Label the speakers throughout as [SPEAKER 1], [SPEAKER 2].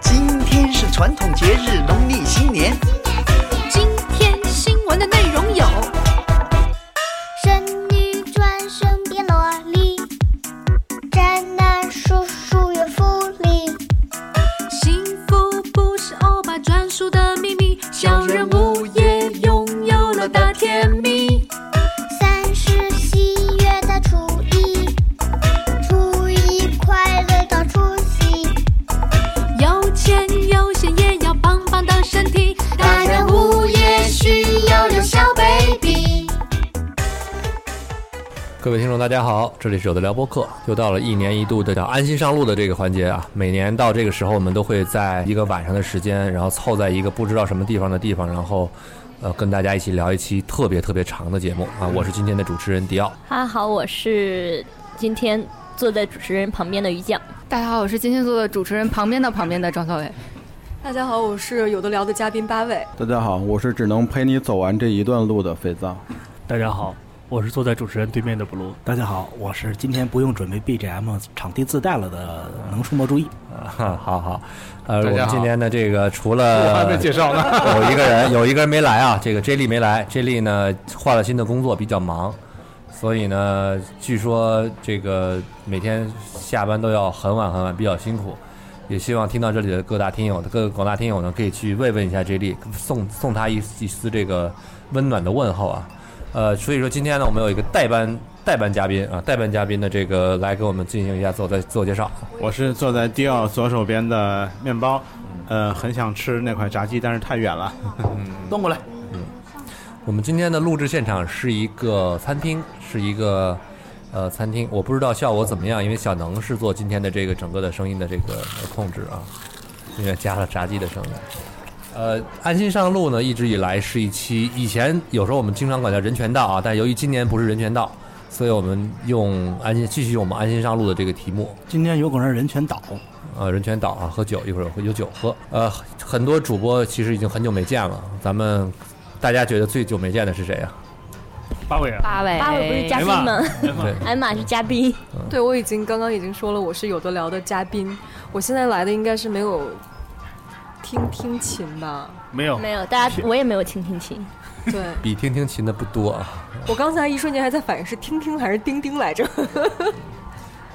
[SPEAKER 1] 今天是传统节日农历新年，
[SPEAKER 2] 今天新闻的内容有：
[SPEAKER 3] 神女转身变萝莉，宅男叔叔有福利，
[SPEAKER 2] 幸福不是欧巴专属的秘密，小人物也拥有了大甜蜜。
[SPEAKER 3] 三是喜悦的初一，初一快乐到除夕，
[SPEAKER 2] 有钱有闲也要棒棒的身体，
[SPEAKER 3] 大人物也需要有小 baby。
[SPEAKER 4] 各位听众，大家好，这里是有的聊播客，又到了一年一度的叫安心上路的这个环节啊。每年到这个时候，我们都会在一个晚上的时间，然后凑在一个不知道什么地方的地方，然后，呃，跟大家一起聊一期特别特别长的节目啊。我是今天的主持人迪奥，
[SPEAKER 5] 大家好，我是今天坐在主持人旁边的于酱。
[SPEAKER 6] 大家好，我是今天做的主持人旁边的旁边的张小伟。
[SPEAKER 7] 大家好，我是有的聊的嘉宾八位。
[SPEAKER 8] 大家好，我是只能陪你走完这一段路的肥皂。
[SPEAKER 9] 大家好，我是坐在主持人对面的布鲁。
[SPEAKER 10] 大家好，我是今天不用准备 BGM，场地自带了的能数莫注意。
[SPEAKER 4] 啊， 好好，呃，
[SPEAKER 11] 大
[SPEAKER 4] 我
[SPEAKER 11] 家
[SPEAKER 4] 们
[SPEAKER 11] 好
[SPEAKER 4] 今天呢，这个除了
[SPEAKER 11] 我还没介绍呢
[SPEAKER 4] 有一个人，有一个人没来啊，这个 J 莉没来，J 莉呢换了新的工作，比较忙，所以呢，据说这个每天下班都要很晚很晚，比较辛苦。也希望听到这里的各大听友、各个广大听友呢，可以去慰问一下 J 莉，送送他一一丝这个温暖的问候啊。呃，所以说今天呢，我们有一个代班代班嘉宾啊，代班嘉宾的这个来给我们进行一下自我的自我介绍。
[SPEAKER 11] 我是坐在迪奥左手边的面包，呃，很想吃那块炸鸡，但是太远了。
[SPEAKER 10] 端过来，
[SPEAKER 4] 我们今天的录制现场是一个餐厅，是一个呃餐厅，我不知道效果怎么样，因为小能是做今天的这个整个的声音的这个呃控制啊，因为加了炸鸡的声音。呃，安心上路呢，一直以来是一期，以前有时候我们经常管叫人权道啊，但由于今年不是人权道，所以我们用安心继续用我们安心上路的这个题目，
[SPEAKER 10] 今天有可能是人权岛，
[SPEAKER 4] 呃，人权岛啊，喝酒一会儿有酒喝。呃，很多主播其实已经很久没见了，咱们大家觉得最久没见的是谁啊？
[SPEAKER 12] 八位啊，
[SPEAKER 5] 八位八位不是嘉
[SPEAKER 4] 哎
[SPEAKER 5] 宾吗？艾玛是嘉宾，
[SPEAKER 7] 对我已经刚刚已经说了，我是有的聊的嘉宾。我现在来的应该是没有听听琴吧？
[SPEAKER 12] 没有
[SPEAKER 5] 没有，大家我也没有听听琴。
[SPEAKER 7] 对
[SPEAKER 4] 比听听琴的不多啊。
[SPEAKER 7] 我刚才一瞬间还在反应是听听还是丁丁来着？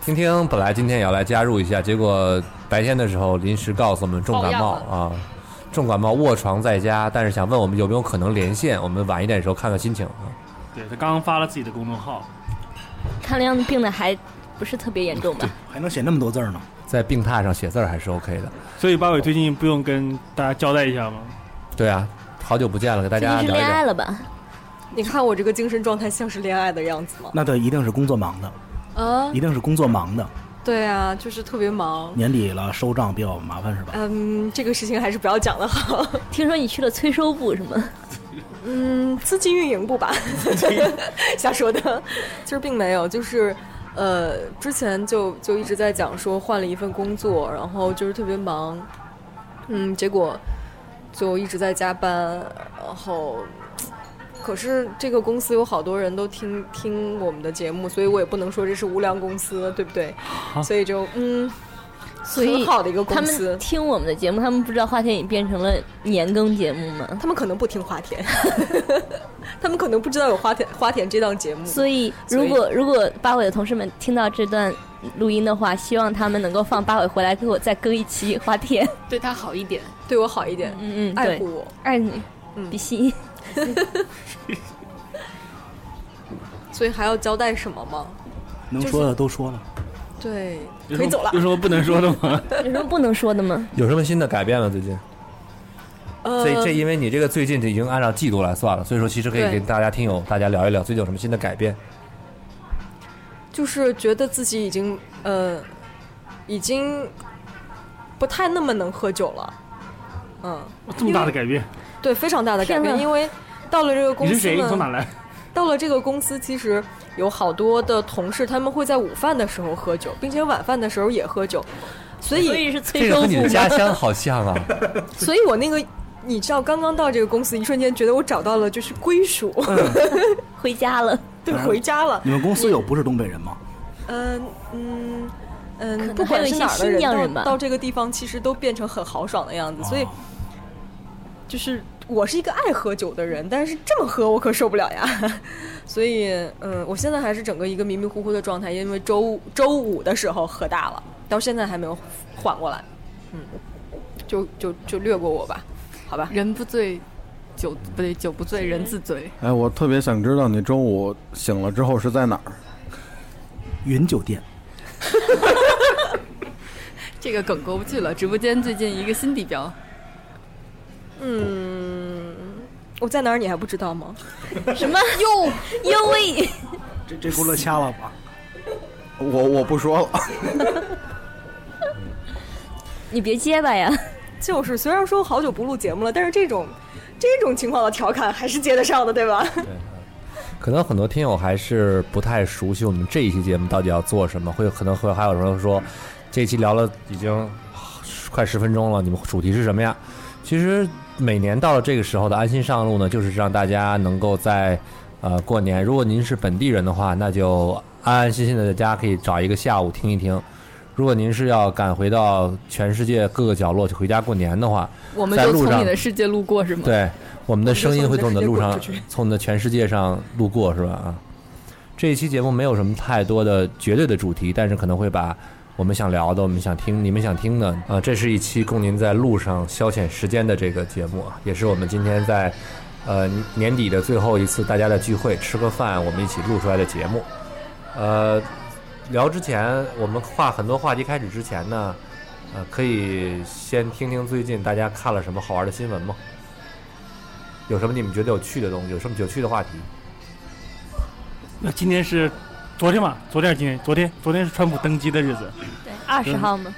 [SPEAKER 4] 听听本来今天也要来加入一下，结果白天的时候临时告诉我们重感冒啊，重感冒卧床在家，但是想问我们有没有可能连线，我们晚一点的时候看看心情啊。
[SPEAKER 12] 对他刚刚发了自己的公众号，
[SPEAKER 5] 看样子病的还不是特别严重吧？
[SPEAKER 10] 还能写那么多字儿呢？
[SPEAKER 4] 在病榻上写字儿还是 OK 的。
[SPEAKER 12] 所以八尾最近不用跟大家交代一下吗？
[SPEAKER 4] 对啊，好久不见了，给大
[SPEAKER 5] 最近
[SPEAKER 4] 家
[SPEAKER 5] 是
[SPEAKER 4] 聊一
[SPEAKER 5] 恋爱
[SPEAKER 4] 聊。
[SPEAKER 5] 了吧？
[SPEAKER 7] 你看我这个精神状态像是恋爱的样子吗？
[SPEAKER 10] 那对，一定是工作忙的，
[SPEAKER 7] 啊
[SPEAKER 10] 一，定是工作忙的。
[SPEAKER 7] 对啊，就是特别忙。
[SPEAKER 10] 年底了，收账比较麻烦是吧？
[SPEAKER 7] 嗯，这个事情还是不要讲了好。
[SPEAKER 5] 听说你去了催收部是吗？
[SPEAKER 7] 嗯，资金运营部吧， 瞎说的，其实并没有，就是。呃，之前就就一直在讲说换了一份工作，然后就是特别忙，嗯，结果就一直在加班，然后，可是这个公司有好多人都听听我们的节目，所以我也不能说这是无良公司，对不对？所以就嗯，
[SPEAKER 5] 所以
[SPEAKER 7] 很好的一个
[SPEAKER 5] 他
[SPEAKER 7] 公司
[SPEAKER 5] 们，听我们的节目，他们不知道花田已变成了年更节目吗？
[SPEAKER 7] 他们可能不听花田， 他们可能不知道有花田花田这档节目，
[SPEAKER 5] 所以，
[SPEAKER 7] 所
[SPEAKER 5] 如
[SPEAKER 7] 以
[SPEAKER 5] 果如果八尾的同事们听到这段录音的话，希望他们能够放八尾回来给我再更一期花田。
[SPEAKER 6] 对他好一点，
[SPEAKER 7] 对我好一点，
[SPEAKER 5] 嗯嗯，
[SPEAKER 7] 爱
[SPEAKER 5] 对
[SPEAKER 7] 护，我。
[SPEAKER 5] 爱你，
[SPEAKER 7] 嗯
[SPEAKER 5] 比心。
[SPEAKER 7] 所以还要交代什么吗？
[SPEAKER 10] 能说的都说了，
[SPEAKER 7] 对，
[SPEAKER 12] 有
[SPEAKER 7] 可以
[SPEAKER 12] 什
[SPEAKER 7] 走
[SPEAKER 12] 么
[SPEAKER 7] 了
[SPEAKER 12] 有。什么不能说的吗？
[SPEAKER 5] 有什么不能说的吗？
[SPEAKER 4] 有什么新的改变吗？最近
[SPEAKER 5] 嗯
[SPEAKER 7] 呃，
[SPEAKER 4] 这这因为你这个最近已经按照季度来算了，所以说其实可以
[SPEAKER 7] 对
[SPEAKER 4] 跟大家听友大家聊一聊最近有什么新的改变。
[SPEAKER 7] 就是觉得自己已经呃，已经不太那么能喝酒了，嗯，
[SPEAKER 9] 哦这么大的
[SPEAKER 7] 因为
[SPEAKER 9] 改变，
[SPEAKER 7] 对非常大的改
[SPEAKER 9] 天
[SPEAKER 7] 变，
[SPEAKER 9] 哪
[SPEAKER 7] 因为到了这个公
[SPEAKER 9] 你
[SPEAKER 7] 司
[SPEAKER 9] 是
[SPEAKER 7] 呢，
[SPEAKER 9] 谁？你从哪来？
[SPEAKER 7] 到了这个公司，其实有好多的同事，他们会在午饭的时候喝酒，并且晚饭的时候也喝酒，所以
[SPEAKER 5] 所以是
[SPEAKER 4] 这个和你的家乡好像啊，
[SPEAKER 7] 所以我那个，你知道，刚刚到这个公司，一瞬间觉得我找到了就是归属，
[SPEAKER 4] 嗯
[SPEAKER 5] 回家了，
[SPEAKER 7] 对，回家了。
[SPEAKER 10] 你们公司有不是东北人吗？
[SPEAKER 7] 嗯嗯嗯，
[SPEAKER 5] 能
[SPEAKER 7] 不管是哪儿的
[SPEAKER 5] 还有一些新疆
[SPEAKER 7] 人，
[SPEAKER 5] 人
[SPEAKER 7] 到
[SPEAKER 5] 吧
[SPEAKER 7] 到这个地方，其实都变成很豪爽的样子。所以，就是我是一个爱喝酒的人，但是这么喝我可受不了呀。 所以，嗯，我现在还是整个一个迷迷糊糊的状态，因为周五周五的时候喝大了，到现在还没有缓过来。嗯，就就就略过我吧，好吧。
[SPEAKER 6] 人不醉，酒不对，酒不醉人自醉。
[SPEAKER 8] 哎，我特别想知道你周五醒了之后是在哪儿？
[SPEAKER 10] 云酒店。
[SPEAKER 6] 这个梗过不去了。直播间最近一个新地标，
[SPEAKER 7] 嗯，我在哪儿你还不知道吗？
[SPEAKER 5] 什么？
[SPEAKER 7] 又
[SPEAKER 5] 又喂？
[SPEAKER 10] 这这轱辘掐了吧？
[SPEAKER 8] 我我不说了。
[SPEAKER 5] 你别结巴呀！
[SPEAKER 7] 就是，虽然说好久不录节目了，但是这种这种情况的调侃还是接得上的，对吧？
[SPEAKER 4] 可能很多听友还是不太熟悉我们这一期节目到底要做什么，会可能会还有人说，这一期聊了已经快十分钟了，你们主题是什么呀？其实每年到了这个时候的安心上路呢，就是让大家能够在呃过年，如果您是本地人的话，那就安安心心的在家可以找一个下午听一听；如果您是要赶回到全世界各个角落去回家过年的话，
[SPEAKER 6] 我们
[SPEAKER 4] 在
[SPEAKER 6] 就
[SPEAKER 4] 路
[SPEAKER 6] 从
[SPEAKER 4] 上
[SPEAKER 6] 你的世界路过是吗？，
[SPEAKER 4] 对，我们的声音会从你的路
[SPEAKER 6] 我
[SPEAKER 4] 上
[SPEAKER 6] 们就从你的世界滚出去，
[SPEAKER 4] 从你的全世界上路过，是吧？啊，这一期节目没有什么太多的绝对的主题，但是可能会把我们想聊的、我们想听、你们想听的，呃，这是一期供您在路上消遣时间的这个节目啊，也是我们今天在呃年底的最后一次大家的聚会，吃个饭，我们一起录出来的节目。呃，聊之前，我们话很多话题开始之前呢，呃，可以先听听最近大家看了什么好玩的新闻吗？有什么你们觉得有趣的东西？有什么有趣的话题？
[SPEAKER 9] 那今天是昨天吧？昨天还是今天？昨天，昨天是川普登基的日子。对
[SPEAKER 5] 二十号吗？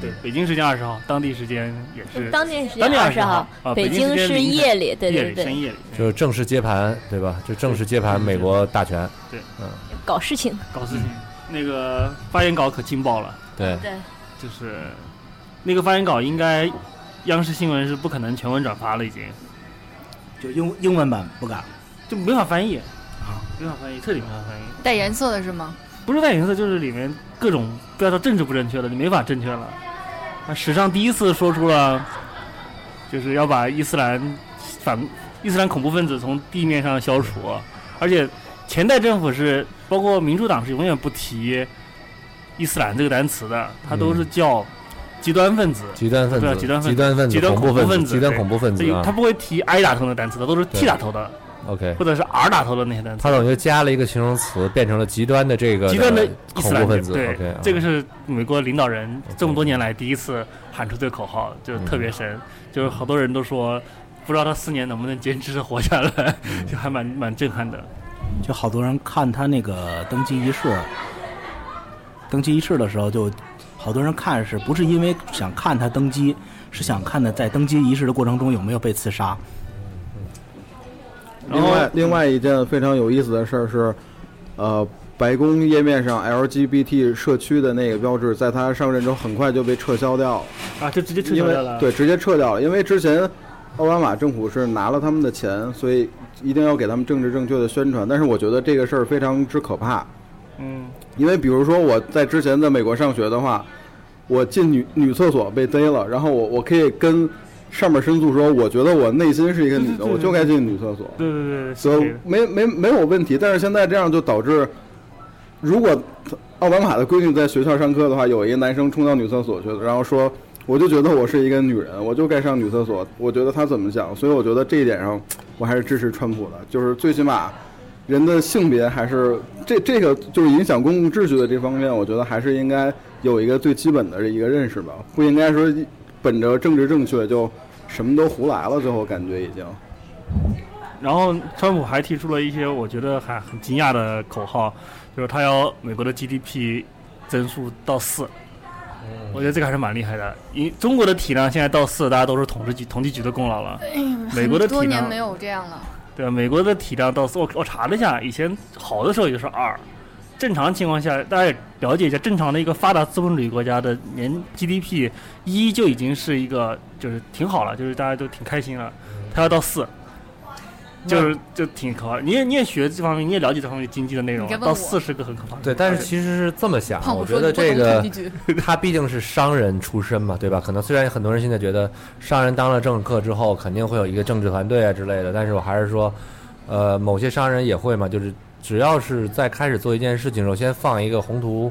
[SPEAKER 9] 对，北京时间二十号，当地时间也是
[SPEAKER 5] 当地时
[SPEAKER 9] 当
[SPEAKER 5] 间
[SPEAKER 9] 地
[SPEAKER 5] 二
[SPEAKER 9] 20
[SPEAKER 5] 十号
[SPEAKER 9] 啊，
[SPEAKER 5] 北京
[SPEAKER 9] 时间
[SPEAKER 5] 是
[SPEAKER 9] 凌晨
[SPEAKER 5] 夜里，对
[SPEAKER 9] 夜
[SPEAKER 5] 对
[SPEAKER 9] 里
[SPEAKER 5] 对
[SPEAKER 9] 深，夜里
[SPEAKER 4] 就是正式接盘，哎对吧？就正式接盘美国大权。
[SPEAKER 9] 对，
[SPEAKER 4] 嗯，
[SPEAKER 5] 搞事情，
[SPEAKER 9] 搞事情。那个发言稿可劲爆了，
[SPEAKER 4] 对
[SPEAKER 5] 对，
[SPEAKER 9] 就是那个发言稿应该央视新闻是不可能全文转发了，已经
[SPEAKER 10] 就英英文版不敢。
[SPEAKER 9] 就没法翻译啊，没法翻译，彻底没法翻译。
[SPEAKER 6] 带颜色的是吗？
[SPEAKER 9] 不是带颜色，就是里面各种不要说政治不正确了，你没法正确了。那史上第一次说出了，就是要把伊斯兰反伊斯兰恐怖分子从地面上消除，而且前代政府是包括民主党是永远不提伊斯兰这个单词的，它都是叫极端分子。
[SPEAKER 4] 嗯极端分
[SPEAKER 9] 对啊
[SPEAKER 4] 子，
[SPEAKER 9] 极端分子
[SPEAKER 4] 极端分
[SPEAKER 9] 极端
[SPEAKER 4] 恐
[SPEAKER 9] 恐
[SPEAKER 4] 怖
[SPEAKER 9] 怖分
[SPEAKER 4] 极端
[SPEAKER 9] 对
[SPEAKER 4] 恐怖分
[SPEAKER 9] 所
[SPEAKER 4] 子
[SPEAKER 9] 以
[SPEAKER 4] 啊！
[SPEAKER 9] 他不会提 I 打头的单词的，都是 T
[SPEAKER 4] 对
[SPEAKER 9] 打头的，
[SPEAKER 4] OK，
[SPEAKER 9] 或者是 R 打头的那些单词。
[SPEAKER 4] 他等于加了一个形容词，变成了极端的这个
[SPEAKER 9] 极端的伊
[SPEAKER 4] 恐
[SPEAKER 9] 斯兰
[SPEAKER 4] 怖分
[SPEAKER 9] 人
[SPEAKER 4] 子。
[SPEAKER 9] 对
[SPEAKER 4] OK，啊
[SPEAKER 9] 这个是美国领导人这么多年来第一次喊出这个口号，就特
[SPEAKER 4] 嗯
[SPEAKER 9] 别神，就是好多人都说不知道他四年能不能坚持活下来，
[SPEAKER 4] 嗯
[SPEAKER 9] 就还蛮蛮震撼的。
[SPEAKER 10] 就好多人看他那个登基仪式，登基仪式的时候就，好多人看是不是因为想看他登基，是想看他在登基仪式的过程中有没有被刺杀。
[SPEAKER 8] 另外，另外一件非常有意思的事儿是，呃，白宫页面上 LGBT 社区的那个标志，在他上任之后很快就被撤销掉了。
[SPEAKER 9] 啊，就直接撤
[SPEAKER 8] 因
[SPEAKER 9] 销
[SPEAKER 8] 为
[SPEAKER 9] 掉了。
[SPEAKER 8] 对，，直接撤掉了。因为之前奥巴马政府是拿了他们的钱，所以一定要给他们政治正确的宣传。但是我觉得这个事儿非常之可怕，
[SPEAKER 9] 嗯，
[SPEAKER 8] 因为比如说我在之前在美国上学的话，我进女女厕所被逮了，然后我我可以跟上面申诉说，我觉得我内心是一个女的，
[SPEAKER 9] 对对对
[SPEAKER 8] 我就该进女厕所。
[SPEAKER 9] 对对对，
[SPEAKER 8] 所以没没没有问题。但是现在这样就导致，如果奥巴马的闺女在学校上课的话，有一个男生冲到女厕所去了，然后说：“我就觉得我是一个女人，我就该上女厕所。”我觉得他怎么想，所以我觉得这一点上，我还是支持川普的，就是最起码。人的性别还是这这个就是影响公共秩序的这方面，我觉得还是应该有一个最基本的一个认识吧，不应该说本着政治正确就什么都胡来了，最后感觉已经。
[SPEAKER 9] 然后川普还提出了一些我觉得还很惊讶的口号，就是他要美国的 GDP 增速到四。
[SPEAKER 4] 嗯
[SPEAKER 9] 我觉得这个还是蛮厉害的，因中国的体量现在到四，大家都是统治局统计局的功劳了。美国的体
[SPEAKER 6] 哎多年
[SPEAKER 9] 量
[SPEAKER 6] 没有这样了。
[SPEAKER 9] 对，啊美国的体量到我我查了一下，以前好的时候也就是二，正常情况下大家也了解一下，正常的一个发达资本主义国家的年 GDP 一就已经是一个就是挺好了，就是大家都挺开心了，
[SPEAKER 4] 嗯
[SPEAKER 9] 它要到四。就是就挺可怕，你也你也学这方面，你也了解这方面经济的内容
[SPEAKER 4] 你该
[SPEAKER 9] 啊，
[SPEAKER 4] 问我
[SPEAKER 9] 到四十个很可怕的。
[SPEAKER 4] 对，但是其实是这么想
[SPEAKER 9] 胖，虎
[SPEAKER 4] 我
[SPEAKER 9] 说
[SPEAKER 4] 觉得
[SPEAKER 9] 你不
[SPEAKER 4] 这
[SPEAKER 9] 懂
[SPEAKER 4] 个
[SPEAKER 9] 统计
[SPEAKER 4] 他毕竟是商人出身嘛，对吧？可能虽然很多人现在觉得商人当了政客之后肯定会有一个政治团队啊之类的，但是我还是说，呃，某些商人也会嘛，就是只要是在开始做一件事情的时候，先放一个宏图，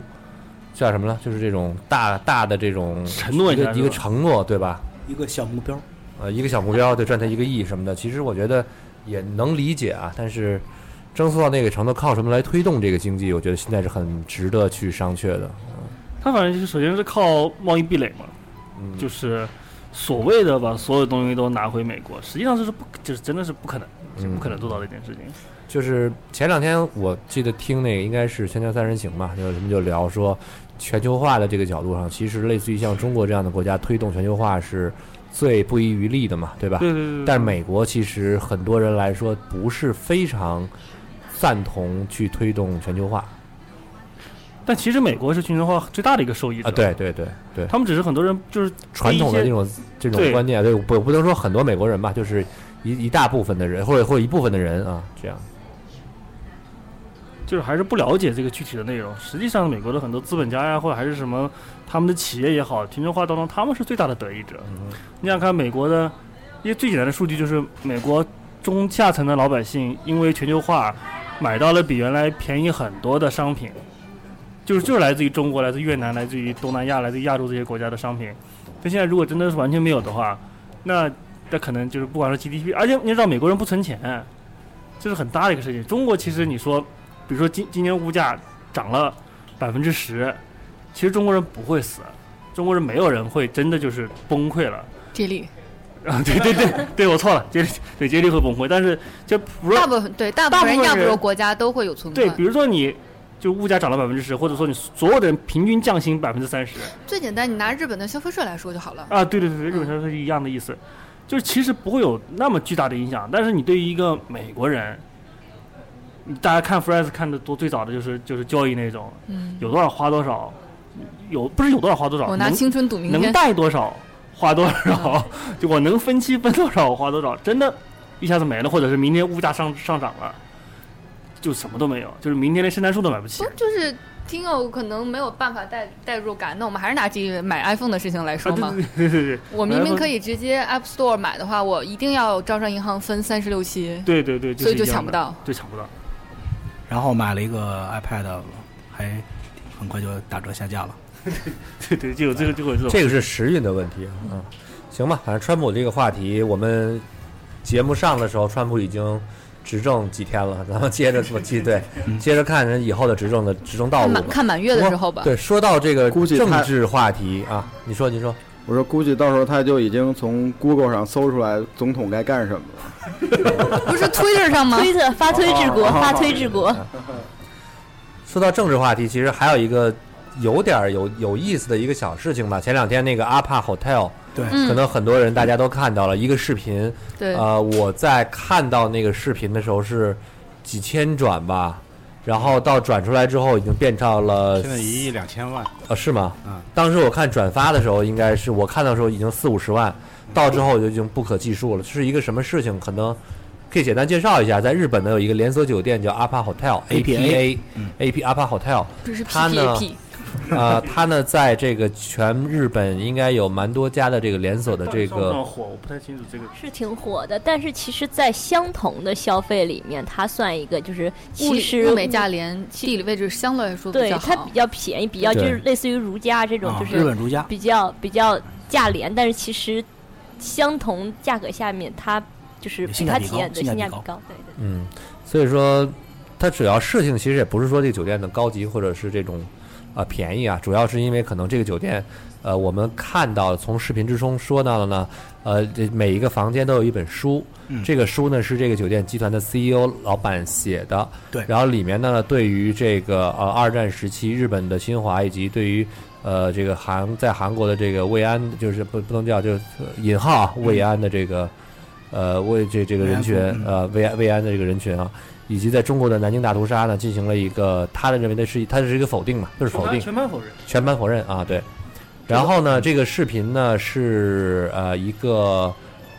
[SPEAKER 4] 叫什么呢？就是这种大大的这种
[SPEAKER 10] 承诺一
[SPEAKER 4] 一
[SPEAKER 10] 下
[SPEAKER 4] 个
[SPEAKER 10] 是
[SPEAKER 4] 一个
[SPEAKER 10] 吧
[SPEAKER 4] 承诺，对吧？
[SPEAKER 10] 一个小目标。
[SPEAKER 4] 呃，一个小目标，对，赚他一个亿什么的，其实我觉得也能理解啊。但是增速到那个程度，靠什么来推动这个经济？我觉得现在是很值得去商榷的。
[SPEAKER 9] 它反正就是首先是靠贸易壁垒嘛，
[SPEAKER 4] 嗯
[SPEAKER 9] 就是所谓的把所有东西都拿回美国，实际上这是不就是真的是不可能，是不可
[SPEAKER 4] 嗯
[SPEAKER 9] 能做到的一件事情。
[SPEAKER 4] 就是前两天我记得听那个应该是《全球三人行》嘛，就是他们就聊说，全球化的这个角度上，其实类似于像中国这样的国家推动全球化是最不遗余力的嘛，对吧？
[SPEAKER 9] 对对对对
[SPEAKER 4] 但美国其实很多人来说不是非常赞同去推动全球化
[SPEAKER 9] 但其实美国是全球化最大的一个受益者
[SPEAKER 4] 啊，对对对对。
[SPEAKER 9] 他们只是很多人就是
[SPEAKER 4] 传统的这
[SPEAKER 9] 被一些
[SPEAKER 4] 种这种
[SPEAKER 9] 对
[SPEAKER 4] 观念，对，不不能说很多美国人吧，就是一一大部分的人，或者或者一部分的人啊，这样。
[SPEAKER 9] 就是还是不了解这个具体的内容。实际上，美国的很多资本家呀，或者还是什么他们的企业也好，全球化当中他们是最大的得益者。你想看美国的，因为最简单的数据就是美国中下层的老百姓因为全球化买到了比原来便宜很多的商品，就是就是来自于中国、来自于越南、来自于东南亚、来自于亚洲这些国家的商品。但现在如果真的是完全没有的话，那那可能就是不管是 GDP，而且你知道美国人不存钱，这是很大的一个事情。中国其实你说，比如说今今年物价涨了百分之十，其实中国人不会死，中国人没有人会真的就是崩溃了。
[SPEAKER 6] 这里
[SPEAKER 9] 啊，对对对，对我错了，接力对接力会崩溃，但是就不是
[SPEAKER 6] 大部分对大部
[SPEAKER 9] 大部
[SPEAKER 6] 分
[SPEAKER 9] 分
[SPEAKER 6] 人亚洲
[SPEAKER 9] 人
[SPEAKER 6] 国家都会有存
[SPEAKER 9] 对，
[SPEAKER 6] 款
[SPEAKER 9] 比。如说你就物价涨了百分之十，或者说你所有的人平均降薪百分之三十
[SPEAKER 6] 最简单，你拿日本的消费税来说就好了。
[SPEAKER 9] 啊，对对对，对日本消费是一样的意思，就是其实不会有那么巨大的影响，但是你对于一个美国人，你大家看 Friends 看的多最早的就是就是交易那种，
[SPEAKER 6] 嗯
[SPEAKER 9] 有多少花多少，有不是有多少花多少，
[SPEAKER 6] 我拿
[SPEAKER 9] 能
[SPEAKER 6] 青春赌明
[SPEAKER 9] 能
[SPEAKER 6] 天。
[SPEAKER 9] 带多少花多
[SPEAKER 6] 嗯
[SPEAKER 9] 少， 就我能分期分多少我花多少，真的，一下子没了，或者是明天物价上上涨了，就什么都没有，就是明天连圣诞树都买不起。
[SPEAKER 6] 就是听友可能没有办法带代入感，那我们还是拿这个买 iPhone 的事情来说嘛。
[SPEAKER 9] 啊对对对，
[SPEAKER 6] 我明明可
[SPEAKER 9] 以。
[SPEAKER 6] 以直接 App Store 买的话，我一定要招商银行分三十六期。
[SPEAKER 9] 对对对，
[SPEAKER 6] 所以
[SPEAKER 9] 是
[SPEAKER 6] 就
[SPEAKER 9] 一样
[SPEAKER 6] 抢不
[SPEAKER 9] 的
[SPEAKER 6] 到，
[SPEAKER 9] 就抢不到。
[SPEAKER 10] 然后买了一个 iPad，还很快就打折下架了。
[SPEAKER 9] 对对，就有这个就有这种。
[SPEAKER 4] 这个是时运的问题啊。行吧，反正川普这个话题，我们节目上的时候，川普已经执政几天了，咱们接着我记对，
[SPEAKER 8] 嗯
[SPEAKER 4] 接着看人以后的执政的执政道
[SPEAKER 6] 看
[SPEAKER 4] 路吧
[SPEAKER 6] 满。看满月的时候吧。
[SPEAKER 4] 对，说到这个
[SPEAKER 8] 估计他
[SPEAKER 4] 政治话题啊，你说你说，
[SPEAKER 8] 我说估计到时候他就已经从 Google 上搜出来总统该干什么了。
[SPEAKER 6] 不是 Twitter 上吗？
[SPEAKER 5] 推特发推治国，
[SPEAKER 4] 哦哦哦
[SPEAKER 5] 发推治国。
[SPEAKER 4] 说到政治话题，其实还有一个有点儿有有意思的一个小事情吧。前两天那个阿帕 Hotel，
[SPEAKER 10] 对
[SPEAKER 6] 嗯
[SPEAKER 4] 可能很多人大家都看到了一个视频。
[SPEAKER 6] 对
[SPEAKER 4] 呃，我在看到那个视频的时候是几千转吧，然后到转出来之后已经变到了
[SPEAKER 11] 现在一亿两千万，
[SPEAKER 4] 啊，是吗？
[SPEAKER 11] 嗯，
[SPEAKER 4] 当时我看转发的时候，应该是我看到的时候已经四五十万，到之后我就已经不可计数了。是一个什么事情？可能可以简单介绍一下，在日本呢有一个连锁酒店叫 APA Hotel
[SPEAKER 10] APA
[SPEAKER 4] APA AP APA Hotel，
[SPEAKER 6] 不是 P
[SPEAKER 4] 它
[SPEAKER 6] P
[SPEAKER 4] 呢
[SPEAKER 6] A P，
[SPEAKER 4] 呃，它呢在这个全日本应该有蛮多家的这个连锁的这
[SPEAKER 9] 到底算不算
[SPEAKER 4] 个，
[SPEAKER 9] 火，我不太清楚这个。
[SPEAKER 5] 是挺火的，但是其实，在相同的消费里面，它算一个就是
[SPEAKER 6] 物
[SPEAKER 5] 其
[SPEAKER 6] 理
[SPEAKER 5] 实
[SPEAKER 6] 物美价廉，地理位置相对来说比
[SPEAKER 5] 对
[SPEAKER 6] 较
[SPEAKER 5] 它
[SPEAKER 6] 好
[SPEAKER 5] 比。较便宜，比较就
[SPEAKER 10] 对
[SPEAKER 5] 是类似于如家这种
[SPEAKER 10] 啊，
[SPEAKER 5] 就是
[SPEAKER 10] 日本如家
[SPEAKER 5] 比较比较价廉，但是其实相同价格下面，它就是
[SPEAKER 4] 性
[SPEAKER 5] 比
[SPEAKER 4] 价
[SPEAKER 5] 它
[SPEAKER 4] 比
[SPEAKER 5] 体验
[SPEAKER 4] 高
[SPEAKER 5] 对
[SPEAKER 4] 性
[SPEAKER 5] 性
[SPEAKER 4] 价
[SPEAKER 5] 价
[SPEAKER 4] 比
[SPEAKER 5] 比
[SPEAKER 4] 高
[SPEAKER 5] 高，对对。
[SPEAKER 4] 嗯，所以说它主要事情其实也不是说这酒店的高级或者是这种啊、呃便宜啊，主要是因为可能这个酒店，呃，我们看到从视频之中说到的呢，呃，这每一个房间都有一本书，
[SPEAKER 10] 嗯
[SPEAKER 4] 这个书呢是这个酒店集团的 CEO 老板写的，
[SPEAKER 10] 对
[SPEAKER 4] 然后里面呢对于这个呃二战时期日本的侵华以及对于呃这个韩在韩国的这个慰安，就是不不能叫就是呃引号啊慰安的这个。呃，为这这个人群
[SPEAKER 10] 慰安妇，嗯
[SPEAKER 4] 呃，慰安慰安的这个人群啊，以及在中国的南京大屠杀呢，进行了一个他的认为的是，他是一个否定嘛，就是
[SPEAKER 10] 哦
[SPEAKER 4] 否定，
[SPEAKER 9] 全盘否认。
[SPEAKER 4] 全盘否认啊，对。然后呢，这个视频呢是呃一个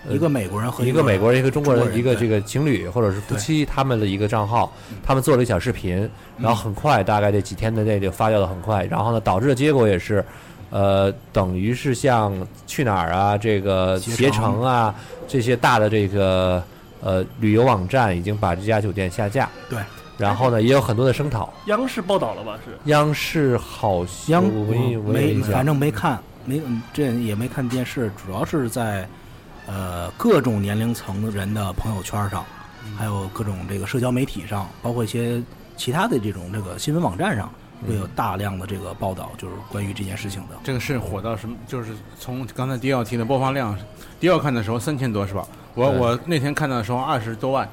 [SPEAKER 4] 呃
[SPEAKER 10] 一个美国人和
[SPEAKER 4] 一
[SPEAKER 10] 一个
[SPEAKER 4] 美国人、一个中国人、
[SPEAKER 10] 中国人
[SPEAKER 4] 一个这
[SPEAKER 10] 对
[SPEAKER 4] 个情侣或者是夫
[SPEAKER 10] 对嗯
[SPEAKER 4] 妻他们的一个账号，他们做了一个小视频，然后很快，大概这几天的内就发酵的很快，然后呢，导致的结果也是。呃，等于是像去哪儿啊，这个携
[SPEAKER 10] 携程
[SPEAKER 4] 程啊，这些大的这个呃旅游网站已经把这家酒店下架，
[SPEAKER 10] 对，
[SPEAKER 4] 然后呢，也有很多的声讨，
[SPEAKER 9] 央视报道了吧？是
[SPEAKER 4] 央视好像
[SPEAKER 10] 央
[SPEAKER 4] 我也我也
[SPEAKER 10] 没
[SPEAKER 4] 印象
[SPEAKER 10] 反正没看，没嗯这也没看电视，主要是在呃各种年龄层的人的朋友圈上，
[SPEAKER 4] 嗯
[SPEAKER 10] 还有各种这个社交媒体上，包括一些其他的这种这个新闻网站上，
[SPEAKER 4] 嗯
[SPEAKER 10] 会有大量的这个报道，就是关于这件事情的。
[SPEAKER 11] 这个是火到什么？就是从刚才迪奥提的播放量，迪奥看的时候三千多是吧？我
[SPEAKER 4] 对
[SPEAKER 11] 我那天看到的时候二十多万，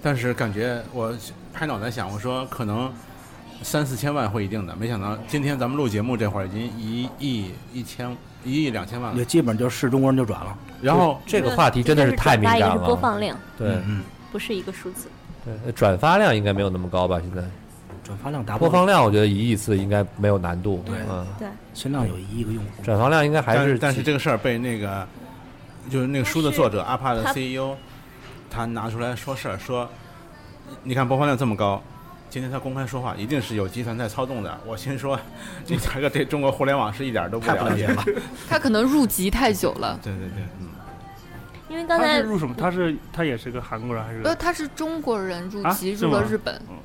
[SPEAKER 11] 但是感觉我拍脑袋想，我说可能三四千万会一定的，没想到今天咱们录节目这会儿已经一亿一千一亿两千万了
[SPEAKER 10] 也。基本就是中国人就转了。
[SPEAKER 11] 然后
[SPEAKER 4] 这个话题真的是太敏
[SPEAKER 5] 转发
[SPEAKER 4] 感
[SPEAKER 5] 一个
[SPEAKER 4] 了，
[SPEAKER 5] 是播放量，
[SPEAKER 4] 对，
[SPEAKER 10] 嗯，
[SPEAKER 5] 不是一个数字。
[SPEAKER 4] 对，转发量应该没有那么高吧？现在
[SPEAKER 10] 转发量达不
[SPEAKER 4] 播
[SPEAKER 10] 到
[SPEAKER 4] 放量，我觉得一亿次应该没有难度，
[SPEAKER 10] 对
[SPEAKER 4] 嗯，
[SPEAKER 5] 对，
[SPEAKER 10] 新浪有一亿个用户，
[SPEAKER 4] 转发量应该还
[SPEAKER 11] 但
[SPEAKER 4] 是
[SPEAKER 11] 但是
[SPEAKER 4] 几
[SPEAKER 11] 这个事儿被那个就是那个书的作者阿帕的
[SPEAKER 5] 他
[SPEAKER 11] CEO，他拿出来说事儿，说你看播放量这么高，今天他公开说话，一定是有集团在操纵的。我心说，你大哥对中国互联网是一点儿都不
[SPEAKER 10] 太不
[SPEAKER 11] 了
[SPEAKER 10] 了
[SPEAKER 11] 解
[SPEAKER 10] 解
[SPEAKER 11] 了
[SPEAKER 10] 了。
[SPEAKER 6] 他可能入籍太久了。
[SPEAKER 11] 对对对，嗯，
[SPEAKER 5] 因为刚
[SPEAKER 9] 他
[SPEAKER 5] 才
[SPEAKER 9] 是入什么？他是他也是个韩国人还是？
[SPEAKER 6] 呃，他是中国人入
[SPEAKER 9] 啊
[SPEAKER 6] 籍
[SPEAKER 9] 是
[SPEAKER 6] 入了
[SPEAKER 9] 吗
[SPEAKER 6] 日本
[SPEAKER 9] 嗯，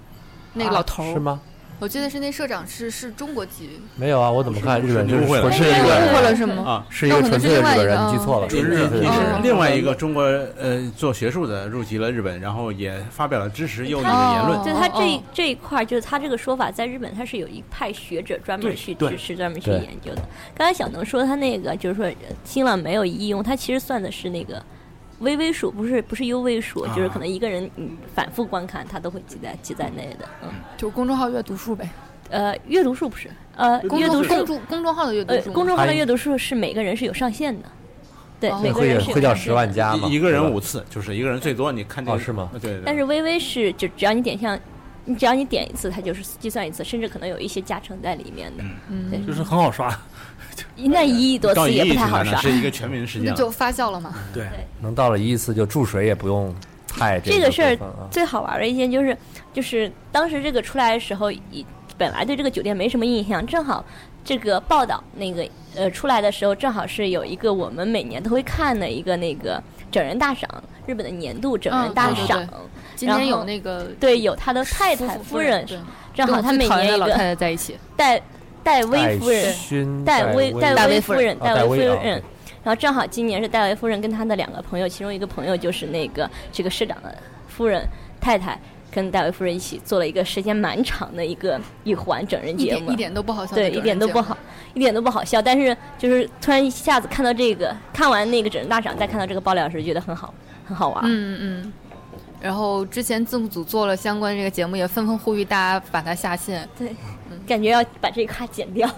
[SPEAKER 6] 那个老头儿
[SPEAKER 4] 是？吗？
[SPEAKER 6] 我记得是那社长是是中国籍，
[SPEAKER 4] 没有啊，我怎么看日本
[SPEAKER 11] 你
[SPEAKER 4] 就是
[SPEAKER 11] 误会了
[SPEAKER 4] 纯粹
[SPEAKER 6] 哎
[SPEAKER 4] 日
[SPEAKER 6] 我
[SPEAKER 4] 本
[SPEAKER 6] 误会
[SPEAKER 4] 人
[SPEAKER 6] 了是吗？
[SPEAKER 11] 啊，
[SPEAKER 4] 是一个纯粹的日本人，
[SPEAKER 6] 那我可能是另外一个哦
[SPEAKER 4] 你记错了，
[SPEAKER 11] 准日
[SPEAKER 4] 对
[SPEAKER 11] 你
[SPEAKER 4] 对
[SPEAKER 11] 是
[SPEAKER 4] 对
[SPEAKER 11] 另外一个中国呃做学术的入籍了日本，然后也发表了支持右翼的言论
[SPEAKER 6] 哦。
[SPEAKER 5] 就他这一
[SPEAKER 6] 哦
[SPEAKER 5] 这一块儿，就是他这个说法，在日本他是有一派学者专门去
[SPEAKER 9] 对对
[SPEAKER 5] 支持、专门去
[SPEAKER 4] 对
[SPEAKER 5] 研究的。刚才小能说他那个，就是说呃新浪没有一亿用，他其实算的是那个微微数，不是不是优微数，
[SPEAKER 10] 啊
[SPEAKER 5] 就是可能一个人嗯反复观看，他都会记在记在内的。嗯，
[SPEAKER 6] 就是公众号阅读数呗，
[SPEAKER 5] 呃，阅读数不是，呃，
[SPEAKER 6] 公
[SPEAKER 5] 阅
[SPEAKER 6] 众
[SPEAKER 5] 读
[SPEAKER 6] 公
[SPEAKER 5] 数，
[SPEAKER 6] 众公众号的阅读
[SPEAKER 5] 呃，
[SPEAKER 6] 数吗，
[SPEAKER 5] 公众号的
[SPEAKER 4] 还
[SPEAKER 5] 阅读数是每个人是有上限的，对
[SPEAKER 6] 哦，
[SPEAKER 5] 每个
[SPEAKER 4] 会
[SPEAKER 5] 人
[SPEAKER 4] 有
[SPEAKER 5] 是有
[SPEAKER 4] 会叫
[SPEAKER 5] 上
[SPEAKER 4] 十
[SPEAKER 5] 限
[SPEAKER 4] 万
[SPEAKER 5] 的
[SPEAKER 4] 加嘛？
[SPEAKER 11] 一一个人
[SPEAKER 4] 对吧
[SPEAKER 11] 五次，就是一个人最多，你看这
[SPEAKER 4] 哦
[SPEAKER 11] 个
[SPEAKER 4] 是吗？
[SPEAKER 11] 对对对。
[SPEAKER 5] 但是微微是就只要你点项，你只要你点一次，它就是计算一次，甚至可能有一些加成在里面的。对
[SPEAKER 9] 就是很好刷，
[SPEAKER 5] 那一亿多
[SPEAKER 11] 到
[SPEAKER 5] 次
[SPEAKER 11] 一
[SPEAKER 5] 也
[SPEAKER 11] 亿
[SPEAKER 5] 不
[SPEAKER 11] 级
[SPEAKER 5] 太好
[SPEAKER 11] 呢，
[SPEAKER 5] 刷
[SPEAKER 11] 是。一个全民啊事
[SPEAKER 6] 那
[SPEAKER 11] 件
[SPEAKER 6] 就
[SPEAKER 11] 了。
[SPEAKER 6] 发酵了嘛。
[SPEAKER 10] 对，
[SPEAKER 4] 能到了一次就注水也不用太
[SPEAKER 5] 这个事儿
[SPEAKER 4] 规范啊
[SPEAKER 5] 最好玩的一件就是，就是当时这个出来的时候，以本来对这个酒店没什么印象，正好这个报道那个呃出来的时候，正好是有一个我们每年都会看的一个那个整人大赏，日本的年度整人
[SPEAKER 6] 嗯
[SPEAKER 5] 大
[SPEAKER 6] 对对
[SPEAKER 5] 赏。
[SPEAKER 6] 对今天有那个
[SPEAKER 5] 对，有他的太
[SPEAKER 6] 夫
[SPEAKER 5] 太
[SPEAKER 6] 妇
[SPEAKER 5] 夫人，
[SPEAKER 6] 对
[SPEAKER 5] 正
[SPEAKER 6] 跟
[SPEAKER 5] 好
[SPEAKER 6] 我
[SPEAKER 5] 他
[SPEAKER 6] 最
[SPEAKER 5] 每
[SPEAKER 6] 讨厌
[SPEAKER 5] 年
[SPEAKER 6] 的
[SPEAKER 5] 一
[SPEAKER 6] 老
[SPEAKER 5] 个
[SPEAKER 6] 太太在一起，
[SPEAKER 5] 戴戴薇夫人，
[SPEAKER 4] 勋
[SPEAKER 5] 戴薇
[SPEAKER 4] 薇
[SPEAKER 5] 戴哦
[SPEAKER 6] 戴
[SPEAKER 5] 薇
[SPEAKER 6] 薇
[SPEAKER 5] 夫
[SPEAKER 6] 夫
[SPEAKER 5] 人，
[SPEAKER 6] 人
[SPEAKER 4] 啊戴
[SPEAKER 5] 薇夫
[SPEAKER 4] 薇啊
[SPEAKER 5] 人。嗯然后正好今年是戴维夫人跟她的两个朋友，其中一个朋友就是那个这个社长的夫人太太，跟戴维夫人一起做了一个时间蛮长的一个一环整人
[SPEAKER 6] 一
[SPEAKER 5] 节目，
[SPEAKER 6] 点一点都不好笑，
[SPEAKER 5] 对，一点都不。好，一点都不好笑。但是就是突然一下子看到这个，看完那个整人大赏，再看到这个爆料时，觉得很好，很好玩。
[SPEAKER 6] 嗯嗯。然后之前字幕组做了相关这个节目，也纷纷呼吁大家把它下线。
[SPEAKER 5] 对，感觉要把这一块剪掉。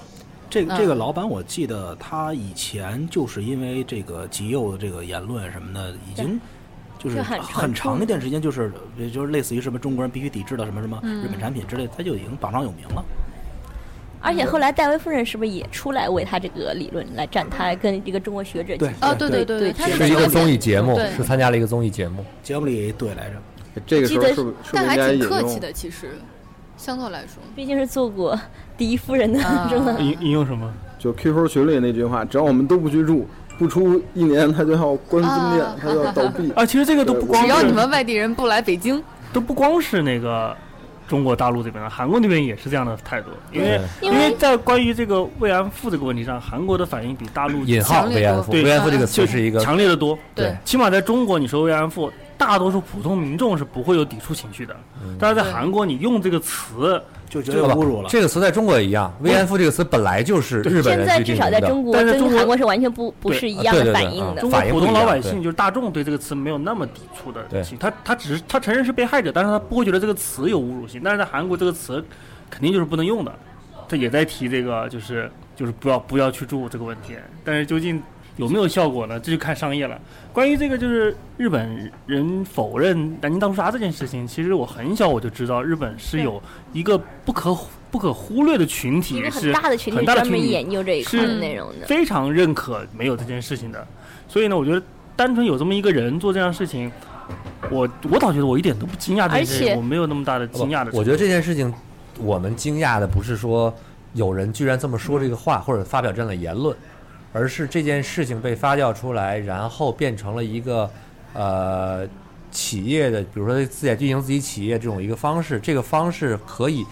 [SPEAKER 10] 这个
[SPEAKER 6] 嗯
[SPEAKER 10] 这个老板，我记得他以前就是因为这个极右的这个言论什么的，已经就是
[SPEAKER 5] 就很
[SPEAKER 10] 很
[SPEAKER 5] 传
[SPEAKER 10] 长
[SPEAKER 5] 统
[SPEAKER 10] 一段时间，就是也就是类似于什么中国人必须抵制的什么什么
[SPEAKER 6] 嗯
[SPEAKER 10] 日本产品之类的，他就已经榜上有名了。
[SPEAKER 5] 而且后来戴维夫人是不是也出来为他这个理论来站
[SPEAKER 6] 嗯
[SPEAKER 5] 台，跟一个中国学者
[SPEAKER 10] 对
[SPEAKER 6] 哦，对
[SPEAKER 10] 对
[SPEAKER 6] 对
[SPEAKER 5] 啊对
[SPEAKER 6] 他
[SPEAKER 5] 对
[SPEAKER 4] 是
[SPEAKER 6] 们
[SPEAKER 4] 一
[SPEAKER 6] 有
[SPEAKER 4] 个
[SPEAKER 6] 点
[SPEAKER 4] 综艺节目，
[SPEAKER 6] 对
[SPEAKER 4] 是参加了一个综艺节目。
[SPEAKER 10] 节目里怼来着，
[SPEAKER 8] 这个时候
[SPEAKER 5] 记得
[SPEAKER 8] 是不是不
[SPEAKER 6] 但
[SPEAKER 8] 是应
[SPEAKER 6] 还
[SPEAKER 8] 该
[SPEAKER 6] 挺
[SPEAKER 8] 引
[SPEAKER 6] 客气
[SPEAKER 8] 用？
[SPEAKER 6] 的，其实相对来说，
[SPEAKER 5] 毕竟是做过第一夫人的
[SPEAKER 6] 啊
[SPEAKER 5] 中的，
[SPEAKER 9] 引引用什么？
[SPEAKER 8] 就 QQ 群里那句话，只要我们都不去住，不出一年他就要关分店
[SPEAKER 6] 啊，
[SPEAKER 8] 他就要倒闭。
[SPEAKER 9] 啊，其实这个都不光
[SPEAKER 6] 只要
[SPEAKER 9] 是
[SPEAKER 6] 你们外地人不来北京，
[SPEAKER 9] 都不光是那个中国大陆这边的，韩国那边也是这样的态度，因为
[SPEAKER 5] 因
[SPEAKER 9] 因
[SPEAKER 5] 为
[SPEAKER 9] 为在关于这个慰安妇这个问题上，韩国的反应比大陆
[SPEAKER 4] 引号
[SPEAKER 6] 强烈
[SPEAKER 4] 慰安妇，
[SPEAKER 9] 对
[SPEAKER 4] 慰安妇这个词
[SPEAKER 9] 就
[SPEAKER 4] 是一个
[SPEAKER 9] 强烈的多。
[SPEAKER 6] 对
[SPEAKER 9] 起码在中国，你说慰安妇，大多数普通民众是不会有抵触情绪的。但是在韩国，你用这个词
[SPEAKER 10] 就觉得侮辱了。
[SPEAKER 4] 嗯这个词在中国也一样，慰安妇这个词本来就是日本
[SPEAKER 5] 现
[SPEAKER 4] 人
[SPEAKER 5] 在
[SPEAKER 4] 去
[SPEAKER 5] 至
[SPEAKER 4] 定
[SPEAKER 5] 少在
[SPEAKER 4] 名的
[SPEAKER 5] 中国
[SPEAKER 9] 但是
[SPEAKER 5] 跟
[SPEAKER 9] 中国
[SPEAKER 5] 韩国是完全不不
[SPEAKER 9] 对
[SPEAKER 5] 是一
[SPEAKER 4] 啊
[SPEAKER 5] 样
[SPEAKER 4] 对对对
[SPEAKER 5] 的反应
[SPEAKER 4] 啊
[SPEAKER 5] 的
[SPEAKER 9] 中。国
[SPEAKER 4] 反应
[SPEAKER 9] 普
[SPEAKER 4] 不
[SPEAKER 9] 通
[SPEAKER 4] 一
[SPEAKER 9] 老
[SPEAKER 4] 样
[SPEAKER 9] 百
[SPEAKER 4] 对
[SPEAKER 9] 姓就是大众对这个词没有那么抵触的
[SPEAKER 4] 对
[SPEAKER 9] 情，他他只是他承认是被害者，但是他不会觉得这个词有侮辱性。但是在韩国，这个词肯定就是不能用的。他也在提这个，就是就是不要不要去住这个问题，但是究竟有没有效果呢？这就看商业了。关于这个就是日本人否认南京大屠杀这件事情，其实我很小我就知道，日本是有一个不可忽不可忽略的群体，
[SPEAKER 5] 一个很
[SPEAKER 9] 是
[SPEAKER 5] 大的群体
[SPEAKER 9] 很大的
[SPEAKER 5] 专
[SPEAKER 9] 群
[SPEAKER 5] 门
[SPEAKER 9] 体
[SPEAKER 5] 研究这一块的
[SPEAKER 9] 是
[SPEAKER 5] 内容的。
[SPEAKER 9] 非常认可没有这件事情的。所以呢，我觉得单纯有这么一个人做这样的事情，我我倒觉得我一点都不惊讶这件事
[SPEAKER 5] 而且
[SPEAKER 9] 情，我没有那么大的惊讶的。
[SPEAKER 4] 啊我觉得这件事情，我们惊讶的不是说有人居然这么说这个话，或者发表这样的言论，而是这件事情被发酵出来，然后变成了一个呃企业的，比如说自己运营自己企业这种一个方式，这个方式可以，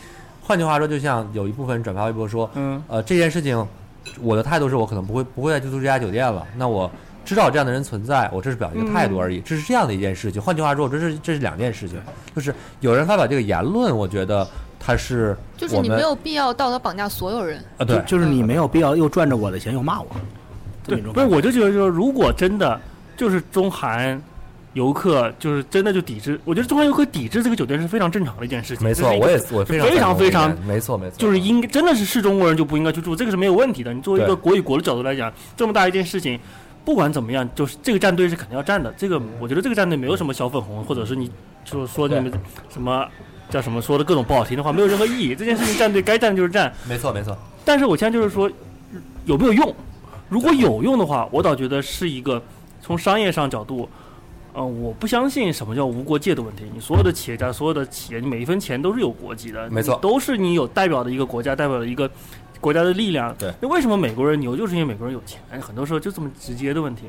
[SPEAKER 4] 换句话说，就像有一部分人转发微博说，
[SPEAKER 9] 嗯，
[SPEAKER 4] 呃，这件事情我的态度是我可能不会不会再去住这家酒店了，那我。知道有这样的人存在，我这是表达一个态度而
[SPEAKER 6] 嗯
[SPEAKER 4] 已，这是这样的一件事情。换句话说，这是这是两件事情，就是有人发表这个言论，我觉得他是
[SPEAKER 6] 就是
[SPEAKER 4] 我
[SPEAKER 6] 你
[SPEAKER 4] 们
[SPEAKER 6] 没有必要道德绑架所有人。
[SPEAKER 4] 啊，对，
[SPEAKER 10] 就是你没有必要又赚着我的钱又骂我。这么
[SPEAKER 9] 对，
[SPEAKER 10] 一种
[SPEAKER 9] 不是，我就觉得就是，如果真的就是中韩游客，就是真的就抵制，我觉得中韩游客抵制这个酒店是非常正常的一件事情。
[SPEAKER 4] 没
[SPEAKER 9] 这
[SPEAKER 4] 错，
[SPEAKER 9] 是一个
[SPEAKER 4] 我也我非常赞同这个
[SPEAKER 9] 非常非常
[SPEAKER 4] 人没错没错，
[SPEAKER 9] 就是应该真的是是中国人就不应该去住，这个是没有问题的。你作为一
[SPEAKER 4] 对
[SPEAKER 9] 个国与国的角度来讲，这么大一件事情，不管怎么样，就是这个战队是肯定要站的。这个
[SPEAKER 4] 嗯
[SPEAKER 9] 我觉得这个战队没有什么小粉红，或者是你就说你们什么叫什么说的各种不好听的话，没有任何意义。这件事情战队该站就是站，
[SPEAKER 4] 没错没错，
[SPEAKER 9] 但是我现在就是说，有没有用？如果有用的话，我倒觉得是一个从商业上角度，呃，我不相信什么叫无国界的问题。你所有的企业家，所有的企业，你每一分钱都是有国籍的，
[SPEAKER 4] 没错
[SPEAKER 9] 你都是你有代表的一个国家，代表的一个国家的力量。
[SPEAKER 4] 对，
[SPEAKER 9] 那为什么美国人牛？就是因为美国人有钱，很多时候就这么直接的问题。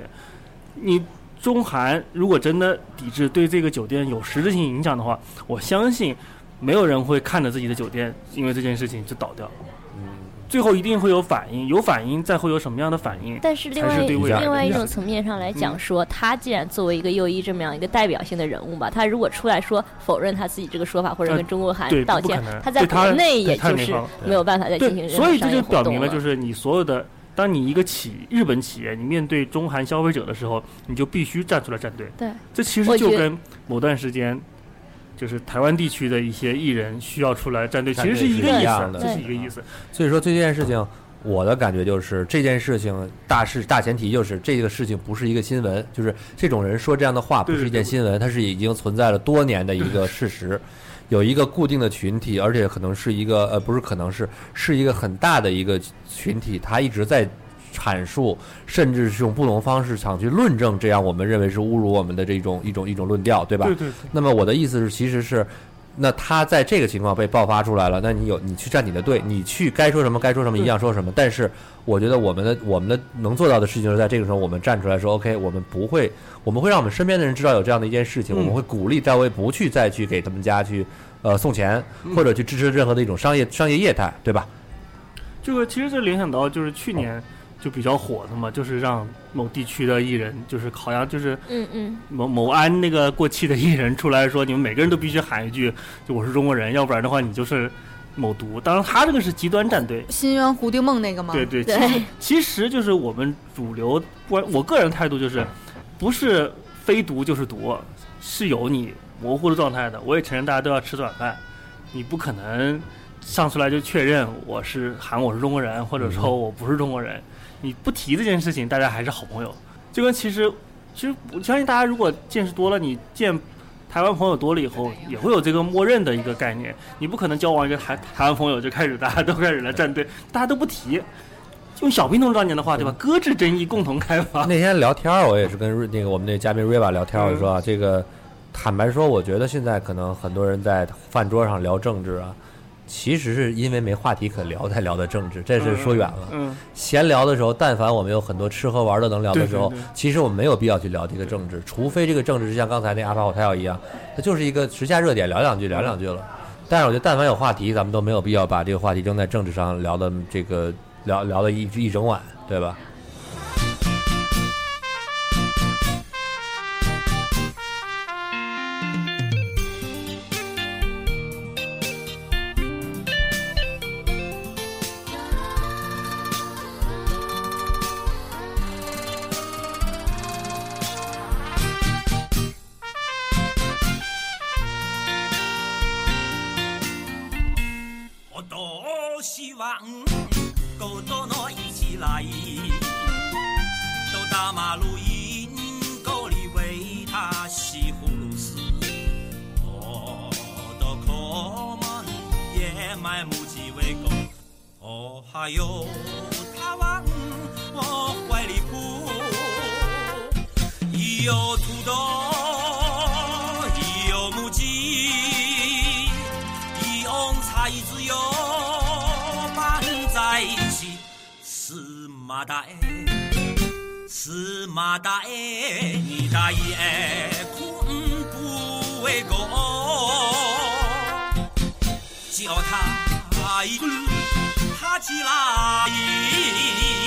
[SPEAKER 9] 你中韩如果真的抵制对这个酒店有实质性影响的话，我相信没有人会看着自己的酒店因为这件事情就倒掉。最后一定会有反应，有反应再会有什么样的反应？
[SPEAKER 5] 但是另
[SPEAKER 9] 才
[SPEAKER 5] 外
[SPEAKER 9] 是对未来的
[SPEAKER 5] 另外一
[SPEAKER 9] 影响
[SPEAKER 5] 种层面上来讲说，嗯他既然作为一个右翼这么样一个代表性的人物吧，他如果出来说否认他自己这个说法，或者
[SPEAKER 9] 呃
[SPEAKER 5] 跟中国韩
[SPEAKER 9] 对
[SPEAKER 5] 道
[SPEAKER 9] 不可
[SPEAKER 5] 歉
[SPEAKER 9] 能，
[SPEAKER 5] 他在
[SPEAKER 9] 对他
[SPEAKER 5] 国内也
[SPEAKER 9] 对他
[SPEAKER 5] 就
[SPEAKER 9] 没
[SPEAKER 5] 是
[SPEAKER 9] 法
[SPEAKER 5] 没有办法再进行
[SPEAKER 9] 对，
[SPEAKER 5] 任
[SPEAKER 9] 所
[SPEAKER 5] 何
[SPEAKER 9] 以这
[SPEAKER 5] 商
[SPEAKER 9] 就
[SPEAKER 5] 业
[SPEAKER 9] 表
[SPEAKER 5] 活
[SPEAKER 9] 明了，
[SPEAKER 5] 动
[SPEAKER 9] 就
[SPEAKER 5] 了。
[SPEAKER 9] 是你所有的，当你一个企日本企业，你面对中韩消费者的时候，你就必须站出来站队。
[SPEAKER 5] 对
[SPEAKER 9] 这其实
[SPEAKER 5] 我
[SPEAKER 9] 就
[SPEAKER 5] 觉得
[SPEAKER 9] 跟某段时间，就是台湾地区的一些艺人需要出来站队，其
[SPEAKER 4] 站
[SPEAKER 9] 实
[SPEAKER 4] 队
[SPEAKER 9] 是一
[SPEAKER 4] 是
[SPEAKER 9] 个
[SPEAKER 4] 一
[SPEAKER 9] 意
[SPEAKER 4] 样
[SPEAKER 9] 思，
[SPEAKER 4] 的
[SPEAKER 9] 这是
[SPEAKER 5] 对
[SPEAKER 9] 一个意思。
[SPEAKER 4] 所以说对这件事情，我的感觉就是这件事情大事大前提就是这个事情不是一个新闻，就是这种人说这样的话不
[SPEAKER 9] 对
[SPEAKER 4] 是一件新闻，它是已经存在了多年的一个事实。有一个固定的群体，而且可能是一个呃，不是可能是是一个很大的一个群体，他一直在阐述，甚至是用不同方式想去论证这样我们认为是侮辱我们的这种一种一种论调，对吧？
[SPEAKER 9] 对对对
[SPEAKER 4] 那么我的意思是，其实是，那他在这个情况被爆发出来了，那你有你去站你的队，你去该说什么该说什么一样说什么。但是我觉得我们的我们的能做到的事情，就是在这个时候我们站出来说，OK，我们不会，我们会让我们身边的人知道有这样的一件事情，
[SPEAKER 9] 嗯
[SPEAKER 4] 我们会鼓励单位不去再去给他们家去呃送钱，或者去支持任何的一种商业商业业态，对吧？
[SPEAKER 9] 这个其实就联想到就是去年就比较火的嘛，就是让某地区的艺人，就是好像就是
[SPEAKER 5] 嗯嗯，
[SPEAKER 9] 某某安那个过气的艺人出来说，你们每个人都必须喊一句，就我是中国人，要不然的话你就是某独。当然，他这个是极端战队。
[SPEAKER 6] 新渊蝴蝶梦那个吗？
[SPEAKER 9] 对对，其实其实就是我们主流，我我个人态度就是，不是非独就是独，是有你模糊的状态的。我也承认大家都要吃软饭，你不可能上出来就确认我是喊我是中国人，或者说我不是中国人。你不提这件事情，大家还是好朋友。就跟其实，其实我相信大家如果见识多了，你见台湾朋友多了以后，也会有这个默认的一个概念。你不可能交往一个台台湾朋友就开始大家都开始来站队，大家都不提。用小平同志当年的话，对吧？搁置争议，共同开发。
[SPEAKER 4] 那天聊天儿，我也是跟瑞那个我们那个嘉宾瑞瓦聊天儿，我就
[SPEAKER 9] 嗯
[SPEAKER 4] 说啊，这个坦白说，我觉得现在可能很多人在饭桌上聊政治啊，其实是因为没话题可聊才聊的政治，这是说远了。
[SPEAKER 9] 嗯，
[SPEAKER 4] 闲聊的时候，但凡我们有很多吃喝玩乐能聊的时候
[SPEAKER 9] 对对对，
[SPEAKER 4] 其实我们没有必要去聊这个政治，除非这个政治是像刚才那阿帕 hotel 一样，它就是一个时下热点，聊两句聊两句了。
[SPEAKER 9] 嗯
[SPEAKER 4] 但是我觉得，但凡有话题，咱们都没有必要把这个话题扔在政治上聊的这个聊聊的一一整晚，对吧？
[SPEAKER 3] 《
[SPEAKER 13] 希望，够多诺一起来，都大马路因沟里为他西葫芦丝，哦，都可们也买母鸡喂狗，哦，还有他往我怀里扑，一有土豆，一有母鸡。一翁才子哟，满在一起，司马大哎，司马大哎，你大爷哎，苦嗯不为狗，叫他一棍爬起来。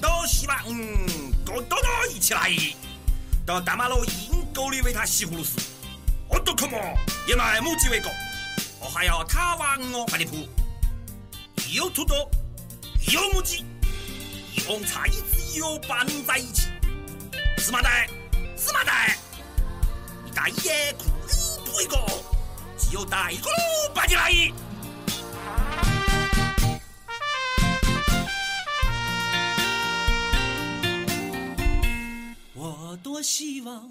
[SPEAKER 13] 都希望嗯，狗多多一起来，到大马路阴沟里喂它西葫芦丝。我都可么，也买母鸡喂狗，我还要它往我怀里扑。有土豆，有母鸡，用菜籽油拌在一起。芝麻蛋，芝麻蛋，你大爷苦不一个，只有大一个拔起来。我多希望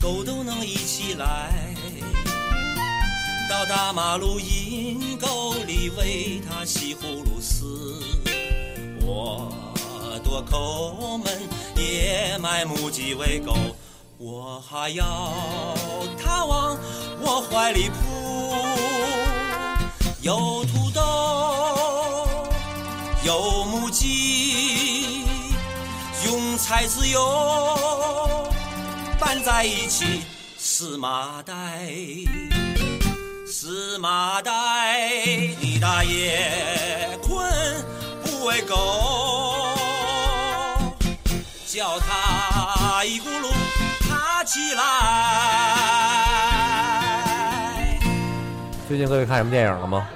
[SPEAKER 13] 狗都能一起来，到大马路阴沟里喂它西葫芦丝。我多抠门，也买母鸡喂狗，我还要它往我怀里扑，有土豆，有母鸡。用菜籽油拌在一起，司马代，司马代，你大爷困不喂狗，叫他一咕噜爬起来。
[SPEAKER 4] 最近各位看什么电影了吗？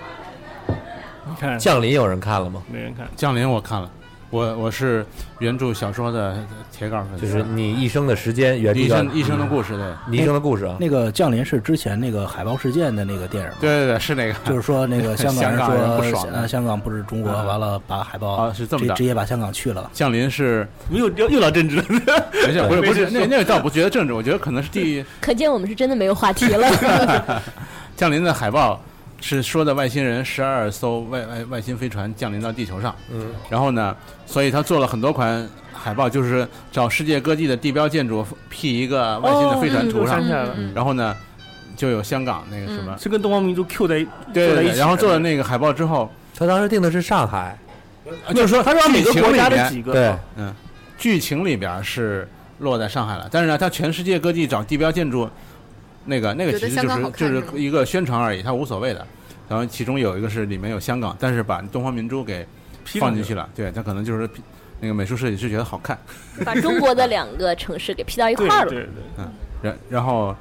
[SPEAKER 9] 你看
[SPEAKER 4] 降临有人看了吗？
[SPEAKER 9] 嗯没人看。
[SPEAKER 11] 降临我看了，我我是原著小说的铁杆粉丝，
[SPEAKER 4] 就是你一生的时间，原著
[SPEAKER 11] 一
[SPEAKER 4] 叫
[SPEAKER 11] 生一生的故事，对，
[SPEAKER 4] 你一生的故事啊。
[SPEAKER 10] 那个《降临》是之前那个海豹事件的那个电影吗，
[SPEAKER 11] 对对对，是 那个，
[SPEAKER 10] 就是 说那个香港人
[SPEAKER 11] 啊香港人
[SPEAKER 10] 说
[SPEAKER 11] 不爽啊
[SPEAKER 10] 呃香港不是中国，
[SPEAKER 11] 嗯
[SPEAKER 10] 完了把海豹
[SPEAKER 11] 啊是这么
[SPEAKER 10] 直
[SPEAKER 11] 的
[SPEAKER 10] 直接把香港去了。
[SPEAKER 11] 降临是
[SPEAKER 9] 没有 又又聊政治了，
[SPEAKER 11] 没事，不是不是，那
[SPEAKER 9] 没事
[SPEAKER 11] 那个倒不觉得政治，我觉得可能是第
[SPEAKER 5] 可见我们是真的没有话题了。
[SPEAKER 11] 降临的海报是说的外星人十二艘外外外星飞船降临到地球上，
[SPEAKER 4] 嗯，
[SPEAKER 11] 然后呢，所以他做了很多款海报，就是找世界各地的地标建筑 P 一个外星的飞船图上，
[SPEAKER 9] 哦嗯嗯嗯嗯
[SPEAKER 11] 然后呢，就有香港那个什么，
[SPEAKER 9] 是跟东方明珠 Q 在
[SPEAKER 11] 对
[SPEAKER 9] Q 在
[SPEAKER 11] 对
[SPEAKER 9] 一
[SPEAKER 11] 对，
[SPEAKER 9] 起，
[SPEAKER 11] 然后做了那个海报之后，
[SPEAKER 4] 他当时定的是上海，
[SPEAKER 11] 啊就是说
[SPEAKER 9] 他说每个国家的几个
[SPEAKER 11] 对，
[SPEAKER 4] 哦
[SPEAKER 11] 嗯，剧情里边是落在上海了，但是呢，他全世界各地找地标建筑，那个那个
[SPEAKER 6] 觉
[SPEAKER 11] 其
[SPEAKER 6] 得
[SPEAKER 11] 实
[SPEAKER 6] 香
[SPEAKER 11] 就
[SPEAKER 6] 港好
[SPEAKER 11] 是就
[SPEAKER 6] 看
[SPEAKER 11] 是一个宣传而已，他无所谓的。然后其中有一个是里面有香港，但是把东方明珠给
[SPEAKER 9] 批上
[SPEAKER 11] 放
[SPEAKER 9] 去
[SPEAKER 11] 进去了，对他可能就是那个美术设计师觉得好看，
[SPEAKER 5] 把中国的两个城市给 P 到一块儿了。
[SPEAKER 9] 对，
[SPEAKER 11] 嗯，然然后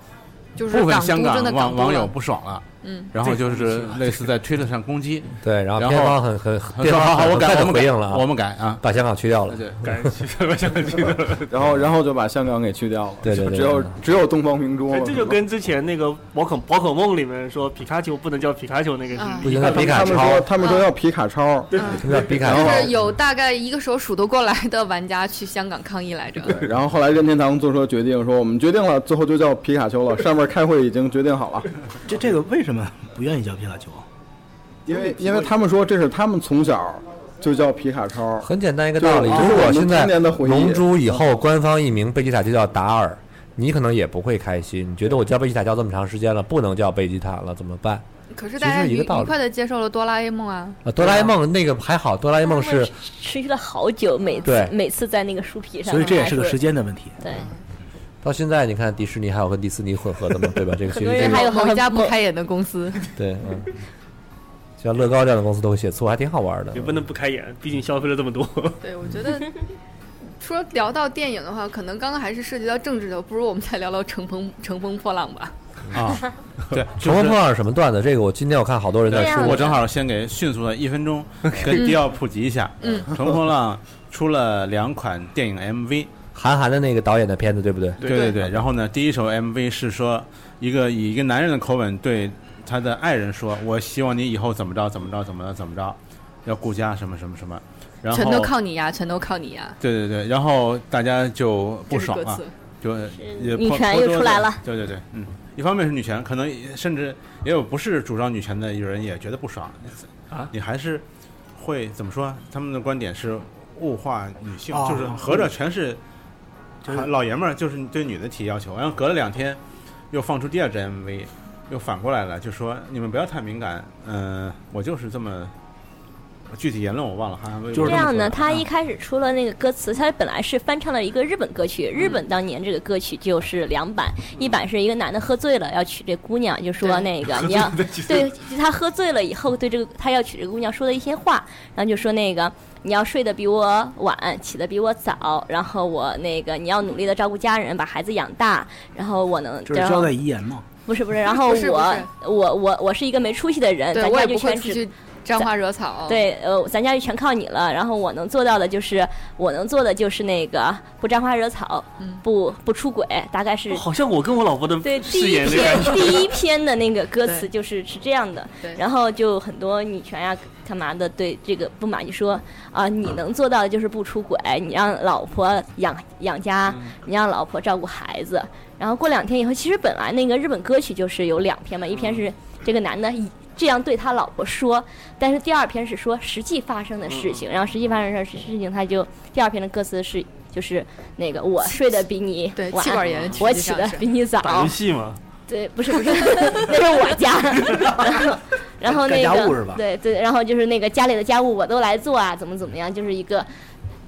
[SPEAKER 6] 就是
[SPEAKER 11] 部分
[SPEAKER 6] 港
[SPEAKER 11] 香
[SPEAKER 6] 独
[SPEAKER 11] 港
[SPEAKER 6] 真的港
[SPEAKER 11] 网
[SPEAKER 6] 独
[SPEAKER 11] 网友
[SPEAKER 6] 了
[SPEAKER 11] 不爽了，
[SPEAKER 6] 嗯
[SPEAKER 11] 然后就是类似在推特上攻击，
[SPEAKER 4] 对，然后
[SPEAKER 11] 然后
[SPEAKER 4] 片方很很
[SPEAKER 11] 说
[SPEAKER 4] 片
[SPEAKER 11] 好
[SPEAKER 4] 方
[SPEAKER 11] 好我改
[SPEAKER 4] 很快
[SPEAKER 11] 我
[SPEAKER 4] 就
[SPEAKER 11] 们
[SPEAKER 4] 回
[SPEAKER 11] 改
[SPEAKER 4] 应了啊，
[SPEAKER 11] 我们改啊，
[SPEAKER 4] 把香港去掉了，
[SPEAKER 11] 对
[SPEAKER 9] 改去把香港去掉了。
[SPEAKER 8] 然后然后就把香港给去掉了，
[SPEAKER 4] 对对
[SPEAKER 8] 就
[SPEAKER 4] 对
[SPEAKER 8] 只有
[SPEAKER 4] 对
[SPEAKER 8] 只有东方明珠
[SPEAKER 9] 哎
[SPEAKER 8] 了。
[SPEAKER 9] 这就跟之前那个宝可宝可梦里面说皮卡丘不能叫皮卡丘那个是
[SPEAKER 4] 不
[SPEAKER 5] 嗯
[SPEAKER 9] 一
[SPEAKER 4] 行，
[SPEAKER 9] 个
[SPEAKER 4] 叫皮卡
[SPEAKER 8] 他们
[SPEAKER 4] 超嗯
[SPEAKER 8] 说，他们说要皮卡超，
[SPEAKER 9] 对
[SPEAKER 4] 叫皮卡
[SPEAKER 8] 然
[SPEAKER 4] 超
[SPEAKER 8] 后。
[SPEAKER 6] 是有大概一个手数得过来的玩家去香港抗议来着。
[SPEAKER 8] 对然后后来任天堂做出了决定，说我们决定了，最后就叫皮卡丘了。上面开会已经决定好了，
[SPEAKER 10] 这这个为什么不愿意叫皮卡丘？
[SPEAKER 8] 因为因为他们说这是他们从小就叫皮卡超。
[SPEAKER 4] 很简单一个道理，
[SPEAKER 8] 就是
[SPEAKER 4] 如果
[SPEAKER 8] 我们
[SPEAKER 4] 现在
[SPEAKER 8] 童年的回忆
[SPEAKER 4] 龙珠以后官方译名贝吉塔就叫达尔，你可能也不会开心，你觉得我叫贝吉塔叫这么长时间了，不能叫贝吉塔了怎么办？
[SPEAKER 6] 可
[SPEAKER 4] 其
[SPEAKER 6] 是大家
[SPEAKER 4] 实一
[SPEAKER 6] 愉
[SPEAKER 4] 个
[SPEAKER 6] 愉
[SPEAKER 4] 道理
[SPEAKER 6] 快的接受了哆啦 A 梦啊，
[SPEAKER 4] 啊，哆啦 A 梦那个还好，哆啦 A 梦
[SPEAKER 11] 啊
[SPEAKER 4] 是
[SPEAKER 5] 持啊续了好久，每次
[SPEAKER 4] 对
[SPEAKER 5] 每次在那个书皮上，
[SPEAKER 10] 所以这也是个
[SPEAKER 5] 还
[SPEAKER 10] 时间的问题。
[SPEAKER 5] 对，
[SPEAKER 4] 到现在，你看迪士尼还有跟迪士尼混合 的嘛，对吧？这个
[SPEAKER 5] 很
[SPEAKER 4] 其实
[SPEAKER 5] 多
[SPEAKER 4] 这
[SPEAKER 5] 人
[SPEAKER 4] 个
[SPEAKER 5] 还有
[SPEAKER 6] 某
[SPEAKER 5] 很
[SPEAKER 6] 一家不开眼的公司。
[SPEAKER 4] 对，嗯，像乐高这样的公司都会写错，还挺好玩的
[SPEAKER 9] 嗯也。不能不开眼，毕竟消费了这么多。
[SPEAKER 6] 对，我 觉得说聊到电影的话，可能刚刚还是涉及到政治的，不如我们再聊聊《乘风 乘风破浪》吧。
[SPEAKER 11] 啊， 对，
[SPEAKER 4] 乘风破浪是什么段子？这个我今天我看好多人
[SPEAKER 6] 啊
[SPEAKER 4] 在说，
[SPEAKER 11] 我正好先给迅速的一分钟
[SPEAKER 4] 嗯
[SPEAKER 11] 跟迪奥普及一下。
[SPEAKER 4] 嗯
[SPEAKER 11] 乘风破浪出了两款电影 MV，
[SPEAKER 4] 韩寒的那个导演的片子，对不对？
[SPEAKER 11] 对对对。然后呢，第一首 MV 是说一个以一个男人的口吻对他的爱人说：“我希望你以后怎么着怎么着怎么着怎么着，要顾家什么什么什么。”然后
[SPEAKER 6] 全都靠你呀，全都靠你呀。
[SPEAKER 11] 对对对，然后大家就不爽
[SPEAKER 6] 这是歌
[SPEAKER 11] 了
[SPEAKER 6] 词，
[SPEAKER 11] 就也
[SPEAKER 5] 女
[SPEAKER 11] 颇
[SPEAKER 5] 权又出来了。
[SPEAKER 11] 颇多的对对对，嗯，一方面是女权，可能甚至也有不是主张女权的人也觉得不爽
[SPEAKER 9] 啊，
[SPEAKER 11] 你还是会怎么说？他们的观点是物化女性，
[SPEAKER 9] 哦
[SPEAKER 11] 就是合着全是就是老爷们儿，就是对女的提要求，然后隔了两天又放出第二支 MV，又反过来了，就说你们不要太敏感，嗯、我就是这么。具体言论我忘了，哈，
[SPEAKER 5] 这样呢，他
[SPEAKER 11] 一。
[SPEAKER 5] 一开始出了那个歌词，他本来是翻唱了一个日本歌曲，日本当年这个歌曲就是两版，一版是一个男的喝醉了要娶这姑娘，就说那个你要对他喝醉了以后对这个他要娶这个姑娘说的一些话，然后就说那个你要睡得比我晚，起得比我早，然后我那个你要努力的照顾家人，把孩子养大，然后我能
[SPEAKER 10] 就是
[SPEAKER 5] 然
[SPEAKER 10] 交
[SPEAKER 5] 后
[SPEAKER 10] 代遗言嘛。
[SPEAKER 5] 不是不是，然后
[SPEAKER 6] 不是不
[SPEAKER 5] 我
[SPEAKER 6] 是
[SPEAKER 5] 我我我是一个没出息的人，
[SPEAKER 6] 对
[SPEAKER 5] 呃咱
[SPEAKER 6] 我
[SPEAKER 5] 家
[SPEAKER 6] 也
[SPEAKER 5] 就
[SPEAKER 6] 不会
[SPEAKER 5] 全
[SPEAKER 6] 出
[SPEAKER 5] 只
[SPEAKER 6] 去沾花惹草。
[SPEAKER 5] 对，呃，咱家就全靠你了。然后我能做到的就是，我能做的就是那个不沾花惹草，不不出轨，大概是。
[SPEAKER 9] 哦好像我跟我老婆的
[SPEAKER 5] 对第
[SPEAKER 9] 誓
[SPEAKER 5] 一
[SPEAKER 9] 言的感
[SPEAKER 5] 篇
[SPEAKER 9] 觉。
[SPEAKER 5] 第一篇的那个歌词
[SPEAKER 6] 对
[SPEAKER 5] 就是是这样的
[SPEAKER 6] 对，
[SPEAKER 5] 然后就很多女权呀干嘛的对这个不满，就说啊，你能做到的就是不出轨，你让老婆养养家，
[SPEAKER 9] 嗯
[SPEAKER 5] 你让老婆照顾孩子。然后过两天以后，其实本来那个日本歌曲就是有两篇嘛，一篇
[SPEAKER 9] 嗯
[SPEAKER 5] 是这个男的以这样对他老婆说，但是第二篇是说实际发生的事
[SPEAKER 9] 嗯
[SPEAKER 5] 情，然后实际发生的事事情，他就第二篇的歌词是就是那个我睡得比你
[SPEAKER 6] 对
[SPEAKER 5] 晚
[SPEAKER 6] 气管炎实
[SPEAKER 5] 我
[SPEAKER 6] 际
[SPEAKER 5] 起
[SPEAKER 6] 上
[SPEAKER 5] 得
[SPEAKER 6] 是
[SPEAKER 5] 比你早，
[SPEAKER 9] 打游戏嘛，
[SPEAKER 5] 对，不是不是，那是我 家。然后，然后
[SPEAKER 10] 干
[SPEAKER 5] 那
[SPEAKER 10] 家务是
[SPEAKER 5] 个
[SPEAKER 10] 吧
[SPEAKER 5] 对对，然后就是那个家里的家务我都来做啊，怎么怎么样，就是一个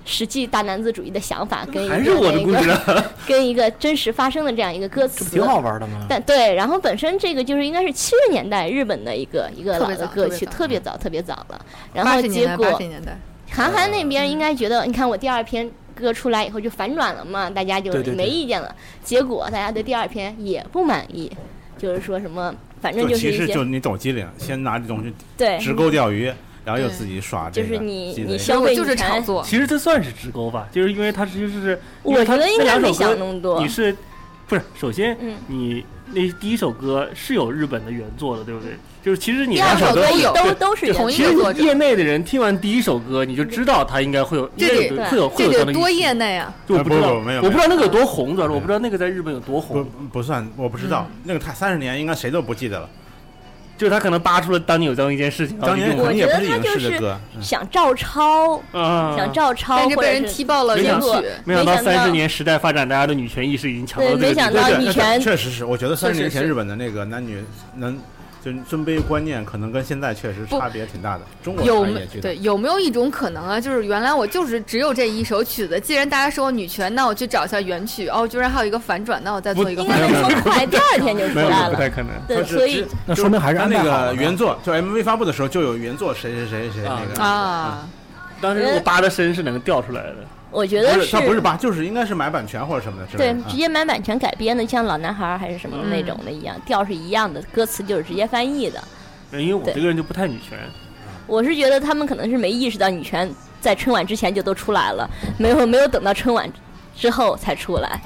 [SPEAKER 5] 实际大男子主义的想法，跟一个
[SPEAKER 9] 还是我的故事
[SPEAKER 5] 那个
[SPEAKER 9] 啊。
[SPEAKER 5] 跟一个真实发生的这样一个歌词，
[SPEAKER 10] 挺好玩的嘛。
[SPEAKER 14] 嗯
[SPEAKER 5] 但对，然后本身这个就是应该是七十年代日本的一个一个
[SPEAKER 6] 特
[SPEAKER 5] 老
[SPEAKER 6] 别
[SPEAKER 5] 的
[SPEAKER 6] 早
[SPEAKER 5] 歌
[SPEAKER 6] 特别
[SPEAKER 5] 曲，
[SPEAKER 6] 早嗯
[SPEAKER 5] 特别早特别早了。然
[SPEAKER 6] 八
[SPEAKER 5] 后
[SPEAKER 6] 十
[SPEAKER 5] 结
[SPEAKER 6] 年代，八
[SPEAKER 5] 果
[SPEAKER 6] 十年代，嗯
[SPEAKER 5] 韩寒那边应该觉得，你看我第二篇歌出来以后就反转了嘛，大家就
[SPEAKER 10] 对对对
[SPEAKER 5] 没意见了。结果大家对第二篇也不满意，就是说什么，反正
[SPEAKER 11] 就
[SPEAKER 5] 就是
[SPEAKER 11] 其
[SPEAKER 5] 一
[SPEAKER 11] 实
[SPEAKER 5] 些
[SPEAKER 11] 就你懂机灵，先拿这东西
[SPEAKER 5] 对嗯
[SPEAKER 11] 直钩钓鱼，然后又自己耍这
[SPEAKER 5] 就
[SPEAKER 11] 个，
[SPEAKER 5] 是你
[SPEAKER 11] 鸡贼
[SPEAKER 5] 你消费
[SPEAKER 6] 就是
[SPEAKER 5] 女权
[SPEAKER 6] 炒作，
[SPEAKER 9] 其实这算是直勾吧，就是因为他其实是，
[SPEAKER 5] 我
[SPEAKER 9] 因为他
[SPEAKER 5] 觉得应该
[SPEAKER 9] 那两首
[SPEAKER 5] 没想
[SPEAKER 9] 歌
[SPEAKER 5] 那么多
[SPEAKER 9] 你是不是？首先
[SPEAKER 5] 嗯，
[SPEAKER 9] 你那第一首歌是有日本的原作的，对不对？就是其实你
[SPEAKER 6] 第二
[SPEAKER 9] 两
[SPEAKER 6] 首
[SPEAKER 9] 首
[SPEAKER 6] 歌
[SPEAKER 9] 歌
[SPEAKER 6] 都有
[SPEAKER 5] 都都是
[SPEAKER 6] 对同
[SPEAKER 5] 有
[SPEAKER 6] 一
[SPEAKER 9] 其
[SPEAKER 6] 个
[SPEAKER 9] 实
[SPEAKER 6] 作
[SPEAKER 9] 你
[SPEAKER 6] 者，
[SPEAKER 9] 业内的人听完第一首歌，你就知道他应该会有，
[SPEAKER 6] 这
[SPEAKER 9] 应该
[SPEAKER 6] 得
[SPEAKER 9] 有会有会
[SPEAKER 6] 这
[SPEAKER 9] 有这样
[SPEAKER 6] 得
[SPEAKER 9] 的
[SPEAKER 6] 多
[SPEAKER 9] 意
[SPEAKER 6] 业内啊！
[SPEAKER 9] 就我不知
[SPEAKER 11] 哎
[SPEAKER 9] 道，
[SPEAKER 11] 不不没有
[SPEAKER 9] 我不知道那个有多红，主要是我不知道那个在日本有
[SPEAKER 11] 不
[SPEAKER 9] 多红，
[SPEAKER 11] 不算，我不知道
[SPEAKER 5] 嗯
[SPEAKER 11] 那个太三十年应该谁都不记得了，
[SPEAKER 9] 就是他可能扒出了当年有这样一件事情，
[SPEAKER 11] 当年可
[SPEAKER 5] 我
[SPEAKER 11] 能也
[SPEAKER 5] 觉得
[SPEAKER 11] 不是
[SPEAKER 5] 他
[SPEAKER 11] 影
[SPEAKER 5] 就
[SPEAKER 11] 视的
[SPEAKER 5] 是
[SPEAKER 11] 歌，嗯
[SPEAKER 5] 想照抄，
[SPEAKER 9] 啊，
[SPEAKER 5] 想照抄，
[SPEAKER 6] 但是
[SPEAKER 5] 或
[SPEAKER 6] 被
[SPEAKER 5] 者
[SPEAKER 6] 人踢爆了
[SPEAKER 9] 没
[SPEAKER 6] 原
[SPEAKER 9] 想
[SPEAKER 6] 曲
[SPEAKER 5] 到，
[SPEAKER 9] 没想到
[SPEAKER 5] 没想
[SPEAKER 9] 三
[SPEAKER 5] 到
[SPEAKER 9] 十年时代发展，大家对女权意识已经强到
[SPEAKER 5] 对
[SPEAKER 9] 这个
[SPEAKER 5] 没
[SPEAKER 9] 地
[SPEAKER 5] 想
[SPEAKER 9] 步
[SPEAKER 5] 到
[SPEAKER 11] 对
[SPEAKER 5] 女
[SPEAKER 11] 对
[SPEAKER 5] 权
[SPEAKER 11] 确实是，我觉得三十年前
[SPEAKER 6] 是是
[SPEAKER 11] 日本的那个男女男就是尊卑观念，可能跟现在确实差别挺大的。中国
[SPEAKER 6] 有
[SPEAKER 11] 人
[SPEAKER 6] 没
[SPEAKER 11] 也觉得
[SPEAKER 6] 对有没有一种可能啊？就是原来我就是只有这一首曲子，既然大家说女权，那我去找一下原曲。哦，居然还有一个反转，那我再做一个
[SPEAKER 5] 应
[SPEAKER 6] 反
[SPEAKER 5] 该
[SPEAKER 6] 转。
[SPEAKER 5] 那 么快，第二天就出
[SPEAKER 9] 没有
[SPEAKER 5] 来
[SPEAKER 9] 不
[SPEAKER 5] 了。
[SPEAKER 9] 太可能。
[SPEAKER 5] 对，
[SPEAKER 11] 是
[SPEAKER 5] 所以
[SPEAKER 11] 只
[SPEAKER 10] 那说明还是
[SPEAKER 11] 他
[SPEAKER 10] 安排
[SPEAKER 11] 那
[SPEAKER 10] 好了
[SPEAKER 11] 个原作，就 MV 发布的时候就有原作谁谁谁谁
[SPEAKER 9] 啊
[SPEAKER 11] 那个
[SPEAKER 6] 啊，
[SPEAKER 9] 当时我扒的深是能调出来的，
[SPEAKER 5] 我觉
[SPEAKER 11] 不
[SPEAKER 5] 得
[SPEAKER 11] 是他不是吧？就是应该是买版权或者什么的之类
[SPEAKER 5] 对
[SPEAKER 11] 的。啊
[SPEAKER 5] 直接买版权改编的，像《老男孩》还是什
[SPEAKER 6] 嗯
[SPEAKER 5] 么那种的一样，调是一样的，歌词就是直接翻译的。
[SPEAKER 9] 因为我
[SPEAKER 5] 对
[SPEAKER 9] 这个人就不太女权，
[SPEAKER 5] 我是觉得他们可能是没意识到女权在春晚之前就都出来了，没有没有等到春晚之后才出来。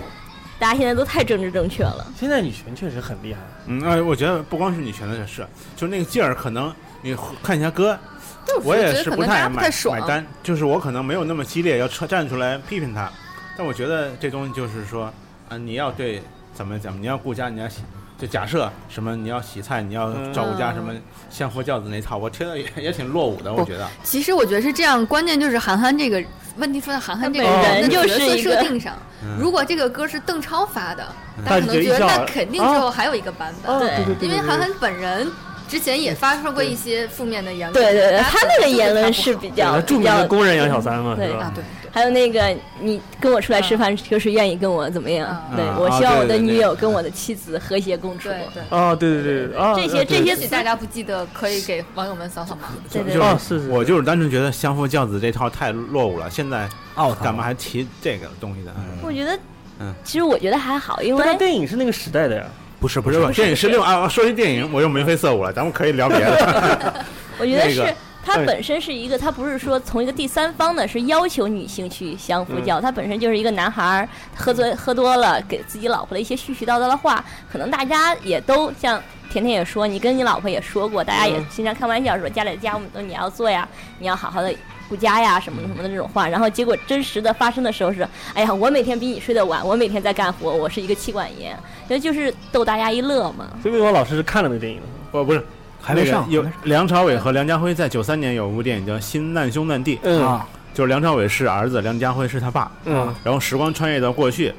[SPEAKER 5] 大家现在都太政治正确了，
[SPEAKER 9] 现在女权确实很厉害。
[SPEAKER 11] 嗯，哎，我觉得不光是女权的事，就那个劲儿，可能你看一下歌，
[SPEAKER 6] 对
[SPEAKER 11] 我也
[SPEAKER 6] 觉得
[SPEAKER 11] 是
[SPEAKER 6] 可
[SPEAKER 11] 不
[SPEAKER 6] 能大家
[SPEAKER 11] 太
[SPEAKER 6] 不
[SPEAKER 11] 买
[SPEAKER 6] 太爽
[SPEAKER 11] 买。单，就是我可能没有那么激烈要车站出来批评他，但我觉得这东西就是说，啊、你要对怎么讲，你要顾家，你要洗，就假设什么你要洗菜，你要照顾家，
[SPEAKER 6] 嗯
[SPEAKER 11] 什么相夫教子那一套，我听的也也挺落伍的，我觉得。
[SPEAKER 6] 其实我觉得是这样，关键就是韩寒这个问题出在韩寒这个
[SPEAKER 7] 哦
[SPEAKER 6] 人的
[SPEAKER 5] 本人就是
[SPEAKER 6] 角色
[SPEAKER 5] 一个嗯
[SPEAKER 6] 设定上。
[SPEAKER 11] 嗯
[SPEAKER 6] 如果这个歌是邓超发的，
[SPEAKER 9] 大
[SPEAKER 6] 大
[SPEAKER 9] 家就
[SPEAKER 6] 家可能觉得
[SPEAKER 9] 一笑
[SPEAKER 6] 那肯定就还有一个版本，
[SPEAKER 5] 啊哦对对
[SPEAKER 6] 因为韩寒本人之前也发出过一些负面的言论，
[SPEAKER 5] 对对对，
[SPEAKER 6] 嗯大家
[SPEAKER 5] 他
[SPEAKER 6] 可
[SPEAKER 5] 那
[SPEAKER 6] 能
[SPEAKER 5] 个
[SPEAKER 6] 就对
[SPEAKER 5] 言论
[SPEAKER 6] 他不
[SPEAKER 5] 是
[SPEAKER 6] 好
[SPEAKER 5] 比较
[SPEAKER 9] 对，著
[SPEAKER 5] 比
[SPEAKER 9] 名的
[SPEAKER 5] 较，
[SPEAKER 9] 工人杨小三嘛，
[SPEAKER 5] 对
[SPEAKER 9] 是吧
[SPEAKER 6] 啊，？对嗯对。
[SPEAKER 5] 还有那个你跟我出来吃饭，就是愿意跟我怎么样？
[SPEAKER 6] 啊
[SPEAKER 5] 对
[SPEAKER 11] 啊
[SPEAKER 5] 我
[SPEAKER 11] 啊
[SPEAKER 5] 希望
[SPEAKER 11] 对
[SPEAKER 5] 我的
[SPEAKER 11] 对
[SPEAKER 5] 女
[SPEAKER 11] 对
[SPEAKER 5] 友跟我的妻子和谐共处。
[SPEAKER 6] 对对，
[SPEAKER 9] 啊，对对对啊，
[SPEAKER 5] 这些这
[SPEAKER 6] 也
[SPEAKER 5] 些
[SPEAKER 6] 许大家不记得，可以给网友们扫扫码。
[SPEAKER 5] 对对
[SPEAKER 11] 就
[SPEAKER 5] 对
[SPEAKER 10] 哦
[SPEAKER 9] 啊是是
[SPEAKER 11] 我就是单纯觉得相夫教子这套太落伍了，现在
[SPEAKER 10] out
[SPEAKER 11] 干嘛还提这个东西呢？
[SPEAKER 5] 我觉得
[SPEAKER 11] 嗯，
[SPEAKER 5] 其实我觉得还好，因为
[SPEAKER 9] 但是电影是那个时代的呀，
[SPEAKER 10] 不是不
[SPEAKER 11] 不是吧？电影是六啊，说起电影我又眉飞色舞了，咱们可以聊别的。
[SPEAKER 5] 我觉得
[SPEAKER 11] 那
[SPEAKER 5] 是
[SPEAKER 11] 个哎
[SPEAKER 5] 它本身是一个，它不是说从一个第三方的，是要求女性去相夫教，
[SPEAKER 12] 嗯
[SPEAKER 5] 它本身就是一个男孩儿喝
[SPEAKER 11] 嗯
[SPEAKER 5] 醉喝多了，给自己老婆的一些絮絮叨叨的话，可能大家也都像甜甜也说，你跟你老婆也说过，大家也
[SPEAKER 12] 嗯
[SPEAKER 5] 经常开玩笑说家里的家务都你要做呀，你要好好的。顾家呀，
[SPEAKER 11] 嗯
[SPEAKER 5] 什么的什么的这种话，然后结果真实的发生的时候是，哎呀，我每天比你睡得晚，我每天在干活，我是一个妻管严，所以就是逗大家一乐嘛。
[SPEAKER 9] 所以魏王老师是看了那个电影的，
[SPEAKER 11] 不不是，
[SPEAKER 10] 还没
[SPEAKER 11] 那个
[SPEAKER 10] 上
[SPEAKER 11] 有梁朝伟和梁家辉在九三年有一部电影叫《新难兄难弟》，
[SPEAKER 9] 嗯啊，
[SPEAKER 11] 就是梁朝伟是儿子，梁家辉是他爸，啊
[SPEAKER 9] 嗯，
[SPEAKER 11] 然后时光穿越到过去，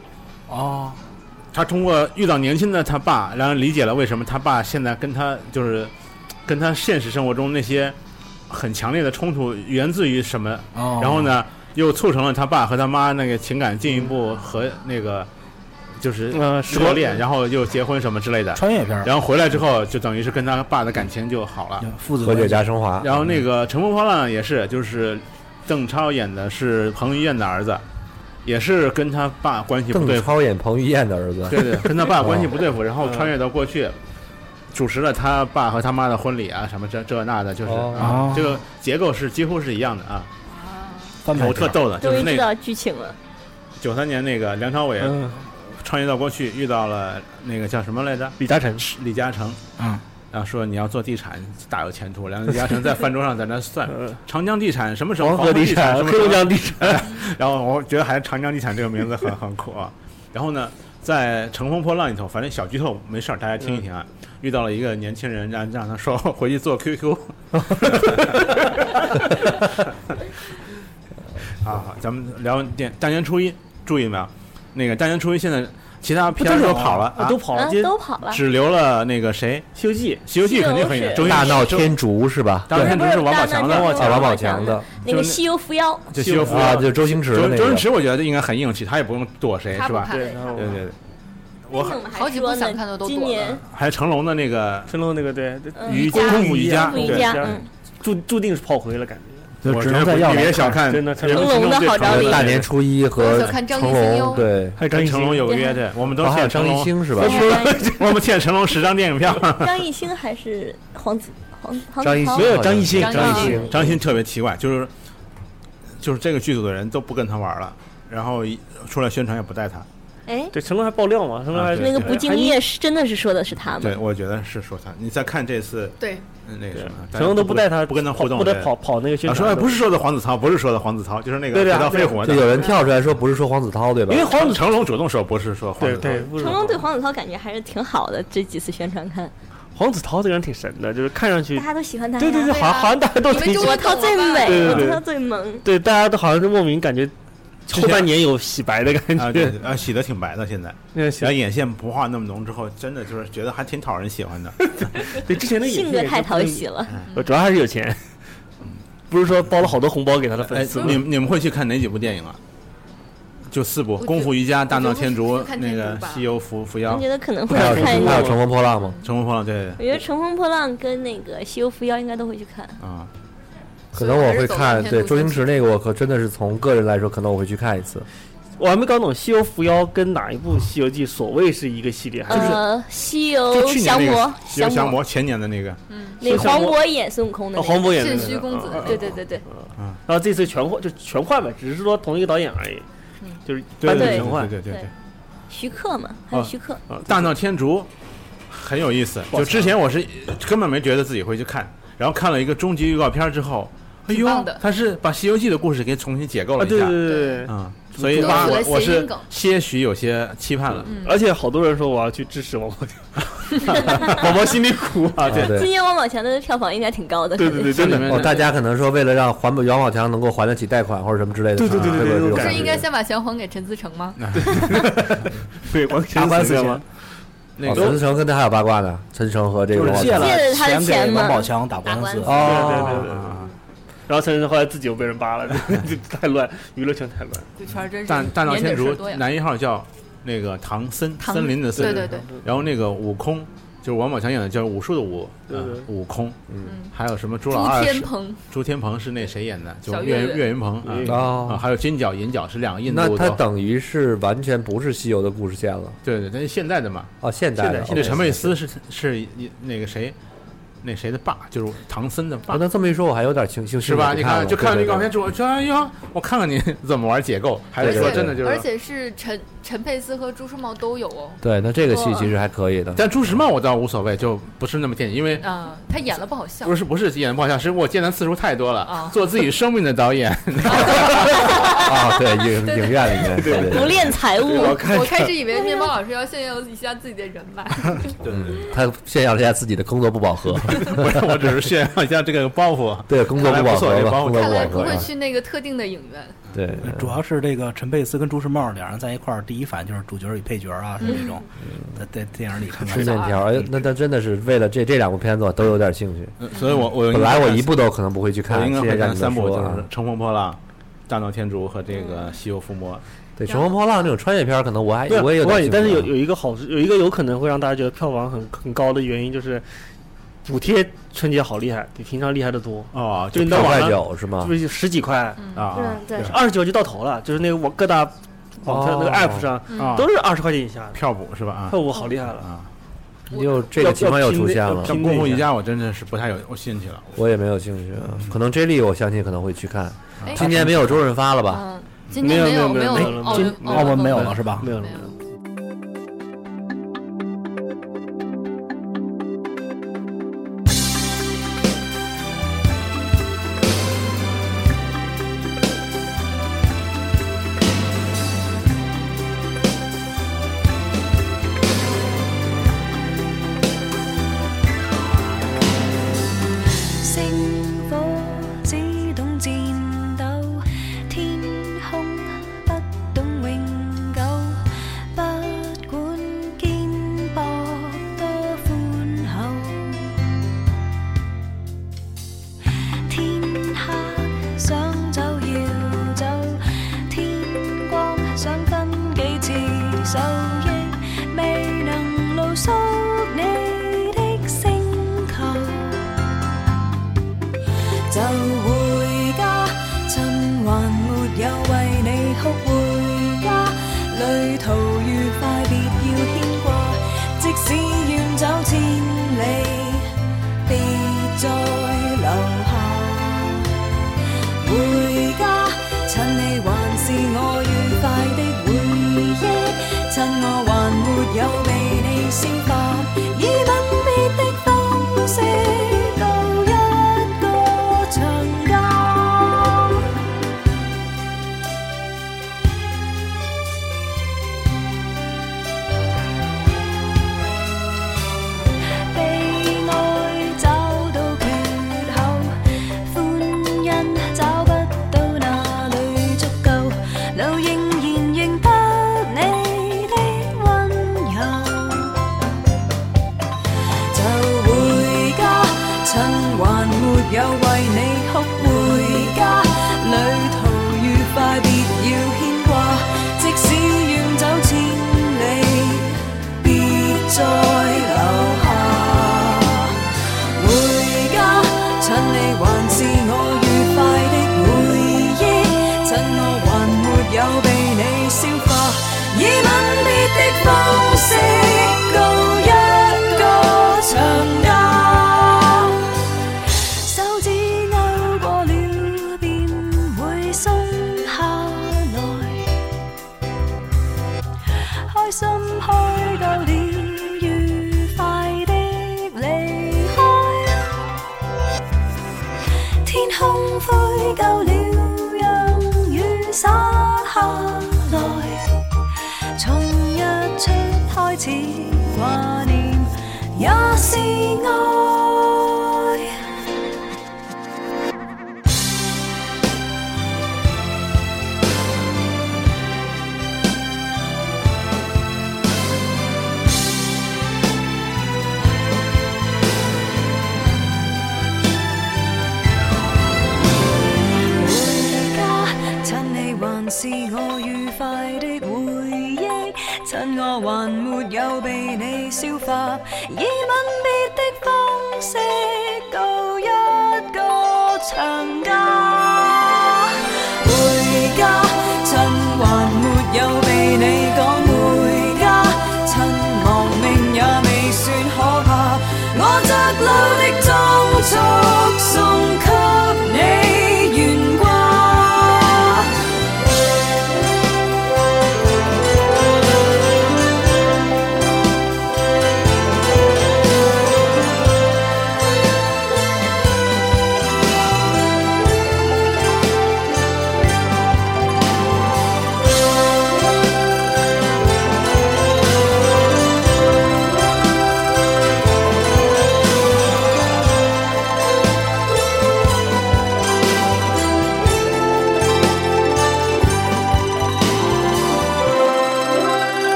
[SPEAKER 10] 哦，
[SPEAKER 11] 他通过遇到年轻的他爸，然后理解了为什么他爸现在跟他就是跟他现实生活中那些很强烈的冲突源自于什么，
[SPEAKER 10] 哦
[SPEAKER 11] 然后呢，又促成了他爸和他妈那个情感进一步和那个。就是
[SPEAKER 9] 呃时
[SPEAKER 11] 热
[SPEAKER 9] 光
[SPEAKER 11] 恋，然后又结婚什么之类的
[SPEAKER 10] 穿越片儿嗯
[SPEAKER 11] 然后回来之后就等于是跟他爸的感情就好了，
[SPEAKER 10] 父子
[SPEAKER 4] 和解加升华。
[SPEAKER 11] 然后那个《乘风破浪》也是，就是邓超演的是彭于晏的儿子，也是跟他爸关系不对
[SPEAKER 4] 邓
[SPEAKER 11] 付，
[SPEAKER 4] 超演彭于晏的儿子，
[SPEAKER 11] 对对，跟他爸关系不对付，
[SPEAKER 4] 哦
[SPEAKER 11] 然后穿越到过去，主持了他爸和他妈的婚礼啊，什么这这那的，就是
[SPEAKER 4] 哦
[SPEAKER 11] 啊，这个结构是几乎是一样的啊。
[SPEAKER 10] 翻拍
[SPEAKER 11] 我特逗的，就
[SPEAKER 5] 终
[SPEAKER 11] 是
[SPEAKER 5] 于知
[SPEAKER 11] 那
[SPEAKER 5] 道剧情了，
[SPEAKER 11] 九三年那个梁朝伟
[SPEAKER 9] 嗯
[SPEAKER 11] 穿越到过去，遇到了那个叫什么来着？
[SPEAKER 9] 李嘉诚，
[SPEAKER 11] 李嘉诚，
[SPEAKER 10] 嗯，
[SPEAKER 11] 然后说你要做地产大有前途，然后李嘉诚在饭桌上在那算长江地产什么什么
[SPEAKER 9] 嗯黄河
[SPEAKER 11] 河
[SPEAKER 9] 地
[SPEAKER 11] 产
[SPEAKER 9] 产
[SPEAKER 11] 什么
[SPEAKER 9] 黑龙江 地
[SPEAKER 11] 产，然后我觉得还是长江地产这个名字很很酷啊。然后呢，在《乘风破浪》里头，反正小剧透没事儿，大家听一听啊。
[SPEAKER 9] 嗯
[SPEAKER 11] 遇到了一个年轻人，让让他说回去做 QQ。啊，咱们聊点大年初一，注意没有？那个大年初一现在其他片儿都跑了，啊
[SPEAKER 9] 都跑
[SPEAKER 4] 嗯
[SPEAKER 9] 了，
[SPEAKER 5] 啊
[SPEAKER 9] 今，
[SPEAKER 5] 都跑了。
[SPEAKER 11] 只留了那个谁，
[SPEAKER 9] 《西游记
[SPEAKER 11] 《西游记》肯定很
[SPEAKER 5] 西游
[SPEAKER 11] 严，
[SPEAKER 5] 是
[SPEAKER 4] 大闹天竺是吧？
[SPEAKER 11] 当然不是王宝强的，
[SPEAKER 4] 哦王宝强的，
[SPEAKER 5] 那个西游伏妖，
[SPEAKER 11] 就西游伏
[SPEAKER 4] 啊，
[SPEAKER 11] 妖，
[SPEAKER 4] 就周星驰的
[SPEAKER 11] 周
[SPEAKER 4] 那个。
[SPEAKER 11] 周星驰，我觉得应该很硬气，他也不用躲谁，
[SPEAKER 6] 他
[SPEAKER 11] 是
[SPEAKER 6] 不
[SPEAKER 11] 吧？
[SPEAKER 6] 怕
[SPEAKER 11] 对
[SPEAKER 6] 对
[SPEAKER 9] 然后
[SPEAKER 11] 对对，我还
[SPEAKER 6] 好几部想看的都
[SPEAKER 5] 今
[SPEAKER 6] 躲
[SPEAKER 5] 年
[SPEAKER 6] 了。
[SPEAKER 11] 还成龙的那个
[SPEAKER 9] 成龙那个对，
[SPEAKER 5] 嗯
[SPEAKER 11] 瑜
[SPEAKER 5] 家
[SPEAKER 11] 功夫瑜伽，
[SPEAKER 5] 功夫瑜
[SPEAKER 11] 对
[SPEAKER 5] 伽嗯
[SPEAKER 9] 注注定是炮灰了，感觉。
[SPEAKER 10] 就
[SPEAKER 11] 我
[SPEAKER 10] 只
[SPEAKER 11] 觉
[SPEAKER 10] 能
[SPEAKER 11] 得
[SPEAKER 10] 在药
[SPEAKER 11] 你别
[SPEAKER 10] 来
[SPEAKER 11] 小看
[SPEAKER 9] 真的成
[SPEAKER 11] 人
[SPEAKER 9] 龙
[SPEAKER 11] 民
[SPEAKER 5] 成龙的
[SPEAKER 11] 对
[SPEAKER 5] 好
[SPEAKER 11] 成龙
[SPEAKER 5] 着力
[SPEAKER 4] 大年初一
[SPEAKER 6] 我
[SPEAKER 4] 和
[SPEAKER 6] 想看张艺
[SPEAKER 4] 成
[SPEAKER 6] 兴
[SPEAKER 4] 龙
[SPEAKER 6] 哟
[SPEAKER 4] 对，
[SPEAKER 9] 还有张
[SPEAKER 11] 跟
[SPEAKER 9] 艺
[SPEAKER 11] 成龙
[SPEAKER 9] 兴，
[SPEAKER 11] 有个约对，我们都
[SPEAKER 4] 然后还有
[SPEAKER 11] 欠成
[SPEAKER 4] 张艺
[SPEAKER 11] 龙，
[SPEAKER 4] 兴是吧？
[SPEAKER 11] 我们欠成龙十张电影票。
[SPEAKER 5] 张艺兴还是黄子黄黄
[SPEAKER 4] 张
[SPEAKER 5] 子
[SPEAKER 4] 艺兴
[SPEAKER 5] 韬
[SPEAKER 4] 没有张艺
[SPEAKER 11] 兴
[SPEAKER 6] 张艺
[SPEAKER 5] 兴
[SPEAKER 11] 张艺兴特别奇怪，就是就是这个剧组的人都不跟他玩了，然后一出来宣传也不带他。
[SPEAKER 5] 哎，
[SPEAKER 9] 对成龙还爆料嘛，成龙还
[SPEAKER 11] 啊对
[SPEAKER 5] 那个不敬业是真的是说的是他
[SPEAKER 11] 对，
[SPEAKER 5] 们，
[SPEAKER 11] 我觉得是说他。你再看这次
[SPEAKER 6] 对，
[SPEAKER 11] 嗯那个什么，
[SPEAKER 9] 成龙都不带他，
[SPEAKER 11] 不跟他互动，
[SPEAKER 9] 不得
[SPEAKER 11] 对
[SPEAKER 9] 跑。跑那个宣
[SPEAKER 11] 啊，说哎，
[SPEAKER 9] 传，
[SPEAKER 11] 不是说的黄子韬，不是说的黄子韬，就是那个回
[SPEAKER 9] 对对啊
[SPEAKER 11] 到肺活
[SPEAKER 4] 就
[SPEAKER 11] 的。
[SPEAKER 4] 有人跳出来说不是说黄子韬对吧
[SPEAKER 11] 因？为黄子成龙主动说不是说黄子
[SPEAKER 9] 对
[SPEAKER 11] 韬
[SPEAKER 9] 对，，不是
[SPEAKER 5] 成龙对黄子韬感觉还是挺好的，这几次宣传看
[SPEAKER 9] 黄子韬这个人挺神的，就是看上去
[SPEAKER 5] 大，家都喜欢他呀，
[SPEAKER 9] 对对对，
[SPEAKER 6] 对
[SPEAKER 9] 好
[SPEAKER 6] 啊
[SPEAKER 9] 像好像大家都
[SPEAKER 6] 你们
[SPEAKER 9] 挺喜
[SPEAKER 6] 中
[SPEAKER 9] 欢
[SPEAKER 6] 国
[SPEAKER 5] 我操最
[SPEAKER 9] 对
[SPEAKER 5] 美，
[SPEAKER 9] 对
[SPEAKER 5] 我
[SPEAKER 9] 对
[SPEAKER 5] 操最萌，
[SPEAKER 9] 对，大家都好像是莫名感觉
[SPEAKER 11] 之前
[SPEAKER 9] 后半年有洗白的感
[SPEAKER 11] 啊
[SPEAKER 9] 觉
[SPEAKER 11] 对，啊洗的挺白的，现在，
[SPEAKER 9] 那
[SPEAKER 11] 然后
[SPEAKER 9] 行，
[SPEAKER 11] 眼线不画那么浓之后，真的就是觉得还挺讨人喜欢的。
[SPEAKER 9] 对之前的
[SPEAKER 5] 性格太讨喜，了。
[SPEAKER 9] 呃主要还是有钱， 不是说包了好多红包给他的
[SPEAKER 11] 哎
[SPEAKER 9] 粉丝，
[SPEAKER 11] 你们你们会去看哪几部电影啊？就四部：
[SPEAKER 6] 我觉
[SPEAKER 11] 功夫、瑜伽、大闹天
[SPEAKER 6] 我
[SPEAKER 11] 竺
[SPEAKER 6] 觉得会、去看
[SPEAKER 11] 那
[SPEAKER 6] 天竺
[SPEAKER 11] 个
[SPEAKER 6] 吧
[SPEAKER 11] 西游伏伏
[SPEAKER 5] 我
[SPEAKER 11] 妖
[SPEAKER 5] 觉、得可能会
[SPEAKER 4] 还有
[SPEAKER 5] 去看一
[SPEAKER 4] 还有
[SPEAKER 5] 下，
[SPEAKER 4] 乘风破浪吗？
[SPEAKER 11] 乘风破浪，对对
[SPEAKER 5] 我觉得《乘风破浪》跟那个《西游伏妖》应该都会去看。
[SPEAKER 11] 对啊。
[SPEAKER 4] 可能我会看，对周星驰那个，我可真的是从个人来说，可能我会去看一次。
[SPEAKER 9] 我还没搞懂《西游伏妖》跟哪一部《西游记》所谓是一个系列，还是
[SPEAKER 5] 呃，《西
[SPEAKER 11] 就
[SPEAKER 5] 游
[SPEAKER 11] 去年
[SPEAKER 5] 降
[SPEAKER 11] 那个
[SPEAKER 5] 魔
[SPEAKER 11] 《西游》降
[SPEAKER 5] 魔，
[SPEAKER 11] 魔，前年的那个，
[SPEAKER 5] 那个黄渤演孙悟空的
[SPEAKER 9] 哦
[SPEAKER 5] 那个，
[SPEAKER 9] 黄渤演的
[SPEAKER 6] 肾
[SPEAKER 9] 那
[SPEAKER 6] 虚
[SPEAKER 9] 个
[SPEAKER 6] 公子
[SPEAKER 9] 嗯
[SPEAKER 6] 的那
[SPEAKER 5] 对对
[SPEAKER 6] 个
[SPEAKER 5] 对对，
[SPEAKER 12] 嗯
[SPEAKER 9] 然后这次全换就全换呗，只是说同一个导演而已，就是
[SPEAKER 11] 对对
[SPEAKER 9] 版本
[SPEAKER 11] 对
[SPEAKER 9] 全换
[SPEAKER 11] 对。对对哦
[SPEAKER 5] 对徐克嘛，还有徐克，
[SPEAKER 9] 啊
[SPEAKER 11] 大闹天竺很有意思。就之前我是根本没觉得自己会去看，然后看了一个终极预告片之后，哎
[SPEAKER 6] 挺
[SPEAKER 11] 呦
[SPEAKER 6] 棒的，
[SPEAKER 11] 他是把《西游记》的故事给重新解构
[SPEAKER 9] 啊，
[SPEAKER 11] 了
[SPEAKER 9] 对
[SPEAKER 11] 一
[SPEAKER 9] 对
[SPEAKER 11] 下，
[SPEAKER 9] 对对对。
[SPEAKER 11] 嗯，所以
[SPEAKER 6] 都
[SPEAKER 11] 吧，
[SPEAKER 6] 是
[SPEAKER 11] 我我
[SPEAKER 6] 谐
[SPEAKER 11] 是
[SPEAKER 6] 音梗嗯
[SPEAKER 11] 些许有些期盼了。
[SPEAKER 9] 而且好多人说我要去支持王宝强，宝宝心里苦啊，对
[SPEAKER 4] 啊对
[SPEAKER 5] 今年王宝强的票房应该挺高的。
[SPEAKER 9] 对对 对，真的
[SPEAKER 11] 里面
[SPEAKER 4] 哦，大家可能说为了让还本王宝强能够还得起贷款或者什么之类的，
[SPEAKER 9] 对对对对
[SPEAKER 4] 吧
[SPEAKER 9] 对
[SPEAKER 4] 这
[SPEAKER 9] 对
[SPEAKER 4] 种
[SPEAKER 6] 不
[SPEAKER 9] 对
[SPEAKER 6] 是
[SPEAKER 4] 感
[SPEAKER 6] 应
[SPEAKER 4] 觉
[SPEAKER 6] 该先把钱还给陈思诚
[SPEAKER 11] 嗯
[SPEAKER 6] 吗？
[SPEAKER 9] 对王
[SPEAKER 4] 打官司
[SPEAKER 9] 神
[SPEAKER 4] 去
[SPEAKER 9] 吗？
[SPEAKER 11] 那
[SPEAKER 4] 哦
[SPEAKER 11] 个
[SPEAKER 4] 陈思诚跟他还有八卦呢，陈思诚和这个
[SPEAKER 10] 就是
[SPEAKER 4] 王宝强
[SPEAKER 10] 借了
[SPEAKER 5] 借了他的
[SPEAKER 10] 钱
[SPEAKER 5] 钱
[SPEAKER 10] 给
[SPEAKER 5] 吗
[SPEAKER 10] 王宝强打官司
[SPEAKER 5] 打官，司
[SPEAKER 9] 对对对
[SPEAKER 4] 哦，
[SPEAKER 9] 对对。然后陈晨后来自己又被人 扒了，这这太乱，娱乐圈太乱。
[SPEAKER 6] 这圈儿真是
[SPEAKER 11] 大大闹
[SPEAKER 6] 年底
[SPEAKER 11] 天
[SPEAKER 6] 事
[SPEAKER 11] 竺
[SPEAKER 6] 儿多呀
[SPEAKER 11] 男一号叫那个唐僧，
[SPEAKER 6] 唐
[SPEAKER 11] 森林的森，
[SPEAKER 6] 对对对，
[SPEAKER 11] 然后那个悟空就是王宝强演的叫武术的武，
[SPEAKER 9] 对
[SPEAKER 11] 嗯
[SPEAKER 9] 对
[SPEAKER 11] 悟空，
[SPEAKER 6] 嗯，
[SPEAKER 11] 还有什么朱老
[SPEAKER 6] 朱
[SPEAKER 11] 二
[SPEAKER 6] 天
[SPEAKER 11] 是
[SPEAKER 6] 鹏，
[SPEAKER 11] 朱天鹏是那谁演的？就
[SPEAKER 6] 小
[SPEAKER 11] 岳
[SPEAKER 6] 岳
[SPEAKER 11] 岳
[SPEAKER 6] 岳
[SPEAKER 11] 云鹏啊
[SPEAKER 9] 嗯
[SPEAKER 11] 啊，
[SPEAKER 4] 哦，
[SPEAKER 11] 还有金角银角是两个印
[SPEAKER 4] 那
[SPEAKER 11] 度
[SPEAKER 4] 他
[SPEAKER 11] 的，
[SPEAKER 4] 等于是完全不是西游的故事线了
[SPEAKER 11] 对对，那是现在的嘛。
[SPEAKER 4] 哦，现代的
[SPEAKER 11] 那
[SPEAKER 4] 哦
[SPEAKER 11] 陈佩斯是是一那个谁，那谁的爸，就是唐僧的爸。
[SPEAKER 4] 那这么一说，我还有点情绪
[SPEAKER 11] 是吧？你看，
[SPEAKER 4] 看，
[SPEAKER 11] 就看
[SPEAKER 4] 了
[SPEAKER 11] 了预
[SPEAKER 4] 对
[SPEAKER 11] 告
[SPEAKER 4] 对
[SPEAKER 11] 片之后，说哎呀，我看看你怎么玩解构，还是
[SPEAKER 4] 对对
[SPEAKER 11] 说
[SPEAKER 4] 对
[SPEAKER 11] 真的就是，
[SPEAKER 6] 而且是陈陈佩斯和朱时茂都有哦。
[SPEAKER 4] 对，那这个戏其实还可以的。
[SPEAKER 11] 但朱时茂我倒无所谓，就不是那么电影，因为
[SPEAKER 6] 啊，他演了不好笑。
[SPEAKER 11] 不是不是演的不好笑，是我见的次数太多了
[SPEAKER 6] 啊，
[SPEAKER 11] 做自己生命的导 演。啊，
[SPEAKER 4] 对，影影院里面，对对
[SPEAKER 5] 不
[SPEAKER 4] 对，
[SPEAKER 5] 练财务，
[SPEAKER 11] 我看
[SPEAKER 6] 我开始以为面包老师要炫耀一下自己的人 脉，
[SPEAKER 4] 嗯，他炫耀了一下自己的工作不饱和，
[SPEAKER 11] 不是 我只是炫耀一下这个包袱。啊
[SPEAKER 4] 对工作
[SPEAKER 11] 看来
[SPEAKER 4] 不
[SPEAKER 11] 不
[SPEAKER 4] 饱
[SPEAKER 11] 错
[SPEAKER 4] 和
[SPEAKER 11] 这
[SPEAKER 4] 吧，
[SPEAKER 11] 包
[SPEAKER 4] 工
[SPEAKER 11] 袱
[SPEAKER 4] 作
[SPEAKER 6] 看来
[SPEAKER 4] 饱
[SPEAKER 6] 不
[SPEAKER 4] 和啊
[SPEAKER 6] 会
[SPEAKER 4] 吧，
[SPEAKER 6] 去那个特定的影院。
[SPEAKER 4] 对，
[SPEAKER 10] 呃主要是这个陈佩斯跟朱时茂两人在一块儿，第一反应就是主角与配角啊，是这种，在在电影里看到
[SPEAKER 4] 是面条，哎，那他真的是为了这这两部片子我都有点兴趣。
[SPEAKER 11] 嗯所以我我应该
[SPEAKER 4] 本来我
[SPEAKER 11] 看
[SPEAKER 4] 一部都可能不会去
[SPEAKER 11] 我
[SPEAKER 4] 看，
[SPEAKER 11] 应该
[SPEAKER 4] 谢谢
[SPEAKER 11] 会
[SPEAKER 4] 让
[SPEAKER 11] 看
[SPEAKER 4] 你
[SPEAKER 11] 三
[SPEAKER 4] 们
[SPEAKER 11] 部，
[SPEAKER 4] 说
[SPEAKER 11] 就
[SPEAKER 4] 啊
[SPEAKER 11] 是《乘风破浪》《大闹天竺》和这个《西游伏魔》。
[SPEAKER 4] 对《乘风破浪》这种穿越片儿，可能我还
[SPEAKER 12] 对，
[SPEAKER 4] 哎
[SPEAKER 12] 啊
[SPEAKER 4] 我也有点啊
[SPEAKER 12] 也
[SPEAKER 4] 兴趣，
[SPEAKER 12] 但是有有一个好，有一个有可能会让大家觉得票房很很高的原因就是，补贴春节好厉害，比平常厉害的多。
[SPEAKER 11] 哦，
[SPEAKER 12] 就你到
[SPEAKER 4] 九
[SPEAKER 12] 网
[SPEAKER 4] 块
[SPEAKER 12] 上
[SPEAKER 4] 九是吗
[SPEAKER 12] 就？是十几块，
[SPEAKER 11] 啊，
[SPEAKER 12] 对，二十九就到头了，就是那个我各大网
[SPEAKER 11] 哦
[SPEAKER 12] 上那个 app 上
[SPEAKER 11] 啊
[SPEAKER 12] 都是二十块钱以下的，
[SPEAKER 11] 票补是吧？啊
[SPEAKER 12] 票，我好厉害了。
[SPEAKER 11] 啊，
[SPEAKER 4] 又这个情况又出现
[SPEAKER 12] 要
[SPEAKER 4] 了
[SPEAKER 12] 拼
[SPEAKER 11] 像
[SPEAKER 12] 那
[SPEAKER 11] 《
[SPEAKER 12] 个
[SPEAKER 11] 功夫瑜伽》，我真的是不太有有兴趣了。
[SPEAKER 4] 我也没有兴趣。啊可能 J 莉我相信可能会去看，
[SPEAKER 6] 哎
[SPEAKER 4] 今年没有周润发了吧？
[SPEAKER 6] 嗯，今天
[SPEAKER 12] 没有
[SPEAKER 6] 有
[SPEAKER 12] 没
[SPEAKER 6] 没
[SPEAKER 12] 有没有
[SPEAKER 6] 澳门
[SPEAKER 12] 今
[SPEAKER 6] 澳
[SPEAKER 10] 澳门没有了
[SPEAKER 6] 吗
[SPEAKER 10] 是吧？
[SPEAKER 12] 没有了，
[SPEAKER 2] 星火只懂戰鬥，天空不懂永久。不管肩膊多寬厚，天黑想走要走，天光想分幾次手，亦未能露宿你的星球。就回家，趁還沒有為你哭回家，旅途愉快別要牽掛，即使遠走千里，別再留下。回家，趁你還是我愉快的回憶，趁我還沒有被你消化，以吻別的方式度一個長假。被愛找到缺口，歡欣找不到哪裏足夠，路仍然認得你的溫柔。就回家，趁還沒有為你哭回家，旅途愉快別要牽掛，即使遠走千里，別再留下。回家，趁你還是我愉快的回憶，趁我還沒有被你消化，以吻別的方式告一個長假。手指勾過了便會鬆下來。開心開夠了，愉快的離開。天空灰夠了，讓雨灑下來。從日出開始掛念，也是愛。回家，趁你還是我愉快的回憶，趁我還沒有被你消化，以吻別的方式告一個長假。回家，趁還沒有被你講回家，趁亡命也未算可怕，我窄路的終束送给你悬挂。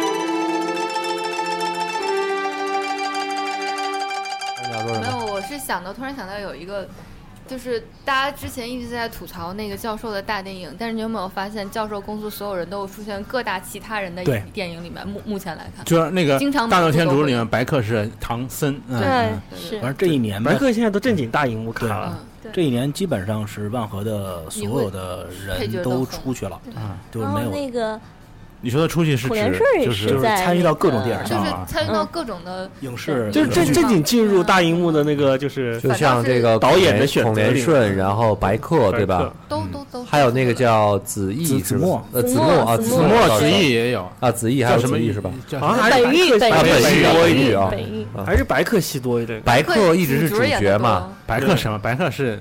[SPEAKER 11] 嗯
[SPEAKER 6] 没有，我是想到突然想到有一个，就是大家之前一直在吐槽那个教授的大电影，但是你有没有发现，教授公司所有人都出现各大其他人的
[SPEAKER 11] 对
[SPEAKER 6] 电影里面？目目前来看，
[SPEAKER 11] 就是那个
[SPEAKER 6] 经常
[SPEAKER 11] 《大闹天竺》里
[SPEAKER 6] 每部
[SPEAKER 11] 面白客是唐僧，嗯
[SPEAKER 6] 对
[SPEAKER 11] 嗯
[SPEAKER 6] 是
[SPEAKER 10] 反正这一年吧
[SPEAKER 11] 白客
[SPEAKER 10] 现在都正经大荧幕看
[SPEAKER 11] 了
[SPEAKER 6] 对
[SPEAKER 10] 这一年基本上是万和的所有的
[SPEAKER 5] 配角
[SPEAKER 10] 人
[SPEAKER 5] 都
[SPEAKER 10] 都
[SPEAKER 5] 红
[SPEAKER 10] 出去了，
[SPEAKER 11] 嗯，
[SPEAKER 10] 就
[SPEAKER 5] 然后
[SPEAKER 10] 没有
[SPEAKER 5] 那个
[SPEAKER 10] 你说的出去
[SPEAKER 5] 是孔元指顺也就是是在嗯
[SPEAKER 10] 参与到各种电
[SPEAKER 6] 都
[SPEAKER 10] 影
[SPEAKER 6] 就
[SPEAKER 10] 上
[SPEAKER 6] 是
[SPEAKER 10] 啊，
[SPEAKER 6] 参与到各种的
[SPEAKER 10] 影视
[SPEAKER 15] 就是正正经进入大荧幕的那个，就是
[SPEAKER 4] 就像这个
[SPEAKER 15] 导演的选择
[SPEAKER 4] 孔
[SPEAKER 15] 里
[SPEAKER 4] 连
[SPEAKER 15] 面，
[SPEAKER 4] 顺，然后白客对吧？
[SPEAKER 6] 都都都
[SPEAKER 4] 还有那个叫子毅，是
[SPEAKER 15] 子
[SPEAKER 4] 吧
[SPEAKER 15] 墨
[SPEAKER 4] 呃，
[SPEAKER 15] 子
[SPEAKER 4] 子
[SPEAKER 15] 墨
[SPEAKER 4] 墨啊，
[SPEAKER 15] 子
[SPEAKER 4] 子
[SPEAKER 15] 墨
[SPEAKER 4] 墨
[SPEAKER 15] 子
[SPEAKER 11] 毅也有
[SPEAKER 4] 啊，子毅还
[SPEAKER 15] 叫
[SPEAKER 4] 有
[SPEAKER 15] 什么
[SPEAKER 4] 子毅
[SPEAKER 15] 玉
[SPEAKER 4] 是吧？
[SPEAKER 15] 好像还是
[SPEAKER 4] 本玉
[SPEAKER 15] 白
[SPEAKER 4] 啊，
[SPEAKER 15] 客
[SPEAKER 4] 本
[SPEAKER 15] 西
[SPEAKER 4] 玉
[SPEAKER 15] 多
[SPEAKER 4] 本
[SPEAKER 15] 一
[SPEAKER 4] 玉
[SPEAKER 15] 点
[SPEAKER 4] 啊
[SPEAKER 15] 本玉，
[SPEAKER 4] 啊
[SPEAKER 15] 还是白客西多一点。
[SPEAKER 4] 白客一直是主角嘛，
[SPEAKER 11] 白客什么？白客是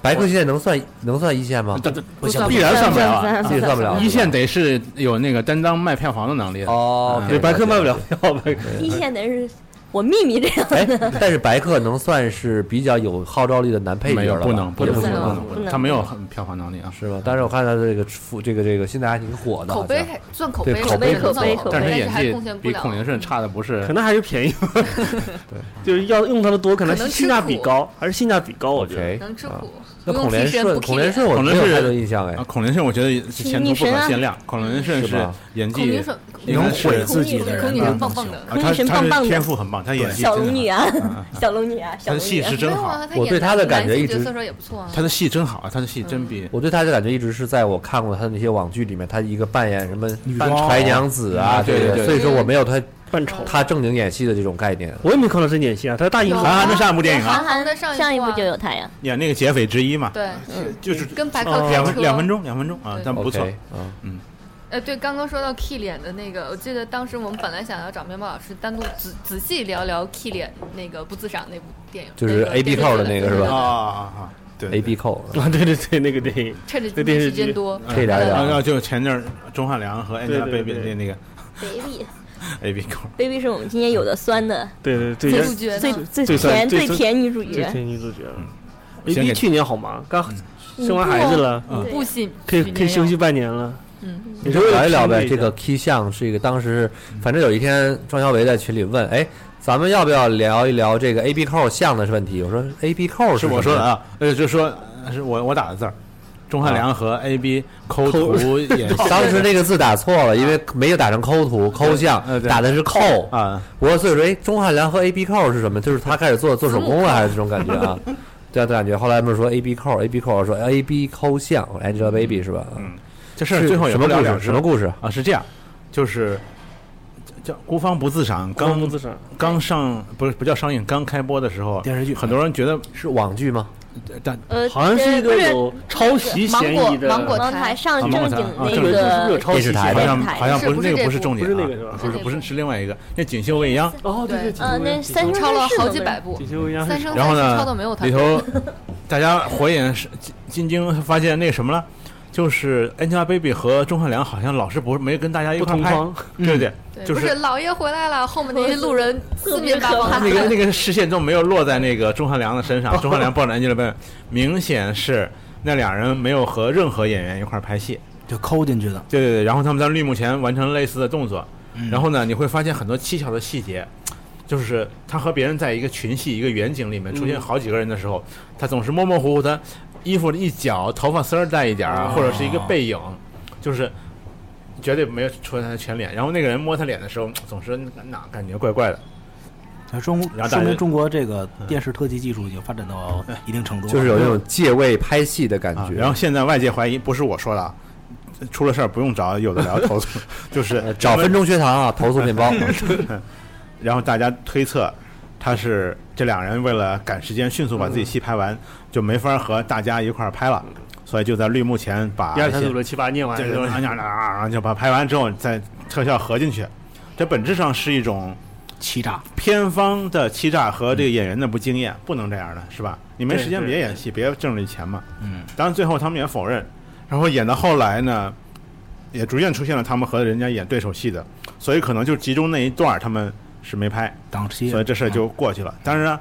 [SPEAKER 4] 白客现在能算能算一线吗？
[SPEAKER 11] 不算必然算不了啊，
[SPEAKER 4] 必然算不了。
[SPEAKER 11] 一线得是有那个担当卖票房的能力的
[SPEAKER 4] 哦
[SPEAKER 11] 嗯
[SPEAKER 4] 对
[SPEAKER 11] 对，白客卖不了票，白客
[SPEAKER 5] 一线的是我秘密这样
[SPEAKER 4] 哎
[SPEAKER 5] 的，，
[SPEAKER 4] 但是白客能算是比较有号召力的男配角
[SPEAKER 11] 没有
[SPEAKER 4] 了吧？
[SPEAKER 11] 不能不能
[SPEAKER 4] 也
[SPEAKER 11] 不
[SPEAKER 4] 吧
[SPEAKER 11] 能不能，他没有很票房能力啊，
[SPEAKER 4] 是吧？但是我看他这个出这个这个现在还挺火的，
[SPEAKER 6] 口碑
[SPEAKER 4] 好像
[SPEAKER 6] 还算口
[SPEAKER 4] 对
[SPEAKER 6] 碑，
[SPEAKER 4] 口碑
[SPEAKER 6] 算
[SPEAKER 4] 口碑
[SPEAKER 6] 口
[SPEAKER 11] 但是他
[SPEAKER 6] 但是
[SPEAKER 11] 演
[SPEAKER 6] 还
[SPEAKER 11] 技
[SPEAKER 6] 贡献不
[SPEAKER 11] 比
[SPEAKER 6] 了
[SPEAKER 11] 孔。令顺差的不是，
[SPEAKER 15] 可能还是便宜，
[SPEAKER 11] 对，
[SPEAKER 15] 就是要用它的多，可能
[SPEAKER 6] 可能吃
[SPEAKER 15] 性价比
[SPEAKER 6] 苦
[SPEAKER 15] 高，还是性价比高，我觉得。
[SPEAKER 6] 能吃苦，
[SPEAKER 4] 啊那
[SPEAKER 6] 不用
[SPEAKER 4] 孔连
[SPEAKER 6] 替身
[SPEAKER 4] 顺
[SPEAKER 6] 不
[SPEAKER 4] 孔
[SPEAKER 6] 替
[SPEAKER 4] 连
[SPEAKER 6] 人
[SPEAKER 4] 顺我
[SPEAKER 11] 孔
[SPEAKER 4] 没
[SPEAKER 11] 令
[SPEAKER 4] 有
[SPEAKER 11] 是
[SPEAKER 4] 太多印象哎
[SPEAKER 11] 啊，孔令顺我觉得也是前途不可限量，孔令顺
[SPEAKER 4] 是
[SPEAKER 11] 是
[SPEAKER 4] 吧
[SPEAKER 11] 演
[SPEAKER 6] 孔
[SPEAKER 11] 技
[SPEAKER 6] 令顺
[SPEAKER 11] 应该是
[SPEAKER 6] 孔令顺孔令顺棒棒的
[SPEAKER 11] 啊
[SPEAKER 5] 孔令
[SPEAKER 11] 他
[SPEAKER 5] 顺
[SPEAKER 11] 他
[SPEAKER 5] 棒棒
[SPEAKER 11] 是
[SPEAKER 5] 的
[SPEAKER 11] 天赋很棒，他演技
[SPEAKER 5] 小
[SPEAKER 11] 真
[SPEAKER 5] 龙
[SPEAKER 11] 的
[SPEAKER 5] 女啊， 小龙女啊，
[SPEAKER 11] 他
[SPEAKER 5] 小龙
[SPEAKER 11] 的
[SPEAKER 5] 女
[SPEAKER 11] 戏
[SPEAKER 5] 啊
[SPEAKER 11] 是真
[SPEAKER 6] 没有
[SPEAKER 11] 好
[SPEAKER 6] 啊他
[SPEAKER 4] 我
[SPEAKER 6] 演
[SPEAKER 4] 对他的感
[SPEAKER 6] 男
[SPEAKER 4] 觉
[SPEAKER 6] 性
[SPEAKER 4] 一
[SPEAKER 6] 角
[SPEAKER 4] 直
[SPEAKER 6] 色时候也不错啊。
[SPEAKER 11] 他的戏真好啊，他的戏真比
[SPEAKER 4] 我对他的感觉一直是在我看过他的那些网剧里面，他一个扮演什么扮
[SPEAKER 15] 装
[SPEAKER 4] 柴娘子啊，
[SPEAKER 15] 啊对
[SPEAKER 4] 对
[SPEAKER 15] 对对
[SPEAKER 4] 所以说我没有他
[SPEAKER 15] 扮丑，
[SPEAKER 4] 他正经演戏的这种概念。
[SPEAKER 15] 我也没看到这演戏啊，他大荧幕。
[SPEAKER 11] 韩寒的上一部电影啊，
[SPEAKER 5] 韩寒
[SPEAKER 6] 上一部啊
[SPEAKER 5] 上一部就有他呀，嗯
[SPEAKER 11] 演那个劫匪之一嘛，
[SPEAKER 6] 对，
[SPEAKER 11] 就是
[SPEAKER 6] 跟白客
[SPEAKER 11] 啊两
[SPEAKER 6] 开
[SPEAKER 11] 分
[SPEAKER 6] 车
[SPEAKER 11] 两分钟两分钟啊
[SPEAKER 6] 对，
[SPEAKER 11] 但不错
[SPEAKER 4] OK，
[SPEAKER 11] 嗯嗯，
[SPEAKER 6] 呃，对，刚刚说到 Key 脸的那个，我记得当时我们本来想要找面包老师单独仔仔细聊聊 Key 脸那个不自赏那部电影，
[SPEAKER 4] 就是 A B 扣的那个是吧？
[SPEAKER 11] 啊啊啊！对
[SPEAKER 4] ，A B 扣
[SPEAKER 15] 啊，对对对，那个电影，
[SPEAKER 6] 趁着
[SPEAKER 15] 那
[SPEAKER 6] 今
[SPEAKER 15] 电
[SPEAKER 6] 天
[SPEAKER 15] 视
[SPEAKER 6] 时
[SPEAKER 15] 剧
[SPEAKER 6] 间，多，
[SPEAKER 4] 可以聊一聊
[SPEAKER 11] 啊然后就前阵儿钟汉良和
[SPEAKER 15] 对
[SPEAKER 11] Angelababy
[SPEAKER 15] 对对
[SPEAKER 11] 那那个
[SPEAKER 5] baby
[SPEAKER 11] A B 嗯扣，
[SPEAKER 5] baby 是我们今天有的酸的
[SPEAKER 15] 对对对，
[SPEAKER 5] 最
[SPEAKER 15] 原
[SPEAKER 5] 最最
[SPEAKER 15] 最酸
[SPEAKER 5] 甜
[SPEAKER 15] 最
[SPEAKER 5] 最
[SPEAKER 15] 酸
[SPEAKER 5] 甜女主
[SPEAKER 15] 最
[SPEAKER 5] 角，
[SPEAKER 15] 甜女主角
[SPEAKER 11] 嗯
[SPEAKER 15] 了。A
[SPEAKER 11] 先
[SPEAKER 15] B
[SPEAKER 11] 给
[SPEAKER 15] 去年好吗？刚
[SPEAKER 4] 嗯
[SPEAKER 15] 生完孩子了，
[SPEAKER 6] 五部戏
[SPEAKER 15] 可以可以休息半年了。
[SPEAKER 6] 嗯，
[SPEAKER 15] 你说
[SPEAKER 4] 聊一聊呗，这个 Key 项是一个当时，反正有一天庄小维在群里问，哎，咱们要不要聊一聊这个 A B 扣项的问题？我说 A B 扣
[SPEAKER 11] 是
[SPEAKER 4] 什么
[SPEAKER 11] 我说的啊，呃，就说呃是我我打的字儿，钟汉良和 A B 抠 图演戏，
[SPEAKER 4] 当时那个字打错了，因为没有打成抠图抠像，打的是扣
[SPEAKER 11] 呃啊。
[SPEAKER 4] 我所以说，哎，钟汉良和 A B 扣是什么？就是他开始做做手工了，还是这种感觉啊？这样的感觉。后来他们说 A B 扣 A B 扣，我说 A B 抠像 Angelababy 是吧？嗯，
[SPEAKER 11] 这事儿最后也
[SPEAKER 4] 什
[SPEAKER 11] 不
[SPEAKER 4] 么
[SPEAKER 11] 了
[SPEAKER 4] 故
[SPEAKER 11] 了
[SPEAKER 4] 事？
[SPEAKER 11] 之
[SPEAKER 4] 什么故事？
[SPEAKER 11] 啊？是这样，就是叫孤芳不自赏，
[SPEAKER 15] 刚
[SPEAKER 11] 刚
[SPEAKER 15] 不自赏，
[SPEAKER 11] 刚上不是不叫上映，刚开播的时候，电视剧很多人觉得
[SPEAKER 4] 是网剧吗？
[SPEAKER 11] 但
[SPEAKER 5] 呃，
[SPEAKER 15] 好像是一个有抄袭嫌疑的
[SPEAKER 5] 芒果芒果台上
[SPEAKER 11] 啊
[SPEAKER 5] 正
[SPEAKER 11] 芒果
[SPEAKER 5] 经
[SPEAKER 11] 台啊
[SPEAKER 5] 那
[SPEAKER 11] 正经
[SPEAKER 5] 个
[SPEAKER 15] 是有抄袭
[SPEAKER 5] 电视
[SPEAKER 15] 台
[SPEAKER 11] 好像
[SPEAKER 5] 台
[SPEAKER 11] 好像
[SPEAKER 5] 不
[SPEAKER 11] 不是那个
[SPEAKER 5] 这
[SPEAKER 11] 不是
[SPEAKER 5] 部
[SPEAKER 11] 重点
[SPEAKER 15] 不
[SPEAKER 11] 啊，
[SPEAKER 15] 是那个是吧
[SPEAKER 11] 不是不是是另外一个，那锦绣未央
[SPEAKER 15] 哦对对，
[SPEAKER 5] 嗯，那三生
[SPEAKER 6] 抄了
[SPEAKER 5] 三世
[SPEAKER 6] 好
[SPEAKER 5] 都
[SPEAKER 6] 几
[SPEAKER 5] 没
[SPEAKER 6] 百部，
[SPEAKER 15] 锦绣未央
[SPEAKER 6] 三生
[SPEAKER 11] 然
[SPEAKER 6] 三
[SPEAKER 11] 后
[SPEAKER 6] 世
[SPEAKER 11] 呢
[SPEAKER 6] 抄的没有，他
[SPEAKER 11] 里头大家火眼是金睛发现那个什么了，就是 Angelababy 和钟汉良好像老是不是没跟大家一块
[SPEAKER 15] 不同
[SPEAKER 11] 拍
[SPEAKER 15] 框，
[SPEAKER 11] 对不对？
[SPEAKER 6] 嗯对
[SPEAKER 11] 就
[SPEAKER 6] 不是老爷回来了，后面那些路人四面八方
[SPEAKER 11] 那个那个视线都没有落在那个钟汉良的身上，钟汉良抱着 Angelababy，明显是那俩人没有和任何演员一块儿拍戏。
[SPEAKER 10] 就抠进去的。
[SPEAKER 11] 对对对，然后他们在绿幕前完成类似的动作，
[SPEAKER 10] 嗯
[SPEAKER 11] 然后呢，你会发现很多蹊跷的细节，就是他和别人在一个群戏、一个远景里面出现
[SPEAKER 15] 嗯
[SPEAKER 11] 好几个人的时候，他总是模模糊糊的，衣服一角，头发丝儿带一点儿啊，或者是一个背影，就是绝对没有出现他的全脸。然后那个人摸他脸的时候，总是哪感觉怪怪的。
[SPEAKER 10] 那中
[SPEAKER 4] 然后大
[SPEAKER 10] 说
[SPEAKER 4] 家
[SPEAKER 10] 明中国这个电视特技技术已经发展到一定程度了，
[SPEAKER 4] 就是有那种借位拍戏的感
[SPEAKER 11] 啊
[SPEAKER 4] 觉。
[SPEAKER 11] 然后现在外界怀疑不是我说的啊，出了事儿不用找有的聊投诉， 就是
[SPEAKER 4] 呃找分钟学 堂啊，投诉面包。
[SPEAKER 11] 然后大家推测，他是这两人为了赶时间，迅速把自己戏拍完，就没法和大家一块儿拍了，所以就在绿幕前把
[SPEAKER 9] 一二三
[SPEAKER 11] 一些
[SPEAKER 9] 四五六七八念完
[SPEAKER 11] 对
[SPEAKER 9] 是
[SPEAKER 11] 对
[SPEAKER 9] 吧
[SPEAKER 11] 啊啊 啊啊就把拍完之后再特效合进去，这本质上是一种
[SPEAKER 10] 欺诈，
[SPEAKER 11] 片方的欺诈和这个演员的不敬业，不能这样的是吧？你没时间
[SPEAKER 9] 对对
[SPEAKER 11] 别演戏，别挣这钱嘛。
[SPEAKER 10] 嗯，
[SPEAKER 11] 当然最后他们也否认，然后演到后来呢，也逐渐出现了他们和人家演对手戏的，所以可能就集中那一段儿他们是没拍，
[SPEAKER 10] 档期，
[SPEAKER 11] 所以这事儿就过去了。当然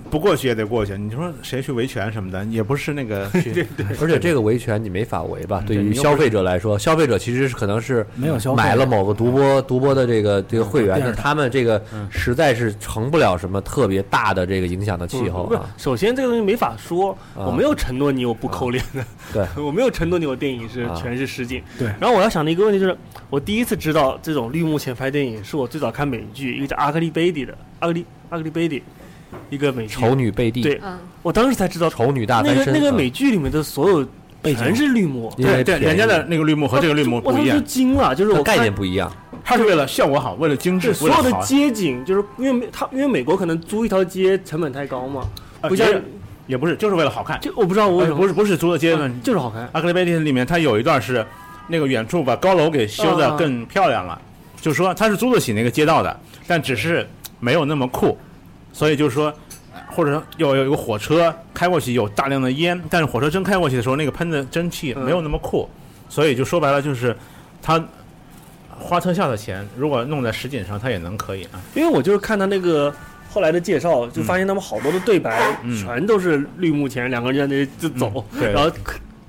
[SPEAKER 11] 啊、不过去也得过去，你说谁去维权什么的，也不是那 个 去，
[SPEAKER 4] 而且这个维权你没法维
[SPEAKER 9] 嗯
[SPEAKER 4] 吧？对
[SPEAKER 11] 对
[SPEAKER 4] 于
[SPEAKER 11] 你又
[SPEAKER 4] 消
[SPEAKER 11] 不是
[SPEAKER 4] 费者来说，消费者其实是可能是
[SPEAKER 10] 没有消费
[SPEAKER 4] 买了某个独播独播的这个这个
[SPEAKER 9] 嗯
[SPEAKER 4] 会员，
[SPEAKER 10] 电
[SPEAKER 4] 但
[SPEAKER 10] 视
[SPEAKER 4] 是他们这个实在是成不了什么特别大的这个影响的气候
[SPEAKER 9] 不是
[SPEAKER 4] 啊。，
[SPEAKER 9] 首先这个东西没法说，
[SPEAKER 4] 啊
[SPEAKER 9] 我没有承诺你我不抠脸的，
[SPEAKER 4] 对，
[SPEAKER 9] 我没有承诺你我电影是
[SPEAKER 4] 啊
[SPEAKER 9] 全是实景。
[SPEAKER 10] 对
[SPEAKER 9] 然后我要想的一个问题就是，我第一次知道这种绿幕前拍电影，是我最早看美剧，一个叫《阿格丽贝蒂》的，阿格丽阿格丽贝蒂，一个美剧。
[SPEAKER 4] 丑女贝蒂，
[SPEAKER 9] 对，
[SPEAKER 6] 嗯，
[SPEAKER 9] 我当时才知道
[SPEAKER 4] 丑女大
[SPEAKER 9] 那
[SPEAKER 4] 翻
[SPEAKER 9] 个
[SPEAKER 4] 身。
[SPEAKER 9] 那个
[SPEAKER 4] 嗯
[SPEAKER 9] 美剧里面的所有
[SPEAKER 10] 背
[SPEAKER 9] 全
[SPEAKER 10] 景
[SPEAKER 9] 是绿幕，
[SPEAKER 4] 因为
[SPEAKER 11] 对对，
[SPEAKER 4] 便宜
[SPEAKER 11] 人家的那个绿幕和这个绿幕
[SPEAKER 9] 我
[SPEAKER 11] 不
[SPEAKER 9] 当
[SPEAKER 11] 一
[SPEAKER 9] 时
[SPEAKER 11] 样，
[SPEAKER 9] 惊了，啊就是我
[SPEAKER 4] 概
[SPEAKER 9] 看
[SPEAKER 4] 念不一样，
[SPEAKER 11] 它是为了效果好，为了精致
[SPEAKER 9] 对，
[SPEAKER 11] 为
[SPEAKER 9] 所
[SPEAKER 11] 了
[SPEAKER 9] 有的
[SPEAKER 11] 好
[SPEAKER 9] 街景，就是因为美他因为美国可能租一条街成本太高嘛，
[SPEAKER 11] 呃
[SPEAKER 9] 不像
[SPEAKER 11] 也也不是，就是为了好看。
[SPEAKER 9] 就我不知道我为什
[SPEAKER 11] 呃
[SPEAKER 9] 么
[SPEAKER 11] 不是不是租的街段，
[SPEAKER 9] 啊就是好看，
[SPEAKER 11] 阿克雷贝蒂里面，它有一段是那个远处把高楼给修
[SPEAKER 9] 啊
[SPEAKER 11] 的
[SPEAKER 9] 啊
[SPEAKER 11] 更漂亮了，就是说它是租得起那个街道的，但只是没有那么酷，所以就是说，或者说有有一个火车开过去有大量的烟，但是火车真开过去的时候，那个喷的蒸
[SPEAKER 9] 嗯
[SPEAKER 11] 汽没有那么酷，所以就说白了就是它。花特效的钱，如果弄在实景上，它也能可以啊。
[SPEAKER 9] 因为我就是看他那个后来的介绍，就发现他们好多的对白、
[SPEAKER 11] 嗯
[SPEAKER 9] 全都是绿幕前两个人在那就走，
[SPEAKER 11] 对
[SPEAKER 9] 然后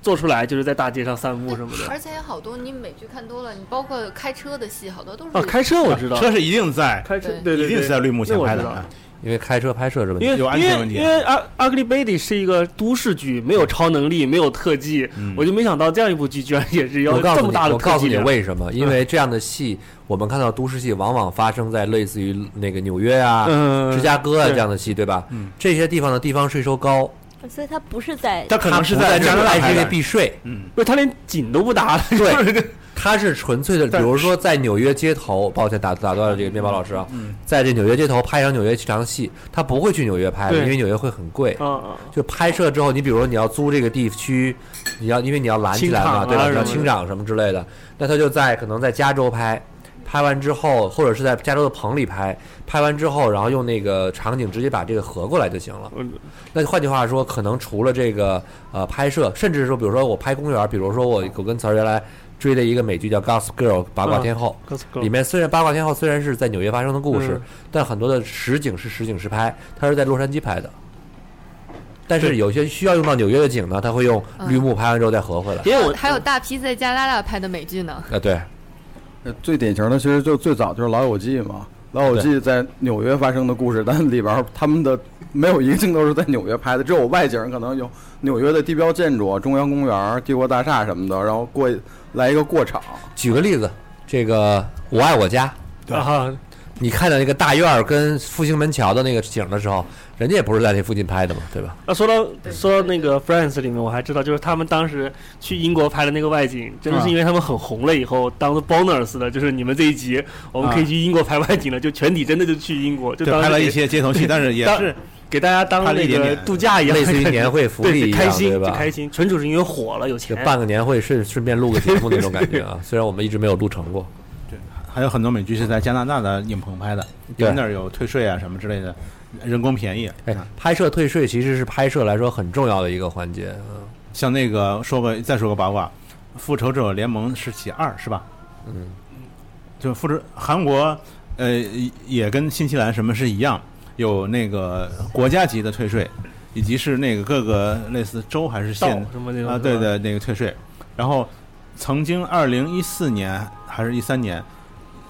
[SPEAKER 9] 做出来就是在大街上散步什么的。
[SPEAKER 6] 而且好多你美剧看多了，你包括开车的戏，好多都是
[SPEAKER 9] 啊，开车我知道，
[SPEAKER 11] 车是一定在，
[SPEAKER 9] 开车
[SPEAKER 6] 对
[SPEAKER 9] 对对
[SPEAKER 11] 一定是在绿幕前
[SPEAKER 9] 那我
[SPEAKER 11] 拍
[SPEAKER 9] 知
[SPEAKER 11] 的
[SPEAKER 9] 道
[SPEAKER 11] 啊。
[SPEAKER 4] 因为开车拍摄这问
[SPEAKER 9] 因为
[SPEAKER 4] 题。
[SPEAKER 11] 有安
[SPEAKER 9] 因
[SPEAKER 11] 全
[SPEAKER 9] 为
[SPEAKER 11] 问题啊
[SPEAKER 9] 因为阿阿格丽贝蒂是一个都市剧，没有超能力，没有特技，
[SPEAKER 11] 嗯
[SPEAKER 9] 我就没想到这样一部剧居然也是要
[SPEAKER 4] 我告
[SPEAKER 9] 这
[SPEAKER 4] 诉
[SPEAKER 9] 么
[SPEAKER 4] 你，
[SPEAKER 9] 大的
[SPEAKER 4] 我告
[SPEAKER 9] 特
[SPEAKER 4] 诉
[SPEAKER 9] 技啊嗯
[SPEAKER 4] 你
[SPEAKER 9] 量。
[SPEAKER 4] 为什么？因为这样的戏，我们看到都市戏往往发生在类似于那个纽约啊、
[SPEAKER 9] 嗯
[SPEAKER 4] 芝加哥啊
[SPEAKER 9] 对
[SPEAKER 4] 这样的戏，对吧
[SPEAKER 11] 嗯？
[SPEAKER 4] 这些地方的地方税收高，
[SPEAKER 5] 所以它不是在
[SPEAKER 11] 它可能是
[SPEAKER 4] 不在
[SPEAKER 11] 加
[SPEAKER 4] 这
[SPEAKER 11] 拿
[SPEAKER 4] 儿
[SPEAKER 11] 大
[SPEAKER 4] 来是
[SPEAKER 11] 拍
[SPEAKER 4] 因为
[SPEAKER 11] 的，
[SPEAKER 4] 避税，
[SPEAKER 11] 嗯，
[SPEAKER 9] 不是他连景都不搭了，
[SPEAKER 4] 对， 它是纯粹的。比
[SPEAKER 11] 但
[SPEAKER 4] 如说在纽约街头，抱歉打打断了这个面包老师啊，
[SPEAKER 9] 嗯
[SPEAKER 4] 在这纽约街头拍一场纽约场戏，他不会去纽约拍的，
[SPEAKER 9] 对
[SPEAKER 4] 因为纽约会很贵。
[SPEAKER 9] 嗯嗯，
[SPEAKER 4] 就拍摄之后，你比如说你要租这个地区，你要因为你要拦起来
[SPEAKER 9] 清场
[SPEAKER 4] 嘛，
[SPEAKER 9] 啊
[SPEAKER 4] 对吧？你要
[SPEAKER 9] 什么的
[SPEAKER 4] 清场什么之类的，那他就在可能在加州拍，拍完之后，或者是在加州的棚里拍，拍完之后，然后用那个场景直接把这个合过来就行了。
[SPEAKER 9] 嗯
[SPEAKER 4] 那换句话说，可能除了这个呃拍摄，甚至说，比如说我拍公园，比如说我我跟词儿原来追的一个美剧叫《Gossip Girl》八卦天后，
[SPEAKER 9] 告诉
[SPEAKER 4] 里面虽然八卦天后虽然是在纽约发生的故事，
[SPEAKER 9] 啊嗯
[SPEAKER 4] 但很多的实景是实景实拍，它是在洛杉矶拍的。但是
[SPEAKER 9] 对
[SPEAKER 4] 有些需要用到纽约的景呢，它会用绿幕拍完之后再合回来。
[SPEAKER 9] 因为我
[SPEAKER 6] 还有大批在加拿大拍的美剧呢。
[SPEAKER 4] 啊，对，
[SPEAKER 8] 呃最典型的其实就最早就是《老友记》嘛，《老友记》在纽约发生的故事，但里边儿他们的没有一个镜头是在纽约拍的，只有外景可能有纽约的地标建筑、中央公园、帝国大厦什么的，然后过来一个过场，
[SPEAKER 4] 举个例子，这个《我爱我家》，
[SPEAKER 9] 啊，
[SPEAKER 4] 你看到那个大院儿跟复兴门桥的那个景的时候，人家也不是在那附近拍的嘛，对吧？
[SPEAKER 9] 那说到说到那个 Friends 里面，我还知道，就是他们当时去英国拍的那个外景，真的
[SPEAKER 11] 嗯
[SPEAKER 9] 是因为他们很红了以后，当 bonus 的，就是你们这一集我们可以去英国拍外景了，就全体真的就去英国，就
[SPEAKER 11] 嗯对，
[SPEAKER 9] 当
[SPEAKER 11] 拍
[SPEAKER 9] 时
[SPEAKER 11] 了
[SPEAKER 9] 给
[SPEAKER 11] 一些街 头戏，但是也
[SPEAKER 9] 当
[SPEAKER 11] 是
[SPEAKER 9] 给大家当
[SPEAKER 11] 拍了
[SPEAKER 9] 那
[SPEAKER 11] 一点
[SPEAKER 9] 个
[SPEAKER 11] 点
[SPEAKER 9] 度假一样，
[SPEAKER 4] 类似于年会福利
[SPEAKER 9] 对
[SPEAKER 4] 一样
[SPEAKER 9] 就开心
[SPEAKER 4] 对吧
[SPEAKER 9] 就开心，纯属是因为火了有钱
[SPEAKER 4] 就。办个年会顺顺便录个节目那种感觉 啊。虽然我们一直没有录成过，
[SPEAKER 11] 还有很多美剧是在加拿大的影棚拍的，因
[SPEAKER 4] 对
[SPEAKER 11] 为那儿有退税啊什么之类的，人工便宜。啊
[SPEAKER 4] 哎，拍摄退税其实是拍摄来说很重要的一个环节。嗯
[SPEAKER 11] 像那个说个再说个八卦，《复仇者联盟》是起二是吧？
[SPEAKER 4] 嗯，
[SPEAKER 11] 就复仇韩国呃也跟新西兰什么是一样，有那个国家级的退税，以及是那个各个类似州还是
[SPEAKER 9] 道
[SPEAKER 11] 县
[SPEAKER 9] 什么那种
[SPEAKER 11] 啊，
[SPEAKER 9] 是吧
[SPEAKER 11] 对对，那个退税。然后曾经二零一四年还是一三年，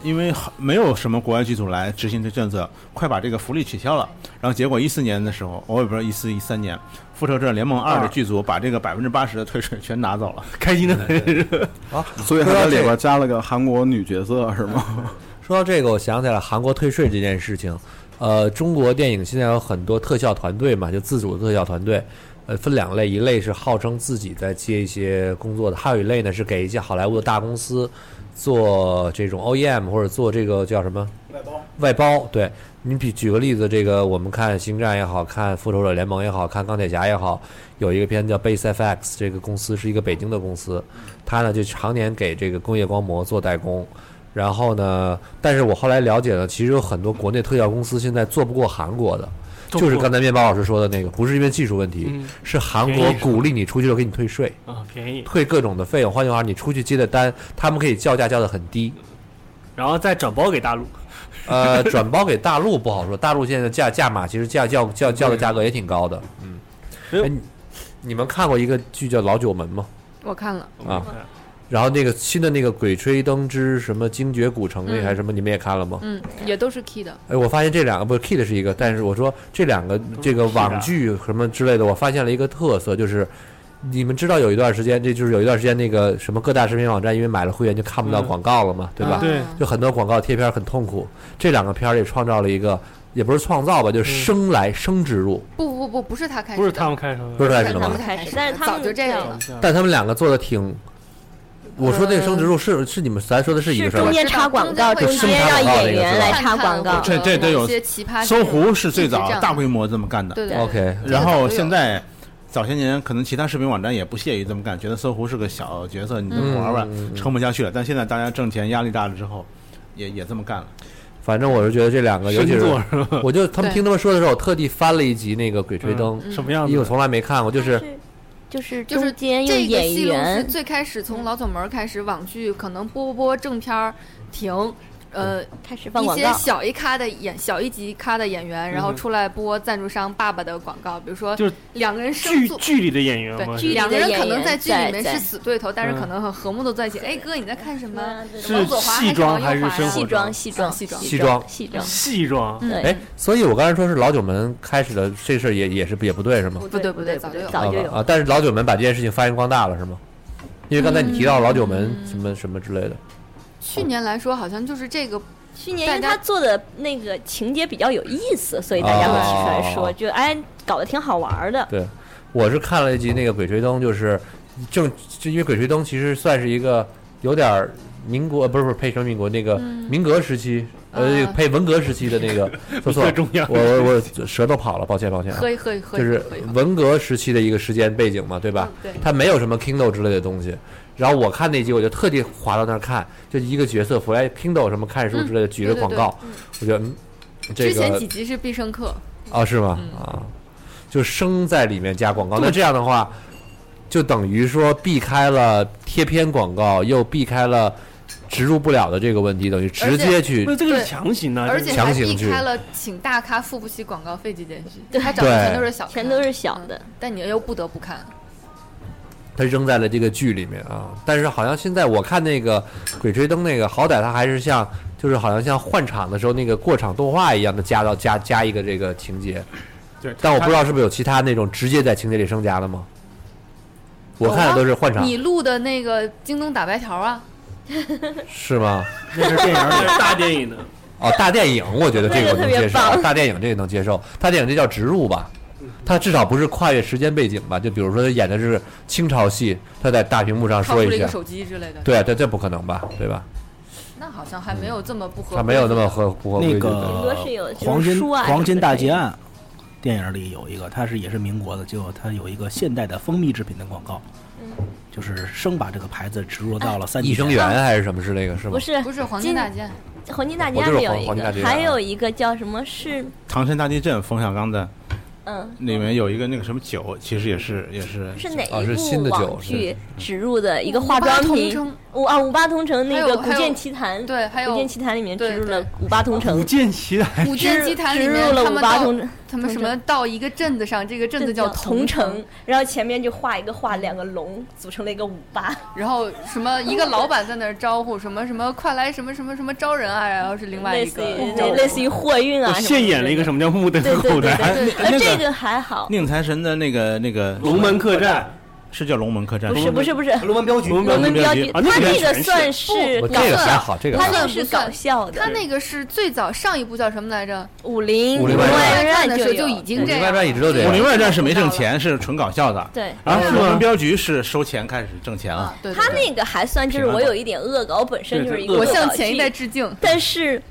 [SPEAKER 11] 因为好没有什么国外剧组来执行这政策，快把这个福利取消了。然后结果一四年的时候，我也不知道一四一三年，《复仇者联盟二》的剧组把这个百分之八十的退税全拿走了。
[SPEAKER 9] 开心的很，
[SPEAKER 8] 所以还在里边加了个韩国女角色是吗？
[SPEAKER 4] 说到这个，我想起来韩国退税这件事情，呃，中国电影现在有很多特效团队嘛，就自主的特效团队，呃，分两类，一类是号称自己在接一些工作的，还有一类呢是给一些好莱坞的大公司做这种 OEM 或者做这个叫什么
[SPEAKER 16] 外包。
[SPEAKER 4] 外包，对你比举个例子，这个我们看《星战》也好看，《复仇者联盟》也好看，《钢铁侠》也好，有一个片叫 Base FX，这个公司是一个北京的公司，它呢就常年给这个工业光魔做代工。然后呢？但是我后来了解了，其实有很多国内特效公司现在做不过韩国的，
[SPEAKER 9] 做不过
[SPEAKER 4] 就是刚才面包老师说的那个，不是因为技术问题，
[SPEAKER 9] 嗯
[SPEAKER 4] 是韩
[SPEAKER 9] 便
[SPEAKER 4] 国
[SPEAKER 9] 宜是吧
[SPEAKER 4] 鼓励你出去就给你退税，
[SPEAKER 11] 嗯
[SPEAKER 9] 啊，便宜，
[SPEAKER 4] 退各种的费用。换句话说，你出去接的单，他们可以叫价叫的很低，
[SPEAKER 9] 然后再转包给大陆。
[SPEAKER 4] 呃，转包给大陆不好说，大 陆现在的价价码其实价叫叫叫的价格也挺高的，嗯。哎，你你们看过一个剧叫《老九门》吗？
[SPEAKER 6] 我看了
[SPEAKER 9] 哦
[SPEAKER 5] 嗯
[SPEAKER 4] 啊，然后那个新的那个《鬼吹灯之什么精绝古城》那
[SPEAKER 6] 嗯
[SPEAKER 4] 还是什么，你们也看
[SPEAKER 9] 哦
[SPEAKER 4] 了吗？
[SPEAKER 6] 嗯，也都是 key 的，
[SPEAKER 4] 哎，我发现这两个不是 Kid 是一个，但是我说这两个这
[SPEAKER 9] 啊
[SPEAKER 4] 个网剧什么之类的，我发现了一个特色，就是你们知道有一段时间，这就是有一段时间那个什么各大视频网站因为买了会员就看不到
[SPEAKER 9] 嗯
[SPEAKER 4] 广告了嘛，对吧？
[SPEAKER 9] 啊对
[SPEAKER 4] 就很多广告贴片很痛苦。这两个片儿也创造了一个，也不是创造吧，
[SPEAKER 9] 嗯
[SPEAKER 4] 就是生来生植入，
[SPEAKER 6] 不不不，不是他开始的，
[SPEAKER 9] 不是他们开始的，
[SPEAKER 4] 不是开始的吗？
[SPEAKER 6] 开始的，
[SPEAKER 5] 但是他们
[SPEAKER 6] 早就这样了。
[SPEAKER 4] 但他们两个做的挺，
[SPEAKER 9] 呃
[SPEAKER 4] 我说那个生植入是是你们咱说的是一个事儿吧
[SPEAKER 5] 中？间插广告，
[SPEAKER 4] 就
[SPEAKER 5] 中
[SPEAKER 4] 生
[SPEAKER 5] 间
[SPEAKER 4] 插
[SPEAKER 5] 让
[SPEAKER 4] 广告那
[SPEAKER 5] 演
[SPEAKER 4] 个
[SPEAKER 5] 员
[SPEAKER 4] 是吧
[SPEAKER 5] 来插广告，
[SPEAKER 16] 这这都有
[SPEAKER 6] 某些奇葩事
[SPEAKER 16] 搜狐是最
[SPEAKER 6] 一直这
[SPEAKER 16] 早
[SPEAKER 6] 样
[SPEAKER 16] 大规模这么干的。
[SPEAKER 6] 对对
[SPEAKER 4] OK
[SPEAKER 16] 然后现在早些年可能其他视频网站也不屑于这么干，觉得搜狐是个小角色，你这
[SPEAKER 4] 嗯
[SPEAKER 16] 么玩玩、撑不下去了。但现在大家挣钱压力大了之后，也也这么干了。
[SPEAKER 4] 反正我是觉得这两个，尤其
[SPEAKER 16] 神
[SPEAKER 4] 是
[SPEAKER 16] 作是吧
[SPEAKER 4] 我就他们听他们说的时候，我特地翻了一集那个《鬼吹灯》
[SPEAKER 6] 嗯什
[SPEAKER 9] 么样
[SPEAKER 4] 因为我从来没看过，就是
[SPEAKER 5] 就是
[SPEAKER 6] 就是
[SPEAKER 5] 中间用
[SPEAKER 6] 这个
[SPEAKER 5] 演
[SPEAKER 6] 戏路是
[SPEAKER 5] 员，嗯
[SPEAKER 6] 最开始从老总门儿开始，网剧可能播播播正片儿停，呃，
[SPEAKER 5] 嗯开始放
[SPEAKER 6] 一
[SPEAKER 5] 广
[SPEAKER 6] 些
[SPEAKER 5] 告
[SPEAKER 6] 小一咖的演小一级咖的演员，然后
[SPEAKER 9] 嗯
[SPEAKER 6] 出来播赞助商爸爸的广告，比如说
[SPEAKER 9] 就是
[SPEAKER 6] 两个人生
[SPEAKER 9] 剧
[SPEAKER 6] 坐。
[SPEAKER 9] 剧里的演员嘛，是
[SPEAKER 6] 对，两个人可能在
[SPEAKER 5] 在
[SPEAKER 6] 剧里面
[SPEAKER 5] 在
[SPEAKER 6] 是死对头，但是
[SPEAKER 9] 嗯
[SPEAKER 6] 可能和和睦都在一起。哎，哥，你在看什么？
[SPEAKER 9] 是
[SPEAKER 6] 王左华
[SPEAKER 9] 戏装
[SPEAKER 6] 还
[SPEAKER 9] 还
[SPEAKER 6] 是
[SPEAKER 9] 是
[SPEAKER 6] 王右华呀啊
[SPEAKER 9] 生活
[SPEAKER 5] 嗯戏装戏装戏装
[SPEAKER 4] 戏装
[SPEAKER 5] 戏装，
[SPEAKER 9] 戏装
[SPEAKER 5] 对
[SPEAKER 4] 哎，所以我刚才说是老九门开始的这事儿也也是也不对是吗？
[SPEAKER 6] 不对不对，早就有
[SPEAKER 5] 早就有
[SPEAKER 4] 啊，但是老九门把这件事情发扬光大了是吗？因为刚才你提到老九门
[SPEAKER 5] 嗯
[SPEAKER 4] 什么什么之类的，
[SPEAKER 6] 去年来说，好像就是这个
[SPEAKER 5] 去年因
[SPEAKER 6] 大
[SPEAKER 5] 为
[SPEAKER 6] 家
[SPEAKER 5] 他做的那个情节比较有意思，所以大家会提出来说，
[SPEAKER 4] 哦
[SPEAKER 5] 就哎搞得挺好玩儿的。
[SPEAKER 4] 对，我是看了一集那个《鬼吹灯》，就是正就因为《鬼吹灯》其实算是一个有点儿民国，呃不是不是配什么民国那个
[SPEAKER 6] 嗯
[SPEAKER 4] 民革时期，呃，
[SPEAKER 6] 啊
[SPEAKER 4] 这个配文革时期的那个，说错了，我我我舌头跑了，抱歉抱歉啊，
[SPEAKER 6] 喝一喝一喝一喝，
[SPEAKER 4] 就是
[SPEAKER 6] 喝一喝
[SPEAKER 4] 文革时期的一个时间背景嘛，对吧？
[SPEAKER 6] 嗯对
[SPEAKER 4] 它没有什么 Kindle 之类的东西。然后我看那集，我就特地滑到那儿看，就一个角色弗莱 Kindle 什么看书之类的，
[SPEAKER 6] 嗯
[SPEAKER 4] 举着
[SPEAKER 6] 对对
[SPEAKER 4] 广告，我觉得嗯，这
[SPEAKER 6] 之前
[SPEAKER 4] 个
[SPEAKER 6] 几集是必胜客，
[SPEAKER 4] 啊是吗？
[SPEAKER 6] 嗯
[SPEAKER 4] 啊，就生在里面加广告。那这样的话，就等于说避开了贴片广告，又避开了植入不了的这个问题，等于直接去
[SPEAKER 9] 那这个是强行的，
[SPEAKER 6] 而且
[SPEAKER 4] 强
[SPEAKER 6] 还
[SPEAKER 4] 行
[SPEAKER 6] 避
[SPEAKER 4] 去
[SPEAKER 6] 开了请大咖付不起广告费这件事，
[SPEAKER 5] 对
[SPEAKER 6] 他找的全
[SPEAKER 4] 对
[SPEAKER 6] 都是小，嗯
[SPEAKER 5] 全都是小的，
[SPEAKER 6] 但你又不得不看。
[SPEAKER 4] 他扔在了这个剧里面啊。但是好像现在我看那个《鬼吹灯》那个，好歹他还是像，就是好像像换场的时候那个过场动画一样的加到加加一个这个情节。
[SPEAKER 11] 对
[SPEAKER 4] 但我不知道是不是有其他那种直接在情节里生加的吗？我看的都是换场，
[SPEAKER 6] 哦啊你录的那个京东打白条啊，
[SPEAKER 4] 是吗？
[SPEAKER 9] 那是电影，那是大电影的。
[SPEAKER 4] 哦，大电影，我觉得这个我能接
[SPEAKER 9] 那个特别
[SPEAKER 4] 受，
[SPEAKER 9] 棒
[SPEAKER 4] 大电影这个能接受，大电影这叫植入吧？
[SPEAKER 9] 嗯
[SPEAKER 4] 它至少不是跨越时间背景吧？就比如说他演的是清朝戏，他在大屏幕上
[SPEAKER 6] 掏
[SPEAKER 4] 说
[SPEAKER 6] 出了一
[SPEAKER 4] 一
[SPEAKER 6] 个
[SPEAKER 4] 下，
[SPEAKER 6] 手机之类的。
[SPEAKER 4] 对，啊这这不可能吧？对吧？
[SPEAKER 6] 那好像还没有这么不合。
[SPEAKER 4] 他嗯没有那么合不合规矩
[SPEAKER 10] 那
[SPEAKER 4] 的。
[SPEAKER 10] 个
[SPEAKER 5] 是有就是
[SPEAKER 10] 黄金
[SPEAKER 5] 书啊
[SPEAKER 10] 黄
[SPEAKER 5] 什
[SPEAKER 10] 金
[SPEAKER 5] 么
[SPEAKER 10] 大劫案电影里有一个，它是也是民国的，就它有一个现代的蜂蜜制品的广告，就是生把这个牌子植入到了三级
[SPEAKER 4] 益啊生
[SPEAKER 10] 片
[SPEAKER 4] 元还是什么是那个是吗？
[SPEAKER 5] 不是
[SPEAKER 6] 不是黄金大街，
[SPEAKER 5] 黄金大
[SPEAKER 4] 我
[SPEAKER 5] 家
[SPEAKER 4] 这
[SPEAKER 5] 里
[SPEAKER 4] 是
[SPEAKER 5] 有
[SPEAKER 4] 黄
[SPEAKER 5] 一
[SPEAKER 4] 黄金大啊
[SPEAKER 5] 个，
[SPEAKER 4] 劫
[SPEAKER 5] 还
[SPEAKER 4] 案
[SPEAKER 5] 有一个叫什么是
[SPEAKER 16] 唐山大地震，冯小刚的
[SPEAKER 5] 嗯
[SPEAKER 16] 里面有一个那个什么酒，其实也是也是
[SPEAKER 5] 是哪
[SPEAKER 4] 哦
[SPEAKER 16] 啊
[SPEAKER 5] 一部网剧植入的一个
[SPEAKER 6] 五
[SPEAKER 5] 化
[SPEAKER 6] 八
[SPEAKER 5] 妆
[SPEAKER 6] 同
[SPEAKER 5] 品
[SPEAKER 6] 城？
[SPEAKER 5] 五啊五八同城
[SPEAKER 6] 还
[SPEAKER 5] 那
[SPEAKER 6] 有
[SPEAKER 5] 个《古
[SPEAKER 6] 还有
[SPEAKER 5] 剑奇谭》
[SPEAKER 6] 对，还有
[SPEAKER 5] 古剑奇谭》里面植入了
[SPEAKER 6] 对
[SPEAKER 5] 五八同城，
[SPEAKER 9] 古剑奇谭，
[SPEAKER 6] 古剑奇谭里
[SPEAKER 5] 植
[SPEAKER 6] 面
[SPEAKER 5] 入了
[SPEAKER 6] 他
[SPEAKER 5] 五
[SPEAKER 6] 们
[SPEAKER 5] 八
[SPEAKER 6] 到
[SPEAKER 5] 同
[SPEAKER 6] 他们什么到一个镇子 上，这个镇
[SPEAKER 5] 这
[SPEAKER 6] 子
[SPEAKER 5] 叫
[SPEAKER 6] 桐
[SPEAKER 5] 城，，然后前面就画一个画两个龙，组成了一个五八。
[SPEAKER 6] 然后什么一个老板在那儿招呼什么什么快来什么什么什么招人啊，然后是另外
[SPEAKER 5] 类
[SPEAKER 6] 一
[SPEAKER 5] 似
[SPEAKER 6] 个哦
[SPEAKER 5] 于
[SPEAKER 6] 招
[SPEAKER 5] 那
[SPEAKER 6] 人
[SPEAKER 5] 类似于货运啊
[SPEAKER 9] 我
[SPEAKER 5] 什么的，
[SPEAKER 9] 现演了一个什么叫木灯
[SPEAKER 5] 对对
[SPEAKER 9] 口
[SPEAKER 5] 对
[SPEAKER 9] 袋，
[SPEAKER 5] 对对，
[SPEAKER 16] 那
[SPEAKER 5] 呃
[SPEAKER 16] 那个
[SPEAKER 5] 这个还好，
[SPEAKER 16] 宁财神的那个那个
[SPEAKER 9] 龙门客栈，
[SPEAKER 11] 是叫龙门客栈，
[SPEAKER 5] 不是不是不是
[SPEAKER 17] 龙门镖局，
[SPEAKER 5] 龙门镖局，
[SPEAKER 11] 啊
[SPEAKER 5] 它那个算是
[SPEAKER 4] 不
[SPEAKER 5] 搞
[SPEAKER 4] 这个还
[SPEAKER 5] 笑
[SPEAKER 4] 好，这个
[SPEAKER 5] 它
[SPEAKER 4] 还
[SPEAKER 5] 那
[SPEAKER 4] 好
[SPEAKER 5] 是搞笑的
[SPEAKER 6] 他。那个是最早上一部叫什么来着？
[SPEAKER 5] 武林
[SPEAKER 4] 武林
[SPEAKER 5] 外
[SPEAKER 4] 外
[SPEAKER 5] 传
[SPEAKER 6] 的时候
[SPEAKER 5] 就
[SPEAKER 6] 就
[SPEAKER 5] 有
[SPEAKER 6] 已经这
[SPEAKER 4] 外
[SPEAKER 6] 样了，
[SPEAKER 4] 传一直都这
[SPEAKER 11] 武林
[SPEAKER 4] 样。
[SPEAKER 11] 外传是没挣钱，是纯搞笑的。
[SPEAKER 5] 对
[SPEAKER 16] 啊
[SPEAKER 11] 然
[SPEAKER 5] 啊
[SPEAKER 11] 后
[SPEAKER 5] 是
[SPEAKER 11] 龙
[SPEAKER 5] 吗
[SPEAKER 11] 门镖局是收钱开始挣钱了。
[SPEAKER 6] 对对
[SPEAKER 5] 他那个还算就是我有一点恶搞，我本身就是一个
[SPEAKER 6] 我
[SPEAKER 5] 恶搞
[SPEAKER 6] 向前一
[SPEAKER 5] 剧
[SPEAKER 6] 代致敬。
[SPEAKER 5] 但是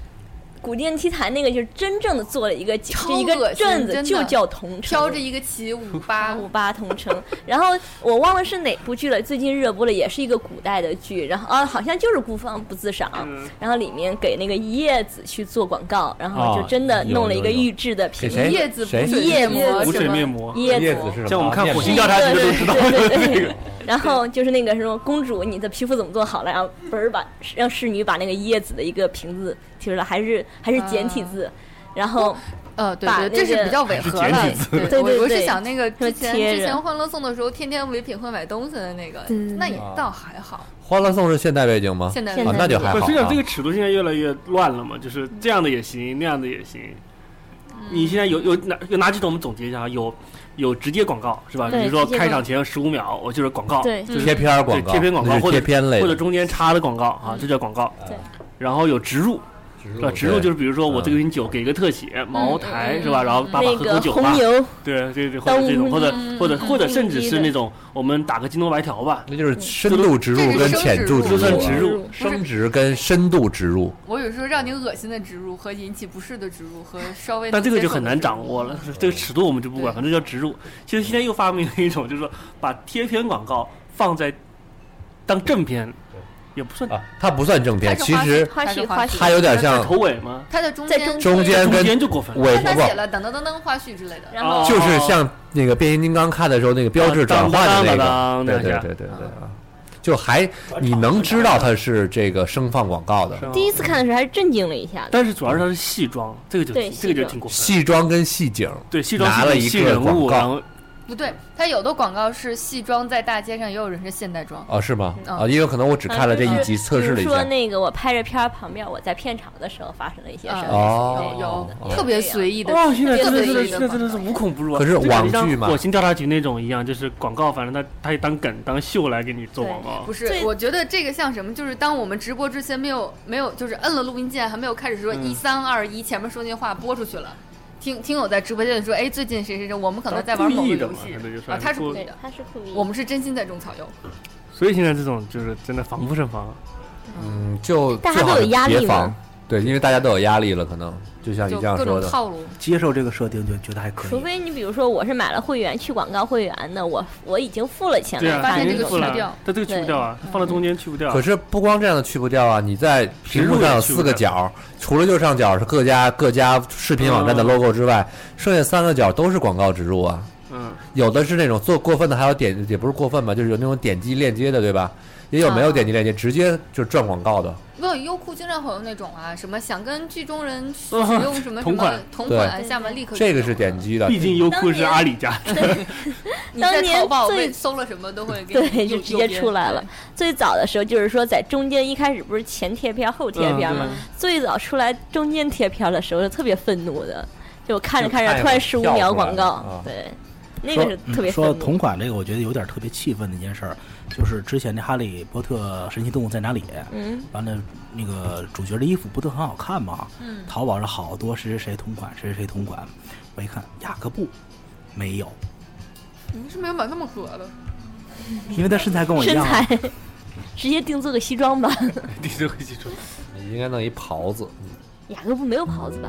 [SPEAKER 5] 古电梯台那个就是真正的做了一个解
[SPEAKER 6] 超
[SPEAKER 5] 这一个
[SPEAKER 6] 恶心
[SPEAKER 5] 镇子，
[SPEAKER 6] 真的
[SPEAKER 5] 就叫同城，
[SPEAKER 6] 飘着一个旗五八，
[SPEAKER 5] 五八同城。然后我忘了是哪部剧了，最近热播了，也是一个古代的剧。然后啊，好像就是孤芳不自赏。
[SPEAKER 4] 嗯
[SPEAKER 5] 然后里面给那个叶子去做广告，然后就真的弄了一个预制的
[SPEAKER 4] 啊给
[SPEAKER 5] 屏
[SPEAKER 4] 谁？
[SPEAKER 6] 叶子不
[SPEAKER 4] 谁？
[SPEAKER 6] 是
[SPEAKER 5] 夜魔
[SPEAKER 9] 无
[SPEAKER 5] 什
[SPEAKER 9] 水
[SPEAKER 5] 么
[SPEAKER 9] 面膜，
[SPEAKER 5] 叶
[SPEAKER 4] 叶
[SPEAKER 5] 子
[SPEAKER 4] 子是什么？
[SPEAKER 9] 像我们看
[SPEAKER 4] 面
[SPEAKER 9] 火
[SPEAKER 4] 膜
[SPEAKER 9] 星调查 局都知道
[SPEAKER 5] 对对
[SPEAKER 9] 这
[SPEAKER 5] 对
[SPEAKER 9] 个。
[SPEAKER 5] 然后就是那个什么公主，你的皮肤怎么做好了？然后不是把让侍女把那个叶子的一个瓶子提出来，还是还是简体字，然后
[SPEAKER 6] 呃，对
[SPEAKER 5] 把
[SPEAKER 6] 对，这
[SPEAKER 5] 那个
[SPEAKER 6] 是比较违和了。对
[SPEAKER 5] 对对
[SPEAKER 6] 我我是
[SPEAKER 5] 对
[SPEAKER 6] 想那个
[SPEAKER 5] 么
[SPEAKER 6] 之前
[SPEAKER 5] 贴
[SPEAKER 6] 之
[SPEAKER 5] 着
[SPEAKER 6] 前《欢乐颂》的时候，天天唯品会买东西的那个，
[SPEAKER 5] 嗯
[SPEAKER 6] 那也
[SPEAKER 4] 啊
[SPEAKER 6] 倒还好。
[SPEAKER 4] 欢乐颂是现代背景吗？
[SPEAKER 6] 现代
[SPEAKER 5] 现
[SPEAKER 4] 啊
[SPEAKER 5] 代，
[SPEAKER 4] 那就还
[SPEAKER 9] 不
[SPEAKER 4] 好
[SPEAKER 9] 是，。虽然
[SPEAKER 4] 啊
[SPEAKER 9] 这个尺度现在越来越乱了嘛，就是这样的也行，那样的也行。
[SPEAKER 5] 嗯
[SPEAKER 9] 你现在有有哪有哪几种？我们总结一下，啊有有直接广告是吧？
[SPEAKER 5] 对
[SPEAKER 9] 比如说
[SPEAKER 5] 直接
[SPEAKER 9] 开
[SPEAKER 5] 广告
[SPEAKER 9] 场前十五秒，我就是广告，
[SPEAKER 5] 对
[SPEAKER 9] 就是
[SPEAKER 4] 贴片儿广
[SPEAKER 9] 对
[SPEAKER 4] 告，
[SPEAKER 9] 贴片广
[SPEAKER 4] 那
[SPEAKER 9] 告
[SPEAKER 4] 是
[SPEAKER 9] 或者
[SPEAKER 4] 贴片类的
[SPEAKER 9] 或者中间插的广告啊，这叫广告。
[SPEAKER 5] 嗯对，
[SPEAKER 9] 然后有植入，是吧？植入就是是比如说我这
[SPEAKER 4] 嗯
[SPEAKER 9] 个瓶酒给一个特写，茅台是吧？然后爸爸
[SPEAKER 5] 嗯那
[SPEAKER 9] 喝口
[SPEAKER 5] 个
[SPEAKER 9] 酒
[SPEAKER 5] 红
[SPEAKER 9] 吧，
[SPEAKER 5] 牛，
[SPEAKER 9] 对对对，或者这种，或者
[SPEAKER 6] 嗯
[SPEAKER 9] 或者或者甚至
[SPEAKER 5] 嗯嗯
[SPEAKER 9] 是
[SPEAKER 5] 嗯
[SPEAKER 9] 那种我们打个京东白条吧，
[SPEAKER 4] 那就是深度植入跟浅度植
[SPEAKER 9] 就
[SPEAKER 4] 入
[SPEAKER 9] 算
[SPEAKER 4] 啊，
[SPEAKER 9] 植入，
[SPEAKER 4] 生殖跟深度植入，
[SPEAKER 6] 我有时候让你恶心的植入和引起不适的植入和稍微，
[SPEAKER 9] 但这个就很难掌握了。，
[SPEAKER 5] 嗯
[SPEAKER 9] 这个尺度我们就不管，
[SPEAKER 6] 对
[SPEAKER 9] 反正叫植入。其实现在又发明了一种，就是说把贴片广告放在当正片，也不算
[SPEAKER 4] 啊，它不算正片，
[SPEAKER 6] 它是
[SPEAKER 4] 其
[SPEAKER 6] 花
[SPEAKER 4] 实
[SPEAKER 5] 花絮花絮，
[SPEAKER 4] 它有点
[SPEAKER 9] 在
[SPEAKER 4] 像
[SPEAKER 9] 头尾吗？
[SPEAKER 6] 它的中
[SPEAKER 5] 在
[SPEAKER 6] 间
[SPEAKER 5] 中
[SPEAKER 4] 中间
[SPEAKER 9] 中
[SPEAKER 4] 跟
[SPEAKER 9] 间就过分了，
[SPEAKER 4] 尾
[SPEAKER 6] 但它
[SPEAKER 4] 不
[SPEAKER 6] 写了噔噔噔噔花絮之类的。
[SPEAKER 5] 然后
[SPEAKER 9] 哦
[SPEAKER 4] 就是像那个变形金刚看的时候那个标志转换的那
[SPEAKER 9] 当当当
[SPEAKER 4] 个，
[SPEAKER 9] 当
[SPEAKER 4] 对对
[SPEAKER 9] 那下
[SPEAKER 4] 对对对啊，就还你能知道它是这个声放广告的，
[SPEAKER 5] 第一次看的时候还是震惊了一下的。
[SPEAKER 9] 但是主要是它是戏装，这个就
[SPEAKER 5] 对
[SPEAKER 9] 这个就
[SPEAKER 5] 戏装
[SPEAKER 9] 挺过分了。
[SPEAKER 4] 戏装跟戏景，
[SPEAKER 9] 对戏装
[SPEAKER 4] 拿了一
[SPEAKER 9] 戏
[SPEAKER 4] 个
[SPEAKER 9] 人
[SPEAKER 4] 广
[SPEAKER 9] 物，
[SPEAKER 4] 告
[SPEAKER 9] 然后
[SPEAKER 6] 不对，它有的广告是戏装在大街上，也有人是现代装。
[SPEAKER 4] 哦是吗？
[SPEAKER 6] 嗯
[SPEAKER 4] 啊，因为可能我只看了这一集，测试了
[SPEAKER 5] 比
[SPEAKER 4] 一
[SPEAKER 5] 如说
[SPEAKER 4] 下，
[SPEAKER 5] 那个我拍着片儿旁边，我在片场的时候发生了一些事儿。
[SPEAKER 4] 哦
[SPEAKER 6] 有
[SPEAKER 4] 哦
[SPEAKER 6] 有特别随意的，
[SPEAKER 9] 哇，哦
[SPEAKER 13] 哦
[SPEAKER 9] 现在真的
[SPEAKER 6] 特别
[SPEAKER 9] 是
[SPEAKER 6] 随意
[SPEAKER 9] 现在
[SPEAKER 6] 的广
[SPEAKER 9] 真
[SPEAKER 6] 告
[SPEAKER 9] 的是无孔不入啊。
[SPEAKER 4] 可是
[SPEAKER 9] 这个
[SPEAKER 4] 网
[SPEAKER 9] 就像
[SPEAKER 4] 剧嘛
[SPEAKER 9] 火星调查局那种一样，就是广告，反正它它也当梗当秀来给你做广告
[SPEAKER 6] 不。是
[SPEAKER 5] 最，
[SPEAKER 6] 我觉得这个像什么？就是当我们直播之前没有没有，就是摁了录音键，还没有开始说一三二一，前面说那些话播出去了。听听友在直播间里说，哎，最近谁谁谁，我们可能在玩
[SPEAKER 9] 他故
[SPEAKER 6] 某个
[SPEAKER 9] 意的
[SPEAKER 6] 游
[SPEAKER 9] 嘛
[SPEAKER 6] 戏
[SPEAKER 9] 他这就算
[SPEAKER 6] 啊，他是
[SPEAKER 9] 故
[SPEAKER 6] 故
[SPEAKER 9] 意
[SPEAKER 6] 意
[SPEAKER 5] 对
[SPEAKER 6] 的，，
[SPEAKER 5] 它是故意的。
[SPEAKER 6] 我们是真心在种草药。
[SPEAKER 9] 所以现在这种就是真的防不胜防。
[SPEAKER 4] 嗯，就
[SPEAKER 5] 大家都有
[SPEAKER 4] 最好是
[SPEAKER 5] 压力
[SPEAKER 4] 别防
[SPEAKER 5] 嘛
[SPEAKER 4] 对，因为大家都有压力了，可能就像你
[SPEAKER 6] 就
[SPEAKER 4] 这样
[SPEAKER 6] 各
[SPEAKER 4] 说
[SPEAKER 6] 种
[SPEAKER 4] 的，
[SPEAKER 6] 套路。
[SPEAKER 10] 接受这个设定就觉得还可
[SPEAKER 5] 除
[SPEAKER 10] 以。
[SPEAKER 5] 非你比如说我是买了会员去广告会员的，我我已经付了钱
[SPEAKER 9] 对
[SPEAKER 5] 来
[SPEAKER 9] 啊，
[SPEAKER 6] 发
[SPEAKER 5] 看
[SPEAKER 6] 现
[SPEAKER 9] 肯
[SPEAKER 6] 这
[SPEAKER 5] 这
[SPEAKER 9] 定
[SPEAKER 5] 种
[SPEAKER 6] 个
[SPEAKER 9] 不
[SPEAKER 6] 去
[SPEAKER 9] 了
[SPEAKER 6] 不掉
[SPEAKER 9] 它这个去不
[SPEAKER 5] 嗯对
[SPEAKER 9] 掉啊，放到中间去不掉。
[SPEAKER 4] 可是不光这样的去不掉啊，你在屏幕上有四个角，除了右上角是各家各家视频网站的
[SPEAKER 5] 哦
[SPEAKER 4] logo 之外，剩下三个角都是广告植入啊。
[SPEAKER 9] 嗯，
[SPEAKER 4] 有的是那种做过分的，还有点也不是过分吧，就是有那种点击链接的，对吧？也有没有点击链接，直接就赚广告的。
[SPEAKER 6] 不，优酷经常会有那种啊，什么想跟剧中人使用什么什
[SPEAKER 9] 同
[SPEAKER 6] 么
[SPEAKER 9] 款
[SPEAKER 6] 同
[SPEAKER 4] 对
[SPEAKER 6] 款，下面立刻
[SPEAKER 4] 这个
[SPEAKER 6] 就有
[SPEAKER 4] 是点击的，
[SPEAKER 9] 毕竟优酷是
[SPEAKER 5] 当年
[SPEAKER 9] 阿里家的，
[SPEAKER 6] 你
[SPEAKER 5] 当
[SPEAKER 6] 在
[SPEAKER 5] 年
[SPEAKER 6] 淘宝
[SPEAKER 5] 最
[SPEAKER 6] 被搜了什么都会给你
[SPEAKER 5] 对，就
[SPEAKER 6] 右
[SPEAKER 5] 直接
[SPEAKER 6] 右边
[SPEAKER 5] 出来了
[SPEAKER 6] 对。
[SPEAKER 5] 最早的时候就是说，在中间一开始不是前贴片后贴片嘛，
[SPEAKER 9] 嗯
[SPEAKER 5] 最早出来中间贴片的时候就特别愤怒的，就看着
[SPEAKER 4] 就
[SPEAKER 5] 看
[SPEAKER 4] 看
[SPEAKER 5] 着
[SPEAKER 4] 着
[SPEAKER 5] 突然十五
[SPEAKER 4] 跳
[SPEAKER 5] 秒
[SPEAKER 4] 出来
[SPEAKER 5] 广
[SPEAKER 4] 了
[SPEAKER 5] 告，
[SPEAKER 4] 啊嗯
[SPEAKER 5] 对，那个是特别
[SPEAKER 10] 说
[SPEAKER 5] 愤
[SPEAKER 10] 同
[SPEAKER 5] 怒。
[SPEAKER 10] 款这个，我觉得有点特别气愤的一件事儿，就是之前那《哈利波特：神奇动物在哪里》，
[SPEAKER 5] 嗯，
[SPEAKER 10] 完了那个主角的衣服不都很好看吗？
[SPEAKER 6] 嗯
[SPEAKER 10] 淘宝上好多谁谁谁同款，谁谁谁同款，我一看雅各布没有，
[SPEAKER 6] 你是没有买那么恶的。
[SPEAKER 10] 因为他身材跟我一
[SPEAKER 5] 身
[SPEAKER 10] 样啊，
[SPEAKER 5] 材， 直接定做个西装吧。
[SPEAKER 9] 你这个记住。
[SPEAKER 4] 你应该弄一袍子。
[SPEAKER 5] 雅各布没有袍子吧？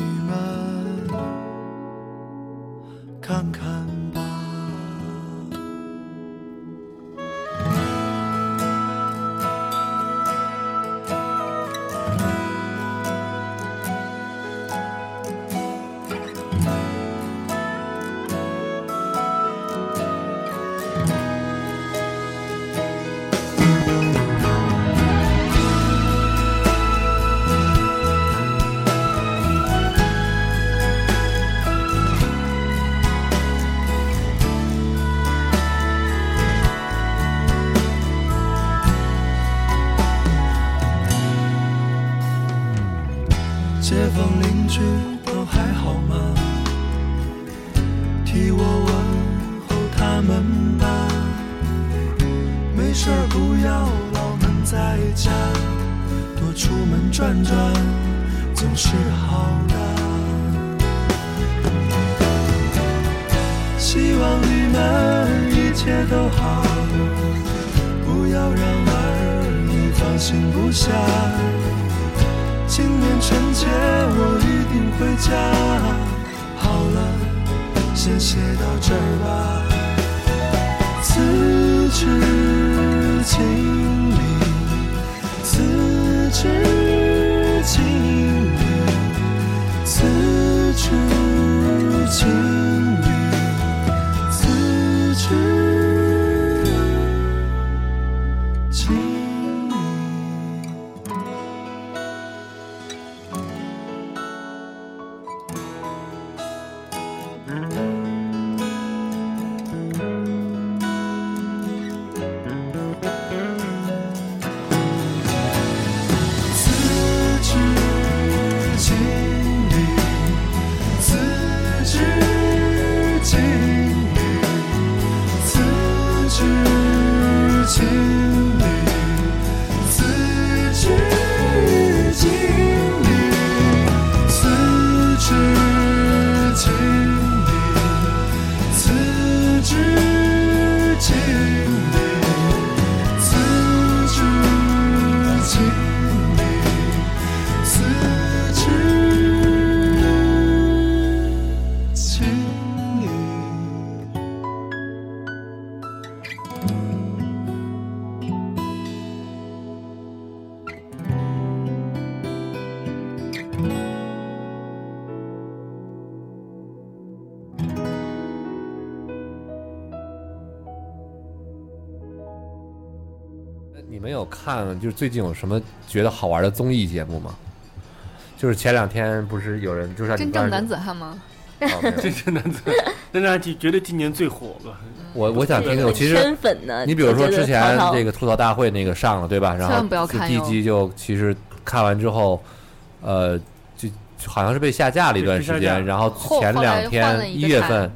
[SPEAKER 14] 们看看吧。街坊邻居都还好吗？替我问候他们吧。没事儿不要老闷在家，多出门转转总是好的。希望你们一切都好，不要让儿女放心不下。今年春节我一定回家。好了，先写到这儿吧。辞职经理，辞职经理，辞职经理，辞职经理。辞职经理，辞职经理，辞职经理，辞职经理，辞职经理，辞职经理，辞职经理。辞职经理，
[SPEAKER 4] 你们有看就是最近有什么觉得好玩的综艺节目吗？就是前两天不是有人就是哦
[SPEAKER 6] 真正 男子汉吗？
[SPEAKER 9] 真正男子，真正男子绝对今年最火了。
[SPEAKER 4] 我我想听听，其实
[SPEAKER 5] 圈粉呢
[SPEAKER 4] 你比如说之前
[SPEAKER 5] 我觉得
[SPEAKER 4] 这个吐槽大会那个上了，对吧？然
[SPEAKER 6] 千万不要
[SPEAKER 4] 后
[SPEAKER 6] 看
[SPEAKER 4] 第一
[SPEAKER 6] 哟
[SPEAKER 4] 集就其实看完之后，呃，就就好像是被下架了一段时
[SPEAKER 9] 被下架
[SPEAKER 4] 间，然后
[SPEAKER 6] 后
[SPEAKER 4] 前
[SPEAKER 6] 后来
[SPEAKER 4] 两
[SPEAKER 6] 又换了
[SPEAKER 4] 天一
[SPEAKER 6] 一个
[SPEAKER 4] 月
[SPEAKER 6] 台
[SPEAKER 4] 份，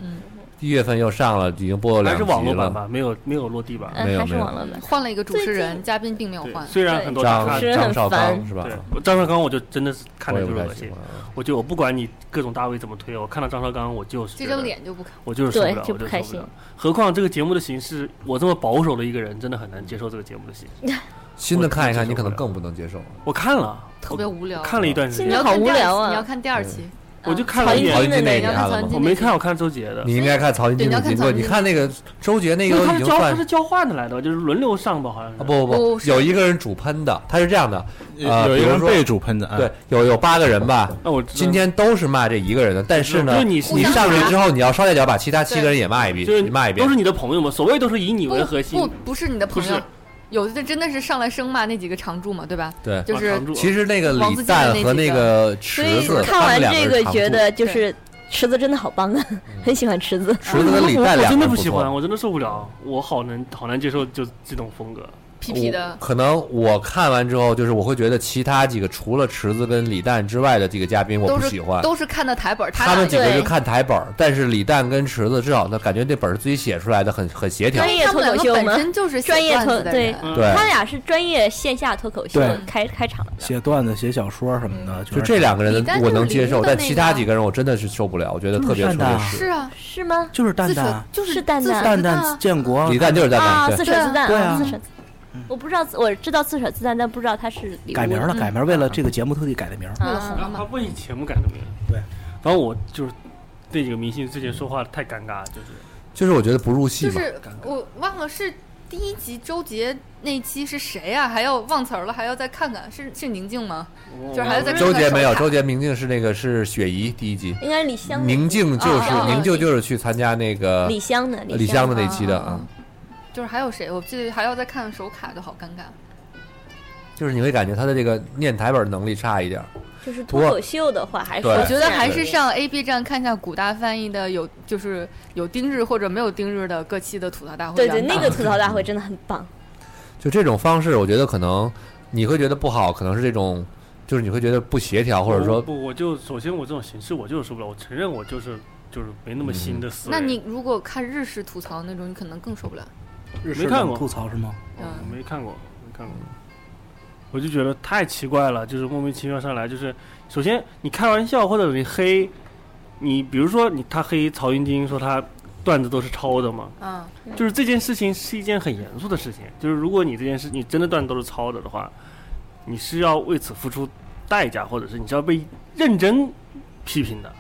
[SPEAKER 4] 一月份又上了，已经播了两
[SPEAKER 9] 还是网
[SPEAKER 4] 集
[SPEAKER 9] 络
[SPEAKER 4] 了
[SPEAKER 9] 版。吧，没有没有落地版。
[SPEAKER 4] 没有
[SPEAKER 5] 呃还是
[SPEAKER 4] 没有
[SPEAKER 5] 网络版。
[SPEAKER 6] 换了一个主持人，嘉宾并没有换。
[SPEAKER 9] 虽然很多
[SPEAKER 4] 张
[SPEAKER 9] 大咖
[SPEAKER 4] 张绍刚是吧？
[SPEAKER 9] 对，我张绍刚我就真的是看着
[SPEAKER 4] 我也
[SPEAKER 9] 就
[SPEAKER 4] 不
[SPEAKER 9] 是
[SPEAKER 4] 太
[SPEAKER 9] 恶心
[SPEAKER 4] 喜欢。啊
[SPEAKER 9] 我就我不管你各种大 V 怎么推，我看到张绍刚我就是
[SPEAKER 6] 这
[SPEAKER 9] 觉得
[SPEAKER 6] 张脸就不看，
[SPEAKER 9] 我就是受不了，
[SPEAKER 5] 对
[SPEAKER 9] 我就
[SPEAKER 5] 就不
[SPEAKER 9] 受
[SPEAKER 5] 开
[SPEAKER 9] 不
[SPEAKER 5] 心
[SPEAKER 9] 了。何况这个节目的形式，我这么保守的一个人，真的很难接受这个节目的形 式。
[SPEAKER 4] 新的看一看，
[SPEAKER 9] 我
[SPEAKER 4] 你可能更不能接受了。
[SPEAKER 9] 我看了，
[SPEAKER 6] 特别无聊。
[SPEAKER 9] 我看了一段时
[SPEAKER 5] 现在
[SPEAKER 9] 间，
[SPEAKER 5] 好无聊啊
[SPEAKER 6] 你要看第二期，
[SPEAKER 9] 我就看了一
[SPEAKER 4] 曹
[SPEAKER 9] 眼
[SPEAKER 4] 云，金那
[SPEAKER 6] 你
[SPEAKER 4] 个你看
[SPEAKER 6] 要看
[SPEAKER 4] 了吗
[SPEAKER 6] 曹云？
[SPEAKER 9] 我
[SPEAKER 6] 金，
[SPEAKER 9] 没看，我看周杰的。
[SPEAKER 4] 你应该看曹云金的经
[SPEAKER 6] 对你要看
[SPEAKER 4] 过，
[SPEAKER 6] 曹云
[SPEAKER 4] 你
[SPEAKER 6] 金
[SPEAKER 4] 看那个周杰那
[SPEAKER 9] 因为
[SPEAKER 4] 个
[SPEAKER 9] 他
[SPEAKER 4] 已
[SPEAKER 9] 是
[SPEAKER 4] 经
[SPEAKER 9] 交
[SPEAKER 4] 算
[SPEAKER 9] 他是交换的来的吧，就是轮流上吧，好像是
[SPEAKER 4] 啊。不不
[SPEAKER 6] 不
[SPEAKER 4] 不，
[SPEAKER 6] 哦是
[SPEAKER 4] 有一个人主喷的，他是这样的，
[SPEAKER 11] 有
[SPEAKER 4] 呃
[SPEAKER 11] 有一个
[SPEAKER 4] 比
[SPEAKER 11] 人
[SPEAKER 4] 如说
[SPEAKER 11] 被主喷的，啊
[SPEAKER 4] 对，，有有八个人吧，
[SPEAKER 9] 那我知道
[SPEAKER 4] 今天都是骂这一个人的，但是呢，
[SPEAKER 9] 就是你
[SPEAKER 4] 你
[SPEAKER 6] 互相
[SPEAKER 4] 上去
[SPEAKER 6] 骂
[SPEAKER 4] 之后，你要捎带脚把其他七个人也骂一遍，
[SPEAKER 9] 就是
[SPEAKER 4] 你骂一遍
[SPEAKER 9] 都是，你的朋友嘛，所谓都是以你为
[SPEAKER 6] 不
[SPEAKER 9] 核心
[SPEAKER 6] 不，不是你的朋
[SPEAKER 9] 不
[SPEAKER 6] 友
[SPEAKER 9] 是，
[SPEAKER 6] 有的真的是上来生骂那几个常驻嘛，对吧？
[SPEAKER 4] 对。
[SPEAKER 6] 就
[SPEAKER 9] 啊
[SPEAKER 6] 是
[SPEAKER 9] 常驻
[SPEAKER 4] 其实那个
[SPEAKER 6] 王
[SPEAKER 4] 李
[SPEAKER 6] 自健
[SPEAKER 4] 诞和
[SPEAKER 6] 的那几
[SPEAKER 4] 那个池
[SPEAKER 5] 所以
[SPEAKER 4] 子，
[SPEAKER 5] 看
[SPEAKER 4] 他们
[SPEAKER 5] 完
[SPEAKER 4] 两
[SPEAKER 5] 这
[SPEAKER 4] 人
[SPEAKER 5] 个
[SPEAKER 4] 常
[SPEAKER 5] 觉
[SPEAKER 4] 驻
[SPEAKER 5] 得就是池子真的好棒啊，很喜欢池子。
[SPEAKER 4] 嗯池子跟李诞
[SPEAKER 9] 我
[SPEAKER 4] 两
[SPEAKER 9] 真
[SPEAKER 4] 个
[SPEAKER 9] 的
[SPEAKER 4] 人不
[SPEAKER 9] 不喜
[SPEAKER 4] 错
[SPEAKER 9] 欢，我真的受不了，我好难好难接受就这种风格。
[SPEAKER 6] 皮皮的，
[SPEAKER 4] 可能我看完之后，就是我会觉得其他几个除了池子跟李诞之外的几个嘉宾，我
[SPEAKER 6] 都
[SPEAKER 4] 不
[SPEAKER 6] 是
[SPEAKER 4] 喜欢。
[SPEAKER 6] 都是看的台本儿，
[SPEAKER 4] 他
[SPEAKER 6] 俩
[SPEAKER 4] 们几个
[SPEAKER 6] 对
[SPEAKER 4] 是看台本儿，但是李诞跟池子至少他感觉那本儿是自己写出来的，很很协调
[SPEAKER 6] 专。业
[SPEAKER 5] 他们两
[SPEAKER 6] 脱
[SPEAKER 5] 个
[SPEAKER 6] 口秀
[SPEAKER 5] 本
[SPEAKER 6] 吗
[SPEAKER 5] 身
[SPEAKER 6] 就是写
[SPEAKER 5] 专业
[SPEAKER 6] 段
[SPEAKER 5] 脱
[SPEAKER 6] 子的
[SPEAKER 5] 对
[SPEAKER 6] 人，
[SPEAKER 4] 对
[SPEAKER 5] 他俩是专业线下脱口秀
[SPEAKER 10] 对
[SPEAKER 5] 开开场的。
[SPEAKER 10] 写段子、写小说什么的，
[SPEAKER 4] 嗯就这两个人
[SPEAKER 5] 李诞
[SPEAKER 4] 我
[SPEAKER 5] 就是
[SPEAKER 4] 能接
[SPEAKER 5] 李
[SPEAKER 4] 受，
[SPEAKER 5] 诞的
[SPEAKER 4] 但
[SPEAKER 5] 那
[SPEAKER 4] 其他
[SPEAKER 5] 个
[SPEAKER 4] 几个人我真的是受不了，我觉得特别
[SPEAKER 10] 就是
[SPEAKER 4] 出
[SPEAKER 10] 蛋
[SPEAKER 4] 劣
[SPEAKER 10] 蛋啊
[SPEAKER 4] 势。
[SPEAKER 6] 是啊，
[SPEAKER 5] 是吗？
[SPEAKER 10] 就是蛋
[SPEAKER 6] 自
[SPEAKER 10] 蛋
[SPEAKER 6] 首，就是
[SPEAKER 5] 是蛋
[SPEAKER 6] 自啊首
[SPEAKER 5] 蛋
[SPEAKER 10] 蛋
[SPEAKER 6] 自大
[SPEAKER 10] 蛋建国，
[SPEAKER 4] 李诞就是蛋
[SPEAKER 5] 啊，
[SPEAKER 4] 蛋，
[SPEAKER 5] 自
[SPEAKER 4] 对，
[SPEAKER 5] 扯自弹
[SPEAKER 10] 对啊
[SPEAKER 5] 自扯自弹。我不知道自，我知道自扯自弹，但不知道他是礼物
[SPEAKER 10] 改名了，
[SPEAKER 5] 嗯
[SPEAKER 10] 改 名为了这个节目特地改的名儿。
[SPEAKER 5] 啊
[SPEAKER 9] 然后他为节目改的名，
[SPEAKER 10] 对，
[SPEAKER 9] 反正我就是对几个明星最近说话太尴尬，就是
[SPEAKER 4] 就是我觉得不入戏嘛。
[SPEAKER 6] 就是我忘了是第一集周杰那期是谁啊？还要忘词儿了，还要再看看，是是宁静吗？就是还要再看看
[SPEAKER 4] 周杰没有，
[SPEAKER 6] 手卡
[SPEAKER 4] 周杰明镜是那个是雪姨第一集，
[SPEAKER 5] 应该是李湘的哦
[SPEAKER 4] 宁静就是
[SPEAKER 6] 啊
[SPEAKER 4] 宁静就是去参加那个
[SPEAKER 5] 李湘的哦
[SPEAKER 4] 李湘
[SPEAKER 5] 湘
[SPEAKER 4] 的那期的
[SPEAKER 6] 啊啊
[SPEAKER 4] 啊，
[SPEAKER 6] 就是还有谁？我记得还要再看看手卡，就好尴尬。
[SPEAKER 4] 就是你会感觉他的这个念台本能力差一点儿。
[SPEAKER 5] 就是
[SPEAKER 4] 不
[SPEAKER 5] 脱
[SPEAKER 4] 过
[SPEAKER 5] 口秀的话，还是
[SPEAKER 4] 对
[SPEAKER 6] 我觉得还
[SPEAKER 4] 对
[SPEAKER 6] 是上 A B 站看一下古大翻译的有就是有丁日或者没有丁日的各期的吐槽大会。
[SPEAKER 5] 对对，
[SPEAKER 6] 这样
[SPEAKER 5] 那
[SPEAKER 6] 打
[SPEAKER 5] 个吐槽大会真的很棒。
[SPEAKER 4] 就这种方式，我觉得可能你会觉得不好，可能是这种，就是你会觉得不协调，啊或者
[SPEAKER 9] 我
[SPEAKER 4] 说
[SPEAKER 9] 不，我就首先我这种形式我就是受不了，我承认我就是就是没那么
[SPEAKER 10] 嗯
[SPEAKER 9] 新的思维。
[SPEAKER 6] 那你如果看日式吐槽那种，你可能更受不了。
[SPEAKER 16] 嗯
[SPEAKER 9] 没看过
[SPEAKER 10] 吐槽是吗？
[SPEAKER 6] 嗯，
[SPEAKER 9] 没看过，没看过，我就觉得太奇怪了，就是莫名其妙上来，就是首先你开玩笑或者你黑，你比如说你他黑曹云金说他段子都是抄的嘛，
[SPEAKER 6] 嗯，
[SPEAKER 9] 就是这件事情是一件很严肃的事情，就是如果你这件事你真的段子都是抄的的话，你是要为此付出代价，或者是你是要被认真批评的。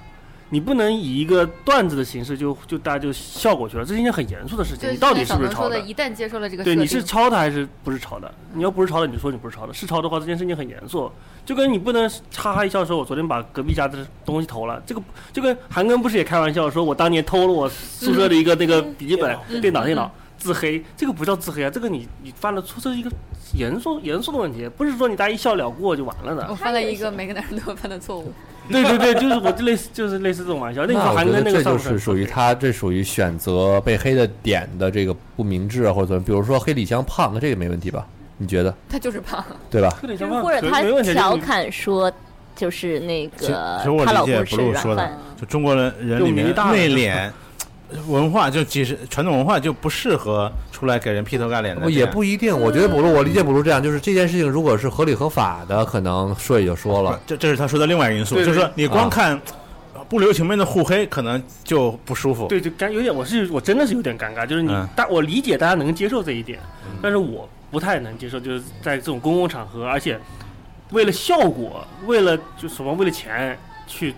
[SPEAKER 9] 你不能以一个段子的形式就就大家就笑过去了，这是一件很严肃的事情。
[SPEAKER 6] 就
[SPEAKER 9] 你到底
[SPEAKER 6] 像
[SPEAKER 9] 是不是
[SPEAKER 6] 小
[SPEAKER 9] 抄
[SPEAKER 6] 萌说的？一旦接受了这个设
[SPEAKER 9] 对，
[SPEAKER 6] 定，
[SPEAKER 9] 你是抄的还是不是抄的？你要不是抄的，你就说你不是抄的；是抄的话，这件事情很严肃。就跟你不能哈哈一笑说，我昨天把隔壁家的东西偷了。这个就跟韩庚不是也开玩笑说，我当年偷了我宿舍的一个那个
[SPEAKER 6] 嗯
[SPEAKER 9] 笔记本、电脑、电脑自黑，这个不叫自黑啊，这个你你犯了错，这是一个严肃严肃的问题，不是说你大家一笑了过就完了
[SPEAKER 6] 我
[SPEAKER 9] 的。
[SPEAKER 6] 犯了一个每个男人都会犯的错误。
[SPEAKER 9] 对对对，就是我就类似就是类似这种玩笑。那你说
[SPEAKER 4] 我
[SPEAKER 9] 韩
[SPEAKER 4] 觉
[SPEAKER 9] 庚
[SPEAKER 4] 得
[SPEAKER 9] 那个
[SPEAKER 4] 这
[SPEAKER 9] 上
[SPEAKER 4] 就
[SPEAKER 9] 不上
[SPEAKER 4] 是属于他，这属于选择被黑的点的这个不明智啊，或者怎么，比如说黑李湘胖，这个没问题吧？你觉得
[SPEAKER 6] 他就是胖，
[SPEAKER 4] 对吧？
[SPEAKER 9] 特点
[SPEAKER 5] 就
[SPEAKER 9] 相
[SPEAKER 5] 是
[SPEAKER 9] 反
[SPEAKER 5] 或者他
[SPEAKER 9] 没问题
[SPEAKER 5] 调侃说，就是那
[SPEAKER 16] 其实
[SPEAKER 5] 个
[SPEAKER 16] 其实我
[SPEAKER 5] 她老
[SPEAKER 16] 理解
[SPEAKER 5] 公是
[SPEAKER 16] 不露
[SPEAKER 5] 软
[SPEAKER 16] 说的
[SPEAKER 5] 饭，，
[SPEAKER 16] 就中国人人里面
[SPEAKER 9] 就迷大了
[SPEAKER 16] 内敛文化，就其实传统文化就不适合出来给人劈头盖脸的这
[SPEAKER 4] 不
[SPEAKER 16] 样。
[SPEAKER 4] 哦也不一定，我觉得补录，我理解补录这样，就是这件事情如果是合理合法的，可能说也就说了。
[SPEAKER 16] 这这是他说的另外一个因素，
[SPEAKER 9] 对
[SPEAKER 16] 就是说
[SPEAKER 9] 对
[SPEAKER 16] 你光看呃不留情面的互黑，可能就不舒服。
[SPEAKER 9] 对，就尴有点，我是我真的是有点尴尬，就是你
[SPEAKER 16] 嗯
[SPEAKER 9] 大、我理解大家能接受这一点，但是我不太能接受，就是在这种公共场合，而且为了效果，为了就什么为了钱去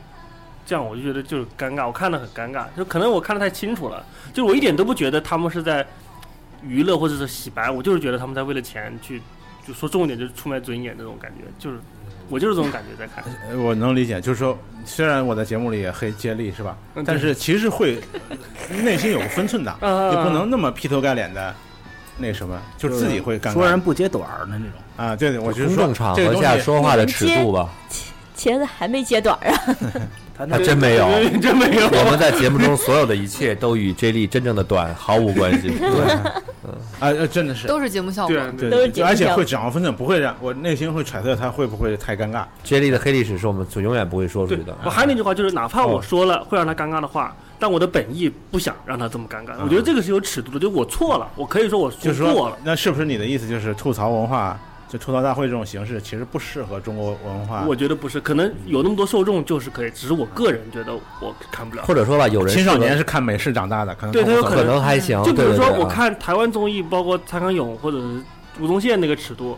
[SPEAKER 9] 这样，我就觉得就是尴尬，我看的很尴尬，就可能我看的太清楚了，就是我一点都不觉得他们是在娱乐或者是洗白，我就是觉得他们在为了钱去，就说重一点就是出卖尊严这种感觉，就是我就是这种感觉在看，
[SPEAKER 16] 呃我能理解，就是说，虽然我在节目里也黑接力是吧
[SPEAKER 9] 嗯对，
[SPEAKER 16] 但是其实会内心有个分寸的，
[SPEAKER 9] 嗯嗯嗯
[SPEAKER 16] 你不能那么劈头盖脸的那什么，就是自己会尴
[SPEAKER 10] 说
[SPEAKER 16] 尬
[SPEAKER 10] 人不揭短儿的那种，
[SPEAKER 16] 啊。对对，我就是
[SPEAKER 4] 公
[SPEAKER 16] 说
[SPEAKER 4] 众场
[SPEAKER 16] 这个
[SPEAKER 4] 合
[SPEAKER 16] 东西
[SPEAKER 4] 下说话的尺度吧，
[SPEAKER 5] 茄子还没揭短儿啊，
[SPEAKER 10] 他那
[SPEAKER 4] 还真没有。
[SPEAKER 9] 真没有。
[SPEAKER 4] 我们在节 目中所有的一切都与 J 莉真正的短毫无关 系。嗯
[SPEAKER 16] 啊，呃真的是。
[SPEAKER 6] 都是节目效果
[SPEAKER 9] 对。啊
[SPEAKER 16] 对，
[SPEAKER 5] 都是
[SPEAKER 16] 对
[SPEAKER 5] 节
[SPEAKER 16] 对
[SPEAKER 5] 目
[SPEAKER 16] 而且
[SPEAKER 5] 效
[SPEAKER 16] 会掌握分寸，不会让我内心会揣测他会不会太尴尬。嗯
[SPEAKER 4] J 莉的黑历史是我们所永远不会说出
[SPEAKER 9] 对
[SPEAKER 4] 去的，。
[SPEAKER 9] 我还有那句话，就是哪怕
[SPEAKER 4] 哦
[SPEAKER 9] 我说了会让他尴尬的话，但我的本意不想让他这么尴尬。
[SPEAKER 4] 嗯
[SPEAKER 9] 我觉得这个是有尺度的，就我错了，我可以说我
[SPEAKER 16] 就是
[SPEAKER 9] 错
[SPEAKER 16] 说
[SPEAKER 9] 了，，
[SPEAKER 16] 那是不是你的意思就是吐槽文化，就吐槽大会这种形式，其实不适合中国文
[SPEAKER 4] 啊
[SPEAKER 16] 化？
[SPEAKER 9] 我觉得不是，可能有那么多受众就是可以，只是我个人觉得我看不了。
[SPEAKER 4] 或者说吧，有人
[SPEAKER 16] 青少
[SPEAKER 4] 适合
[SPEAKER 16] 年是看美式长大的，可能
[SPEAKER 9] 对他有嗯
[SPEAKER 4] 可能还行。
[SPEAKER 9] 就比如
[SPEAKER 4] 对
[SPEAKER 9] 说，
[SPEAKER 4] 对对
[SPEAKER 9] 我
[SPEAKER 4] 啊
[SPEAKER 11] 哦
[SPEAKER 9] 看台湾综艺，包括蔡康永或者是吴宗宪那个尺度，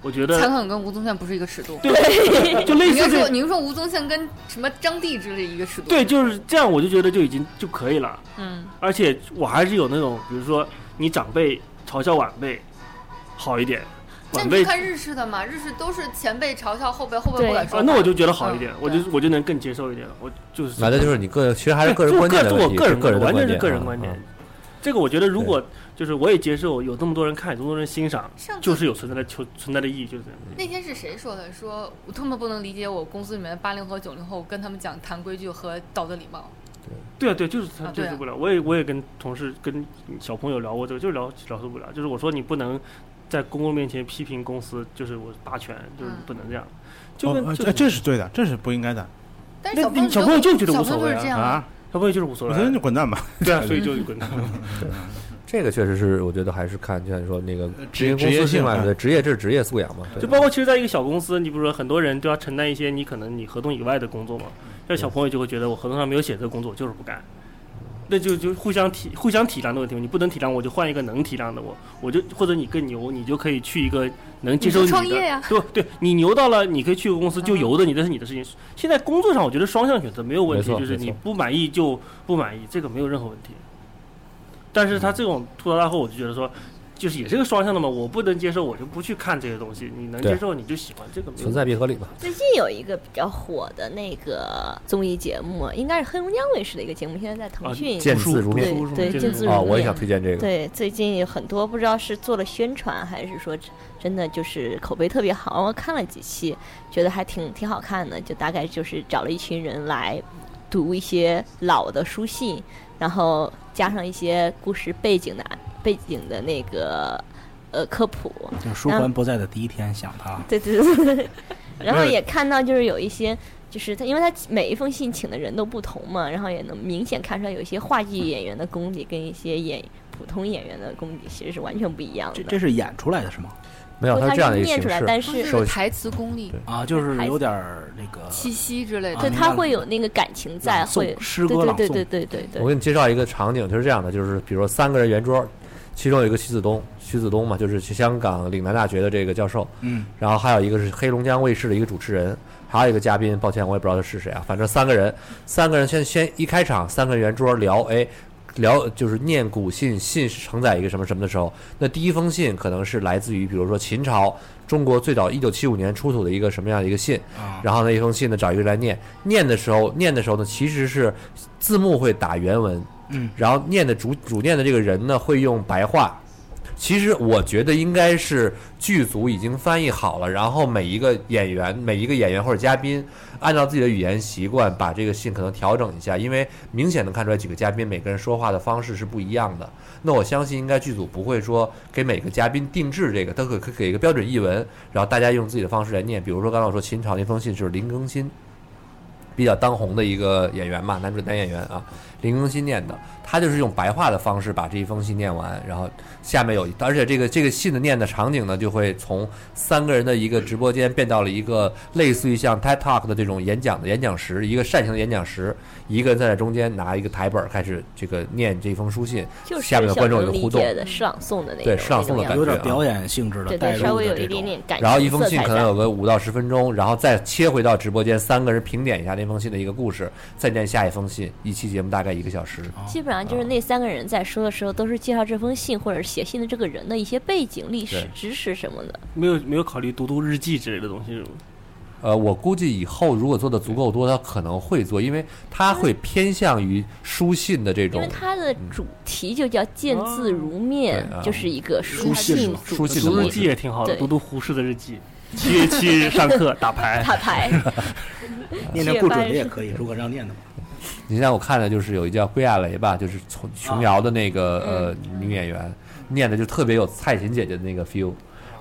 [SPEAKER 9] 我觉
[SPEAKER 6] 蔡
[SPEAKER 9] 得
[SPEAKER 6] 康永跟吴宗宪不是一个尺度。
[SPEAKER 9] 对，就类
[SPEAKER 6] 你
[SPEAKER 9] 似
[SPEAKER 6] 是
[SPEAKER 9] 这
[SPEAKER 6] 说，你是说吴宗宪跟什么张帝之类一个尺度？
[SPEAKER 9] 对，，就是这样，我就觉得就已经就可以了。
[SPEAKER 6] 嗯，
[SPEAKER 9] 而且我还是有那种，比如说你长辈嘲笑晚辈，好一点，
[SPEAKER 6] 那
[SPEAKER 9] 晚
[SPEAKER 6] 你
[SPEAKER 9] 辈
[SPEAKER 6] 就看日式的嘛，日式都是前辈嘲笑后辈，后辈
[SPEAKER 5] 对
[SPEAKER 6] 不敢说
[SPEAKER 9] 啊
[SPEAKER 6] 话。，
[SPEAKER 9] 那我就觉得好一点
[SPEAKER 6] 嗯，
[SPEAKER 9] 我就我就能更接受一点，我就是
[SPEAKER 4] 那这就是你个人，其实还是个人
[SPEAKER 9] 对
[SPEAKER 4] 观点的
[SPEAKER 9] 就我
[SPEAKER 4] 问题，
[SPEAKER 9] 个
[SPEAKER 4] 是
[SPEAKER 9] 人
[SPEAKER 4] 个人的
[SPEAKER 9] 完全是
[SPEAKER 4] 点，
[SPEAKER 9] 个人
[SPEAKER 4] 啊
[SPEAKER 9] 观点。。这个我觉得，如果就是我也接受有这么多人看，有这么多人欣赏，就是有存在的存存在的意义，就是这样。
[SPEAKER 6] 那天是谁说的？说我他妈不能理解我公司里面八零后、九零后，我跟他们讲谈规矩和道德礼貌。
[SPEAKER 9] 对啊，对，就是他
[SPEAKER 6] 啊
[SPEAKER 9] 接
[SPEAKER 6] 对啊
[SPEAKER 9] 受不了。我也我也跟同事、跟小朋友聊过这个，就是聊聊受不了。就是我说你不能在公众面前批评公司，就是我霸权，
[SPEAKER 6] 嗯
[SPEAKER 9] 就是不能这 样。就跟
[SPEAKER 16] 哦
[SPEAKER 9] 就
[SPEAKER 16] 这这是对的，这是不应该的。
[SPEAKER 6] 但是
[SPEAKER 9] 那
[SPEAKER 6] 小朋友
[SPEAKER 9] 那小朋友就觉得无
[SPEAKER 6] 小
[SPEAKER 9] 所
[SPEAKER 6] 朋
[SPEAKER 9] 谓
[SPEAKER 6] 友就是这样
[SPEAKER 16] 啊，
[SPEAKER 9] 小朋友就是无所谓。
[SPEAKER 16] 那就滚蛋吧。
[SPEAKER 9] 对啊，所以就滚蛋。
[SPEAKER 4] 这个确实是，我觉得还是看，就像你说那个
[SPEAKER 9] 职
[SPEAKER 4] 因为公
[SPEAKER 9] 职业
[SPEAKER 4] 司
[SPEAKER 9] 性
[SPEAKER 4] 性嘛，
[SPEAKER 9] 啊
[SPEAKER 4] 对职业这是职业素养嘛，对
[SPEAKER 9] 就包括其实，在一个小公司，你比如说很多人都要承担一些你可能你合同以外的工作嘛，
[SPEAKER 4] 嗯
[SPEAKER 9] 像小朋友就会觉得我合同上没有写这个工作，我就是不干。那就就互相体互相体谅的问题嘛，你不能体谅我，就换一个能体谅的我，我就或者你更牛，你就可以去一个能接受
[SPEAKER 6] 你
[SPEAKER 9] 你
[SPEAKER 6] 去
[SPEAKER 9] 的，
[SPEAKER 6] 创业呀啊
[SPEAKER 9] 对对，你牛到了，你可以去个公司就游的，你这是你的事情。现在工作上，我觉得双向选择没有问题，
[SPEAKER 4] 没错
[SPEAKER 9] 就是
[SPEAKER 4] 没错
[SPEAKER 9] 你不满意就不满意，这个没有任何问题。但是他这种吐槽大会，我就觉得说，就是也是个双向的嘛，我不能接受，我就不去看这些东西，你能
[SPEAKER 4] 对
[SPEAKER 9] 接受你就喜欢这个没有
[SPEAKER 4] 存在必合理嘛。
[SPEAKER 5] 最近有一个比较火的那个综艺节目，应该是黑龙江卫视的一个节目，现在在腾讯。
[SPEAKER 4] 见字如面
[SPEAKER 5] 对对，啊见字如面。
[SPEAKER 4] 啊，我也想推荐这个。
[SPEAKER 5] 对，最近有很多不知道是做了宣传，还是说真的就是口碑特别好。我看了几期，觉得还挺挺好看的，就大概就是找了一群人来读一些老的书信，然后加上一些故事背景的背景的那个呃科普。
[SPEAKER 10] 就书桓不在的第一天想他，
[SPEAKER 5] 嗯对对 对对。然后
[SPEAKER 10] 没有
[SPEAKER 5] 也看到就是有一些，就是他，因为他每一封信请的人都不同嘛，然后也能明显看出来有一些话剧演员的功底跟一些演普通演员的功底其实是完全不一样
[SPEAKER 10] 这
[SPEAKER 5] 的。
[SPEAKER 10] 这是演出来的是吗？
[SPEAKER 4] 没有
[SPEAKER 5] 不它
[SPEAKER 4] 它
[SPEAKER 5] 是
[SPEAKER 4] 这样的一个
[SPEAKER 5] 念
[SPEAKER 4] 形
[SPEAKER 5] 出来，
[SPEAKER 4] 式
[SPEAKER 5] 但
[SPEAKER 6] 就是是台词功力、
[SPEAKER 10] 啊，就是有点儿那个
[SPEAKER 6] 气息之
[SPEAKER 10] 啊
[SPEAKER 6] 类的。
[SPEAKER 5] 对他会有那个感情在，
[SPEAKER 10] 朗诵
[SPEAKER 5] 会
[SPEAKER 10] 诗歌
[SPEAKER 5] 对
[SPEAKER 10] 朗
[SPEAKER 5] 对
[SPEAKER 10] 诵
[SPEAKER 5] 对对对对
[SPEAKER 4] 我
[SPEAKER 5] 对。
[SPEAKER 4] 给你介绍一个场景，就是这样的，就是比如说三个人圆桌，其中有一个徐子东，徐子东嘛，就是去香港岭南大学的这个教授，
[SPEAKER 10] 嗯，
[SPEAKER 4] 然后还有一个是黑龙江卫视的一个主持人，还有一个嘉宾，抱歉我也不知道他是谁啊，反正三个人，三个人先先一开场，三个人圆桌聊，哎。聊就是念古信，信是承载一个什么什么的时候，那第一封信可能是来自于比如说秦朝，中国最早一九七五年出土的一个什么样的一个信，然后那一封信呢找一个人来念，念的时候念的时候呢其实是字幕会打原文，
[SPEAKER 10] 嗯，
[SPEAKER 4] 然后念的主主念的这个人呢会用白话。其实我觉得应该是剧组已经翻译好了，然后每一个演员、每一个演员或者嘉宾，按照自己的语言习惯把这个信可能调整一下，因为明显能看出来几个嘉宾每个人说话的方式是不一样的。那我相信应该剧组不会说给每个嘉宾定制这个，他可可以给一个标准译文，然后大家用自己的方式来念。比如说刚才我说秦朝那封信是林更新，比较当红的一个演员嘛，男主男演员啊，林更新念的，他就是用白话的方式把这一封信念完，然后下面有，而且这个这个信的念的场景呢，就会从三个人的一个直播间变到了一个类似于像 TED Talk 的这种演讲的演讲室，一个扇形的演讲室，一个人站在中间拿一个台本儿开始这个念这封书信，
[SPEAKER 5] 就是
[SPEAKER 4] 下面的观众有个
[SPEAKER 5] 小
[SPEAKER 4] 互
[SPEAKER 5] 能
[SPEAKER 4] 动
[SPEAKER 5] 理，解的是朗诵的那
[SPEAKER 4] 对
[SPEAKER 5] 种啊
[SPEAKER 4] 是朗诵的感觉啊
[SPEAKER 10] 有点表演性质
[SPEAKER 5] 对
[SPEAKER 10] 的带
[SPEAKER 5] 对，
[SPEAKER 10] 入
[SPEAKER 5] 稍微有
[SPEAKER 10] 的这
[SPEAKER 5] 一点
[SPEAKER 10] 种。
[SPEAKER 5] 点感情。
[SPEAKER 4] 然后一封信
[SPEAKER 5] 色彩
[SPEAKER 4] 可能
[SPEAKER 5] 在
[SPEAKER 4] 有个五到十分钟，然后再切回到直播间，三个人评点一下那封信的一个故事，再念下一封信。一期节目大概一个小时。
[SPEAKER 10] 哦
[SPEAKER 5] 基本上就是那三个人在说的时候，都是介绍这封信或者是写信的这个人的一些背景、历史
[SPEAKER 4] 对、
[SPEAKER 5] 知识什么的。
[SPEAKER 9] 没有没有考虑读读日记之类的东西是吗？
[SPEAKER 4] 呃，我估计以后如果做的足够多，他可能会做，因为他会偏向于书信的这
[SPEAKER 5] 因
[SPEAKER 4] 种
[SPEAKER 5] 为它的主题就叫“见字
[SPEAKER 10] 哦
[SPEAKER 5] 如面”，
[SPEAKER 4] 嗯对啊
[SPEAKER 5] 就是一个
[SPEAKER 4] 书信
[SPEAKER 5] 信
[SPEAKER 4] 嘛书信的
[SPEAKER 9] 读
[SPEAKER 4] 模
[SPEAKER 9] 日
[SPEAKER 4] 式
[SPEAKER 9] 记也挺好的，
[SPEAKER 5] 对
[SPEAKER 9] 读读胡适的日记。七月七日上 课打牌，
[SPEAKER 5] 打 牌
[SPEAKER 10] 念念顾准的也可以，如果让 念的话，
[SPEAKER 4] 你像我看的就是有一叫归亚蕾吧，就是从
[SPEAKER 5] 哦
[SPEAKER 4] 琼瑶的那个、
[SPEAKER 5] 嗯
[SPEAKER 4] 呃女演员，念的就特别有蔡琴姐姐的那个 feel。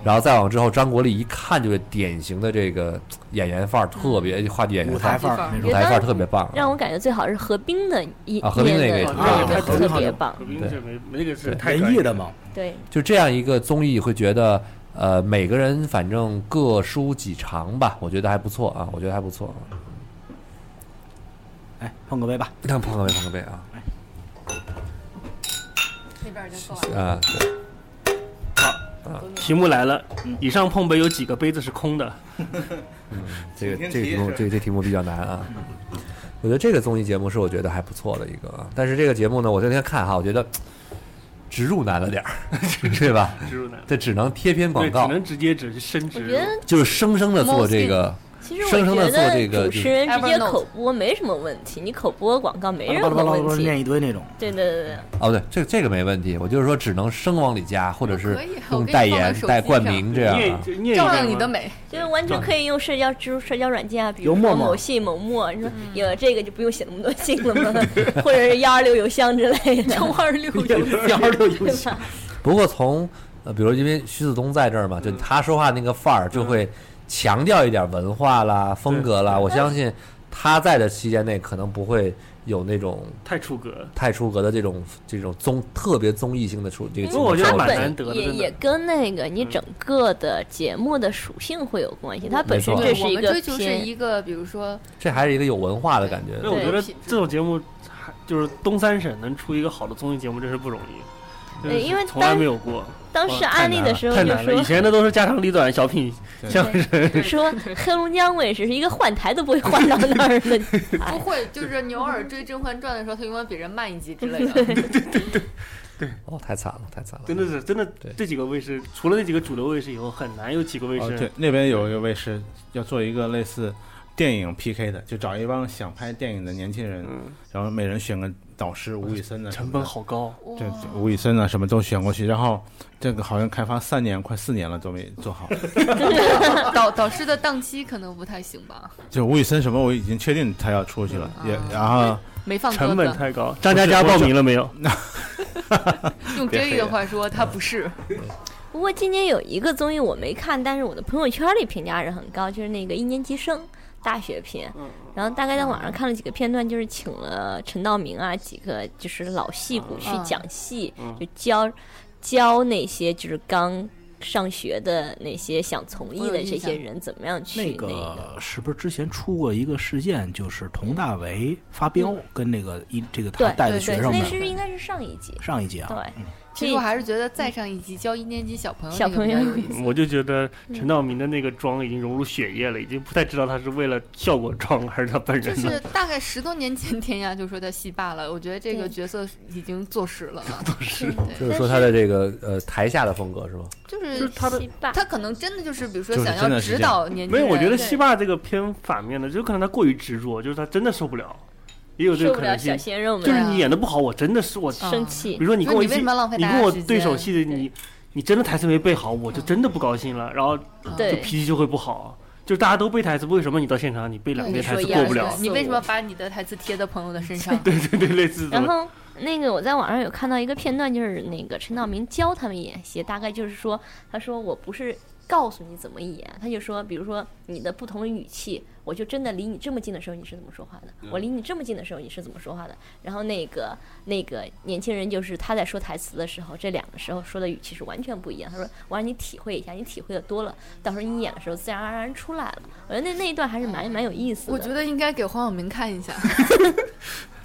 [SPEAKER 4] 然后再往之后，张国立一看就是典型的这个演员范儿，特
[SPEAKER 5] 嗯
[SPEAKER 4] 别话剧演员
[SPEAKER 10] 舞台范儿那
[SPEAKER 4] 舞
[SPEAKER 10] 种
[SPEAKER 4] 台范儿特别棒。
[SPEAKER 5] 让我感觉最好是何冰的一
[SPEAKER 4] 啊何冰那个也
[SPEAKER 5] 念的
[SPEAKER 4] 挺
[SPEAKER 5] 那
[SPEAKER 4] 好
[SPEAKER 5] 个
[SPEAKER 4] 的
[SPEAKER 5] 特别棒
[SPEAKER 9] 何，冰是没那个是
[SPEAKER 4] 对
[SPEAKER 9] 太
[SPEAKER 10] 文艺的嘛，
[SPEAKER 5] 对。
[SPEAKER 4] 就这样一个综艺，会觉得呃每个人反正各抒己长吧，我觉得还不错啊，我觉得还不错。
[SPEAKER 10] 哎，碰个杯吧，
[SPEAKER 4] 那碰个杯，碰个杯啊！
[SPEAKER 6] 那边就说完了。
[SPEAKER 4] 啊，对
[SPEAKER 9] 题目来了，以上碰杯有几个杯子是空的？
[SPEAKER 10] 嗯
[SPEAKER 4] 这个
[SPEAKER 9] 今
[SPEAKER 4] 这个
[SPEAKER 9] 天题
[SPEAKER 4] 题
[SPEAKER 9] 也
[SPEAKER 4] 目
[SPEAKER 9] 是
[SPEAKER 4] 这个这个题目比较难啊。我觉得这个综艺节目是我觉得还不错的一个，啊，但是这个节目呢，我那天看哈，我觉得植入难了点 儿，对吧？
[SPEAKER 9] 植入难了
[SPEAKER 4] 这只能贴片广
[SPEAKER 9] 对，只
[SPEAKER 4] 告，
[SPEAKER 9] 能直接只是升
[SPEAKER 5] 我
[SPEAKER 9] 职
[SPEAKER 5] 觉得
[SPEAKER 4] 就是生生的做这个
[SPEAKER 5] 其实
[SPEAKER 4] 生生
[SPEAKER 5] 我
[SPEAKER 4] 的
[SPEAKER 5] 觉
[SPEAKER 4] 做这
[SPEAKER 5] 得
[SPEAKER 4] 个
[SPEAKER 5] 主
[SPEAKER 4] 就是
[SPEAKER 5] 持人直接口播没什么问题，你口播广告没任
[SPEAKER 10] 巴拉巴
[SPEAKER 5] 何
[SPEAKER 10] 拉巴拉
[SPEAKER 5] 问
[SPEAKER 10] 巴拉
[SPEAKER 5] 题。
[SPEAKER 10] 念一堆那种。
[SPEAKER 5] 对对对对，
[SPEAKER 4] 哦，不对，这这个没问题，我就是说只能生往里加，或者是用代言、
[SPEAKER 6] 哦我给你放到手机上
[SPEAKER 4] 带冠名这样啊。
[SPEAKER 6] 照亮你的美，
[SPEAKER 5] 就是完全可以用社交支社交软件啊，比如
[SPEAKER 4] 有陌
[SPEAKER 5] 说
[SPEAKER 4] 陌
[SPEAKER 5] 某信、某陌，你说
[SPEAKER 6] 嗯
[SPEAKER 5] 有这个就不用写那么多信了吗？ 或者是幺二六邮箱之类的，幺二六
[SPEAKER 4] 幺二 六邮
[SPEAKER 5] 箱，
[SPEAKER 4] 不过从呃，比如因为徐子东在这儿嘛，
[SPEAKER 9] 嗯
[SPEAKER 4] 就他说话那个范儿就会强调一点文化啦、风格啦。我相信他在的期间内，可能不会有那种
[SPEAKER 9] 太出格。
[SPEAKER 4] 太出格的这种这种综特别综艺性的出这个
[SPEAKER 5] 因
[SPEAKER 4] 情
[SPEAKER 5] 为
[SPEAKER 4] 况。
[SPEAKER 5] 它本也也跟那个你整个的节目的属性会有关系，它本身
[SPEAKER 4] 没错
[SPEAKER 5] 这
[SPEAKER 6] 我
[SPEAKER 5] 是一
[SPEAKER 6] 们
[SPEAKER 5] 个
[SPEAKER 6] 追求是
[SPEAKER 5] 偏
[SPEAKER 6] 一个，比如说
[SPEAKER 4] 这还是一个有文化的感觉。
[SPEAKER 9] 那我觉得这种节目还就是东三省能出一个好的综艺节目，真是不容易，
[SPEAKER 5] 对
[SPEAKER 9] 真是
[SPEAKER 5] 因为
[SPEAKER 9] 从来
[SPEAKER 5] 当
[SPEAKER 9] 没有过。
[SPEAKER 5] 当时
[SPEAKER 9] 哇
[SPEAKER 5] 安利的时候
[SPEAKER 9] 太
[SPEAKER 5] 就
[SPEAKER 9] 难了，
[SPEAKER 5] 说
[SPEAKER 9] 以前的都是家长里短、小品、相 声。
[SPEAKER 5] 说黑龙江卫视是一个换台都不会换到那儿 的台
[SPEAKER 6] 不，会，就是牛耳追《甄嬛传》的时候，他永远比人慢一集之类的。
[SPEAKER 4] 哦，太惨了，太惨了。
[SPEAKER 9] 真的是，真的，这几个卫视除了那几个主流卫视以后，很难有几个卫
[SPEAKER 11] 哦，对
[SPEAKER 9] 视，
[SPEAKER 11] 那边有一个卫视要做一个类似电影 PK 的，就找一帮想拍电影的年轻人，
[SPEAKER 6] 嗯
[SPEAKER 11] 然后每人选个导师，吴宇森的啊什么的，
[SPEAKER 9] 成本好高。
[SPEAKER 11] 对，吴宇森啊什么都选过去，然后这个好像开发三年，快四年了都没做好。
[SPEAKER 6] 导导师的档期可能不太行吧？
[SPEAKER 11] 就吴宇森什么，我已经确定他要出去
[SPEAKER 5] 嗯
[SPEAKER 11] 了，也
[SPEAKER 5] 啊
[SPEAKER 11] 然后
[SPEAKER 6] 没放鸽子
[SPEAKER 11] 成本
[SPEAKER 9] 太高张嘉佳报名了没有？
[SPEAKER 6] 用
[SPEAKER 11] 别黑
[SPEAKER 6] Jerry 的
[SPEAKER 11] 了
[SPEAKER 6] 话说，他不是。
[SPEAKER 5] 不过今年有一个综艺我没看，但是我的朋友圈里评价是很高，就是那个一年级生大学篇。
[SPEAKER 6] 嗯
[SPEAKER 5] 然后大概在网上看了几个片段，就是请了陈道明啊几个就是老戏骨去
[SPEAKER 6] 嗯
[SPEAKER 5] 讲戏，
[SPEAKER 6] 嗯
[SPEAKER 5] 就教教那些就是刚上学的那些想从
[SPEAKER 6] 我
[SPEAKER 5] 艺
[SPEAKER 6] 有
[SPEAKER 5] 的
[SPEAKER 6] 印
[SPEAKER 5] 这些
[SPEAKER 6] 象
[SPEAKER 5] 人怎么样去
[SPEAKER 10] 那个是不是之前出过一个事件，就是佟大为发飙
[SPEAKER 5] 嗯
[SPEAKER 10] 跟那个一这个他
[SPEAKER 5] 对
[SPEAKER 10] 带的
[SPEAKER 5] 对
[SPEAKER 10] 学
[SPEAKER 5] 对，
[SPEAKER 10] 生
[SPEAKER 5] 那
[SPEAKER 10] 们
[SPEAKER 5] 是应该是上一集，
[SPEAKER 10] 上一集啊？
[SPEAKER 5] 对，
[SPEAKER 6] 其实我还是觉得再上一集教一年级小朋友
[SPEAKER 5] 小
[SPEAKER 6] 那个比
[SPEAKER 5] 朋友
[SPEAKER 6] 较有 意思
[SPEAKER 9] 我就觉得
[SPEAKER 5] 嗯
[SPEAKER 9] 陈道明的那个妆已经融入血液了，已经不太知道他是为了效果妆还是他本
[SPEAKER 6] 就
[SPEAKER 9] 人
[SPEAKER 6] 是
[SPEAKER 9] 了。
[SPEAKER 6] 大概十多年前，天涯就说他戏霸了。我觉得这个角色已经坐实 了，坐实了。
[SPEAKER 4] 就是说他的这个呃台下的风格是吗？
[SPEAKER 6] 就是他的，他可能真的就是，比如说
[SPEAKER 4] 就是
[SPEAKER 6] 想
[SPEAKER 4] 真
[SPEAKER 6] 要
[SPEAKER 4] 的是
[SPEAKER 6] 指
[SPEAKER 4] 这样
[SPEAKER 6] 导年轻
[SPEAKER 9] 没
[SPEAKER 6] 人。
[SPEAKER 9] 有，我觉得
[SPEAKER 6] 对
[SPEAKER 9] 西坝这个偏反面的，就可能他过于执着，就是他真的受不了，也有这个可能性。
[SPEAKER 5] 受不了小鲜肉们
[SPEAKER 6] 啊
[SPEAKER 9] 就是你演的不好，我真的是我
[SPEAKER 6] 嗯
[SPEAKER 5] 生气
[SPEAKER 9] 比如说你跟我一
[SPEAKER 6] 那你为
[SPEAKER 9] 起，
[SPEAKER 6] 什么浪费
[SPEAKER 9] 你
[SPEAKER 6] 大家
[SPEAKER 9] 跟我
[SPEAKER 6] 时间嗯
[SPEAKER 9] 对手戏，你你真的台词没背好，我就真的不高兴了，然后
[SPEAKER 6] 对
[SPEAKER 9] 就脾气就会不好。就是大家都背台词，为什么你到现场你背两遍台词
[SPEAKER 5] 你说一
[SPEAKER 9] 过
[SPEAKER 5] 二
[SPEAKER 9] 不了？
[SPEAKER 6] 你为什么把你的台词贴在朋友的身上？
[SPEAKER 9] 对对对，类似这
[SPEAKER 5] 然
[SPEAKER 9] 种。
[SPEAKER 5] 后那个我在网上有看到一个片段，就是那个陈道明教他们演戏，大概就是说，他说我不是告诉你怎么演，他就说，比如说你的不同的语气，我就真的离你这么近的时候你是怎么说话的，我离你这么近的时候你是怎么说话的。然后那个那个年轻人就是他在说台词的时候，这两个时候说的语气是完全不一样。他说我让你体会一下，你体会的多了，到时候你演的时候自然而然出来了。我觉得那那一段还是蛮蛮有意思的。
[SPEAKER 6] 我觉得应该给黄晓明 看一下。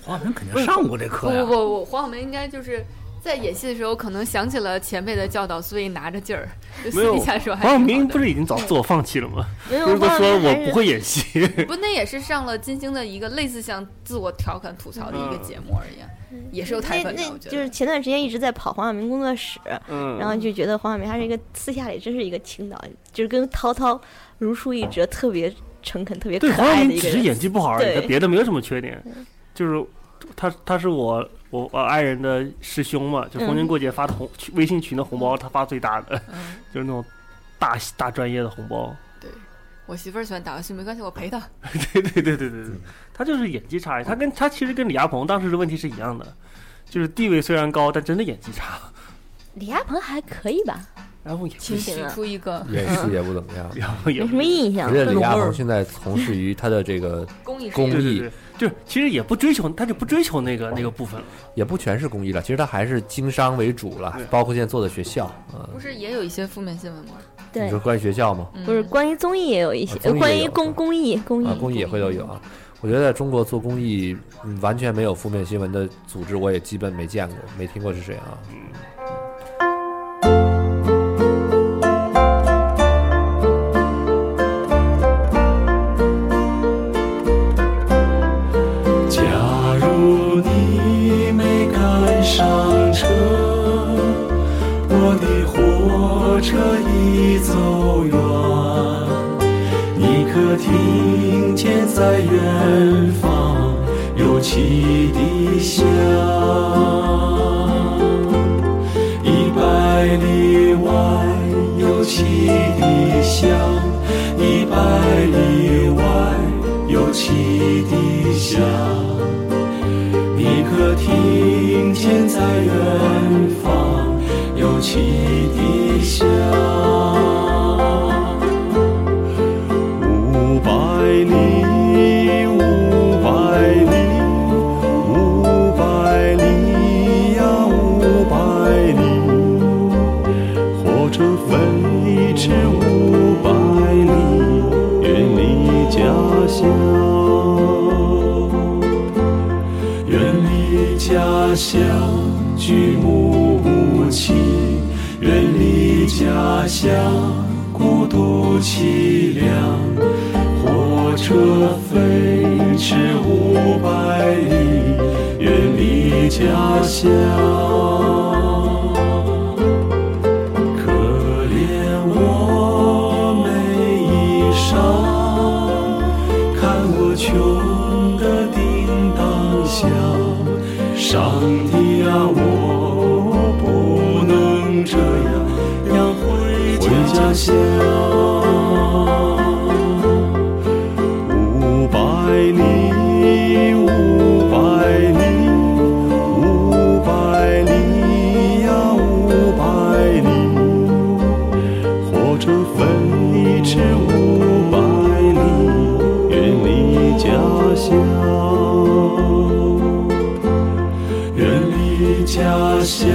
[SPEAKER 10] 黄晓明肯定上过这
[SPEAKER 6] 不
[SPEAKER 9] 啊
[SPEAKER 10] 课呀
[SPEAKER 6] 不。不，我黄晓明应该就是在演戏的时候，可能想起了前辈的教导，所以拿着劲儿，就
[SPEAKER 9] 没
[SPEAKER 6] 私
[SPEAKER 9] 有
[SPEAKER 6] 底下说还
[SPEAKER 9] 黄晓
[SPEAKER 6] 挺
[SPEAKER 9] 明不是已经早自我放弃了吗？
[SPEAKER 6] 没有
[SPEAKER 9] 不是都
[SPEAKER 6] 黄晓
[SPEAKER 9] 说
[SPEAKER 6] 明还
[SPEAKER 9] 我
[SPEAKER 6] 是
[SPEAKER 9] 不会演戏，
[SPEAKER 6] 不，那也是上了金星的一个类似像自我调侃吐槽的一个节目而已，啊也是有
[SPEAKER 5] 嗯
[SPEAKER 6] 台
[SPEAKER 5] 那
[SPEAKER 6] 本的。
[SPEAKER 5] 那
[SPEAKER 6] 我觉
[SPEAKER 5] 就
[SPEAKER 6] 得
[SPEAKER 5] 是前段时间一直在跑黄晓明工作室，
[SPEAKER 6] 嗯
[SPEAKER 5] 然后就觉得黄晓明还是一个私下里真是一个青岛，就是跟涛涛如出一辙，特别诚恳、特别可
[SPEAKER 9] 对，黄晓
[SPEAKER 5] 爱的
[SPEAKER 9] 明
[SPEAKER 5] 一
[SPEAKER 9] 只
[SPEAKER 5] 个
[SPEAKER 9] 是演
[SPEAKER 5] 人。
[SPEAKER 9] 技不好而已，
[SPEAKER 5] 对
[SPEAKER 9] 他别的没有什么缺点。就是他他是我我我爱人的师兄嘛，就逢年
[SPEAKER 5] 嗯
[SPEAKER 9] 过节发的红、群微信群的红包，他发最大的， 就是那种大大专业的红包。
[SPEAKER 6] 我媳妇儿喜欢打游戏，没关系，我陪她。
[SPEAKER 9] 对对对对对对，他就是演技差，他跟他其实跟李亚鹏当时的问题是一样的，就是地位虽然高，但真的演技差。
[SPEAKER 5] 李亚鹏还可以吧？
[SPEAKER 9] 然哎后也
[SPEAKER 6] 情绪出一个
[SPEAKER 4] 演戏也不怎么样，
[SPEAKER 5] 没什么印象
[SPEAKER 4] 我觉得李亚鹏现在从事于他的这个
[SPEAKER 6] 公益事
[SPEAKER 4] 公
[SPEAKER 6] 业
[SPEAKER 9] 对对
[SPEAKER 4] 益
[SPEAKER 9] 对，就是其实也不追求，他就不追求那个那个部分了。
[SPEAKER 4] 也不全是公益了，其实他还是经商为主了
[SPEAKER 9] 对，
[SPEAKER 4] 包括现在做的学校，嗯，
[SPEAKER 6] 不是也有一些负面新闻吗？嗯
[SPEAKER 4] 你
[SPEAKER 5] 对
[SPEAKER 4] 说，关于学校吗？
[SPEAKER 5] 不是关于综艺也有一些
[SPEAKER 4] 啊，综艺也有
[SPEAKER 5] 关于公公益公益
[SPEAKER 4] 啊，公益也会都有啊。我觉得在中国做公益、嗯完全没有负面新闻的组织，我也基本没见过，没听过是谁啊。
[SPEAKER 18] 假如你没赶上车，我的火车已走远，你可听在远方，有汽笛响。一百里外有汽笛响，一百里外有汽笛响。你可听见在远方有汽笛响？五百里，五百里，五百里呀，五百里，火车飞驰五百里，远离家乡，远离家乡，举目无亲，远离家乡，孤独凄凉。火车飞驰五百里，远离家乡。可怜我没衣裳，看我穷得叮当响。上帝呀，我不能这样，要回家乡。五百里，五百里，五百里呀，五百里，火车飞驰五百里，远离家乡，远离家乡，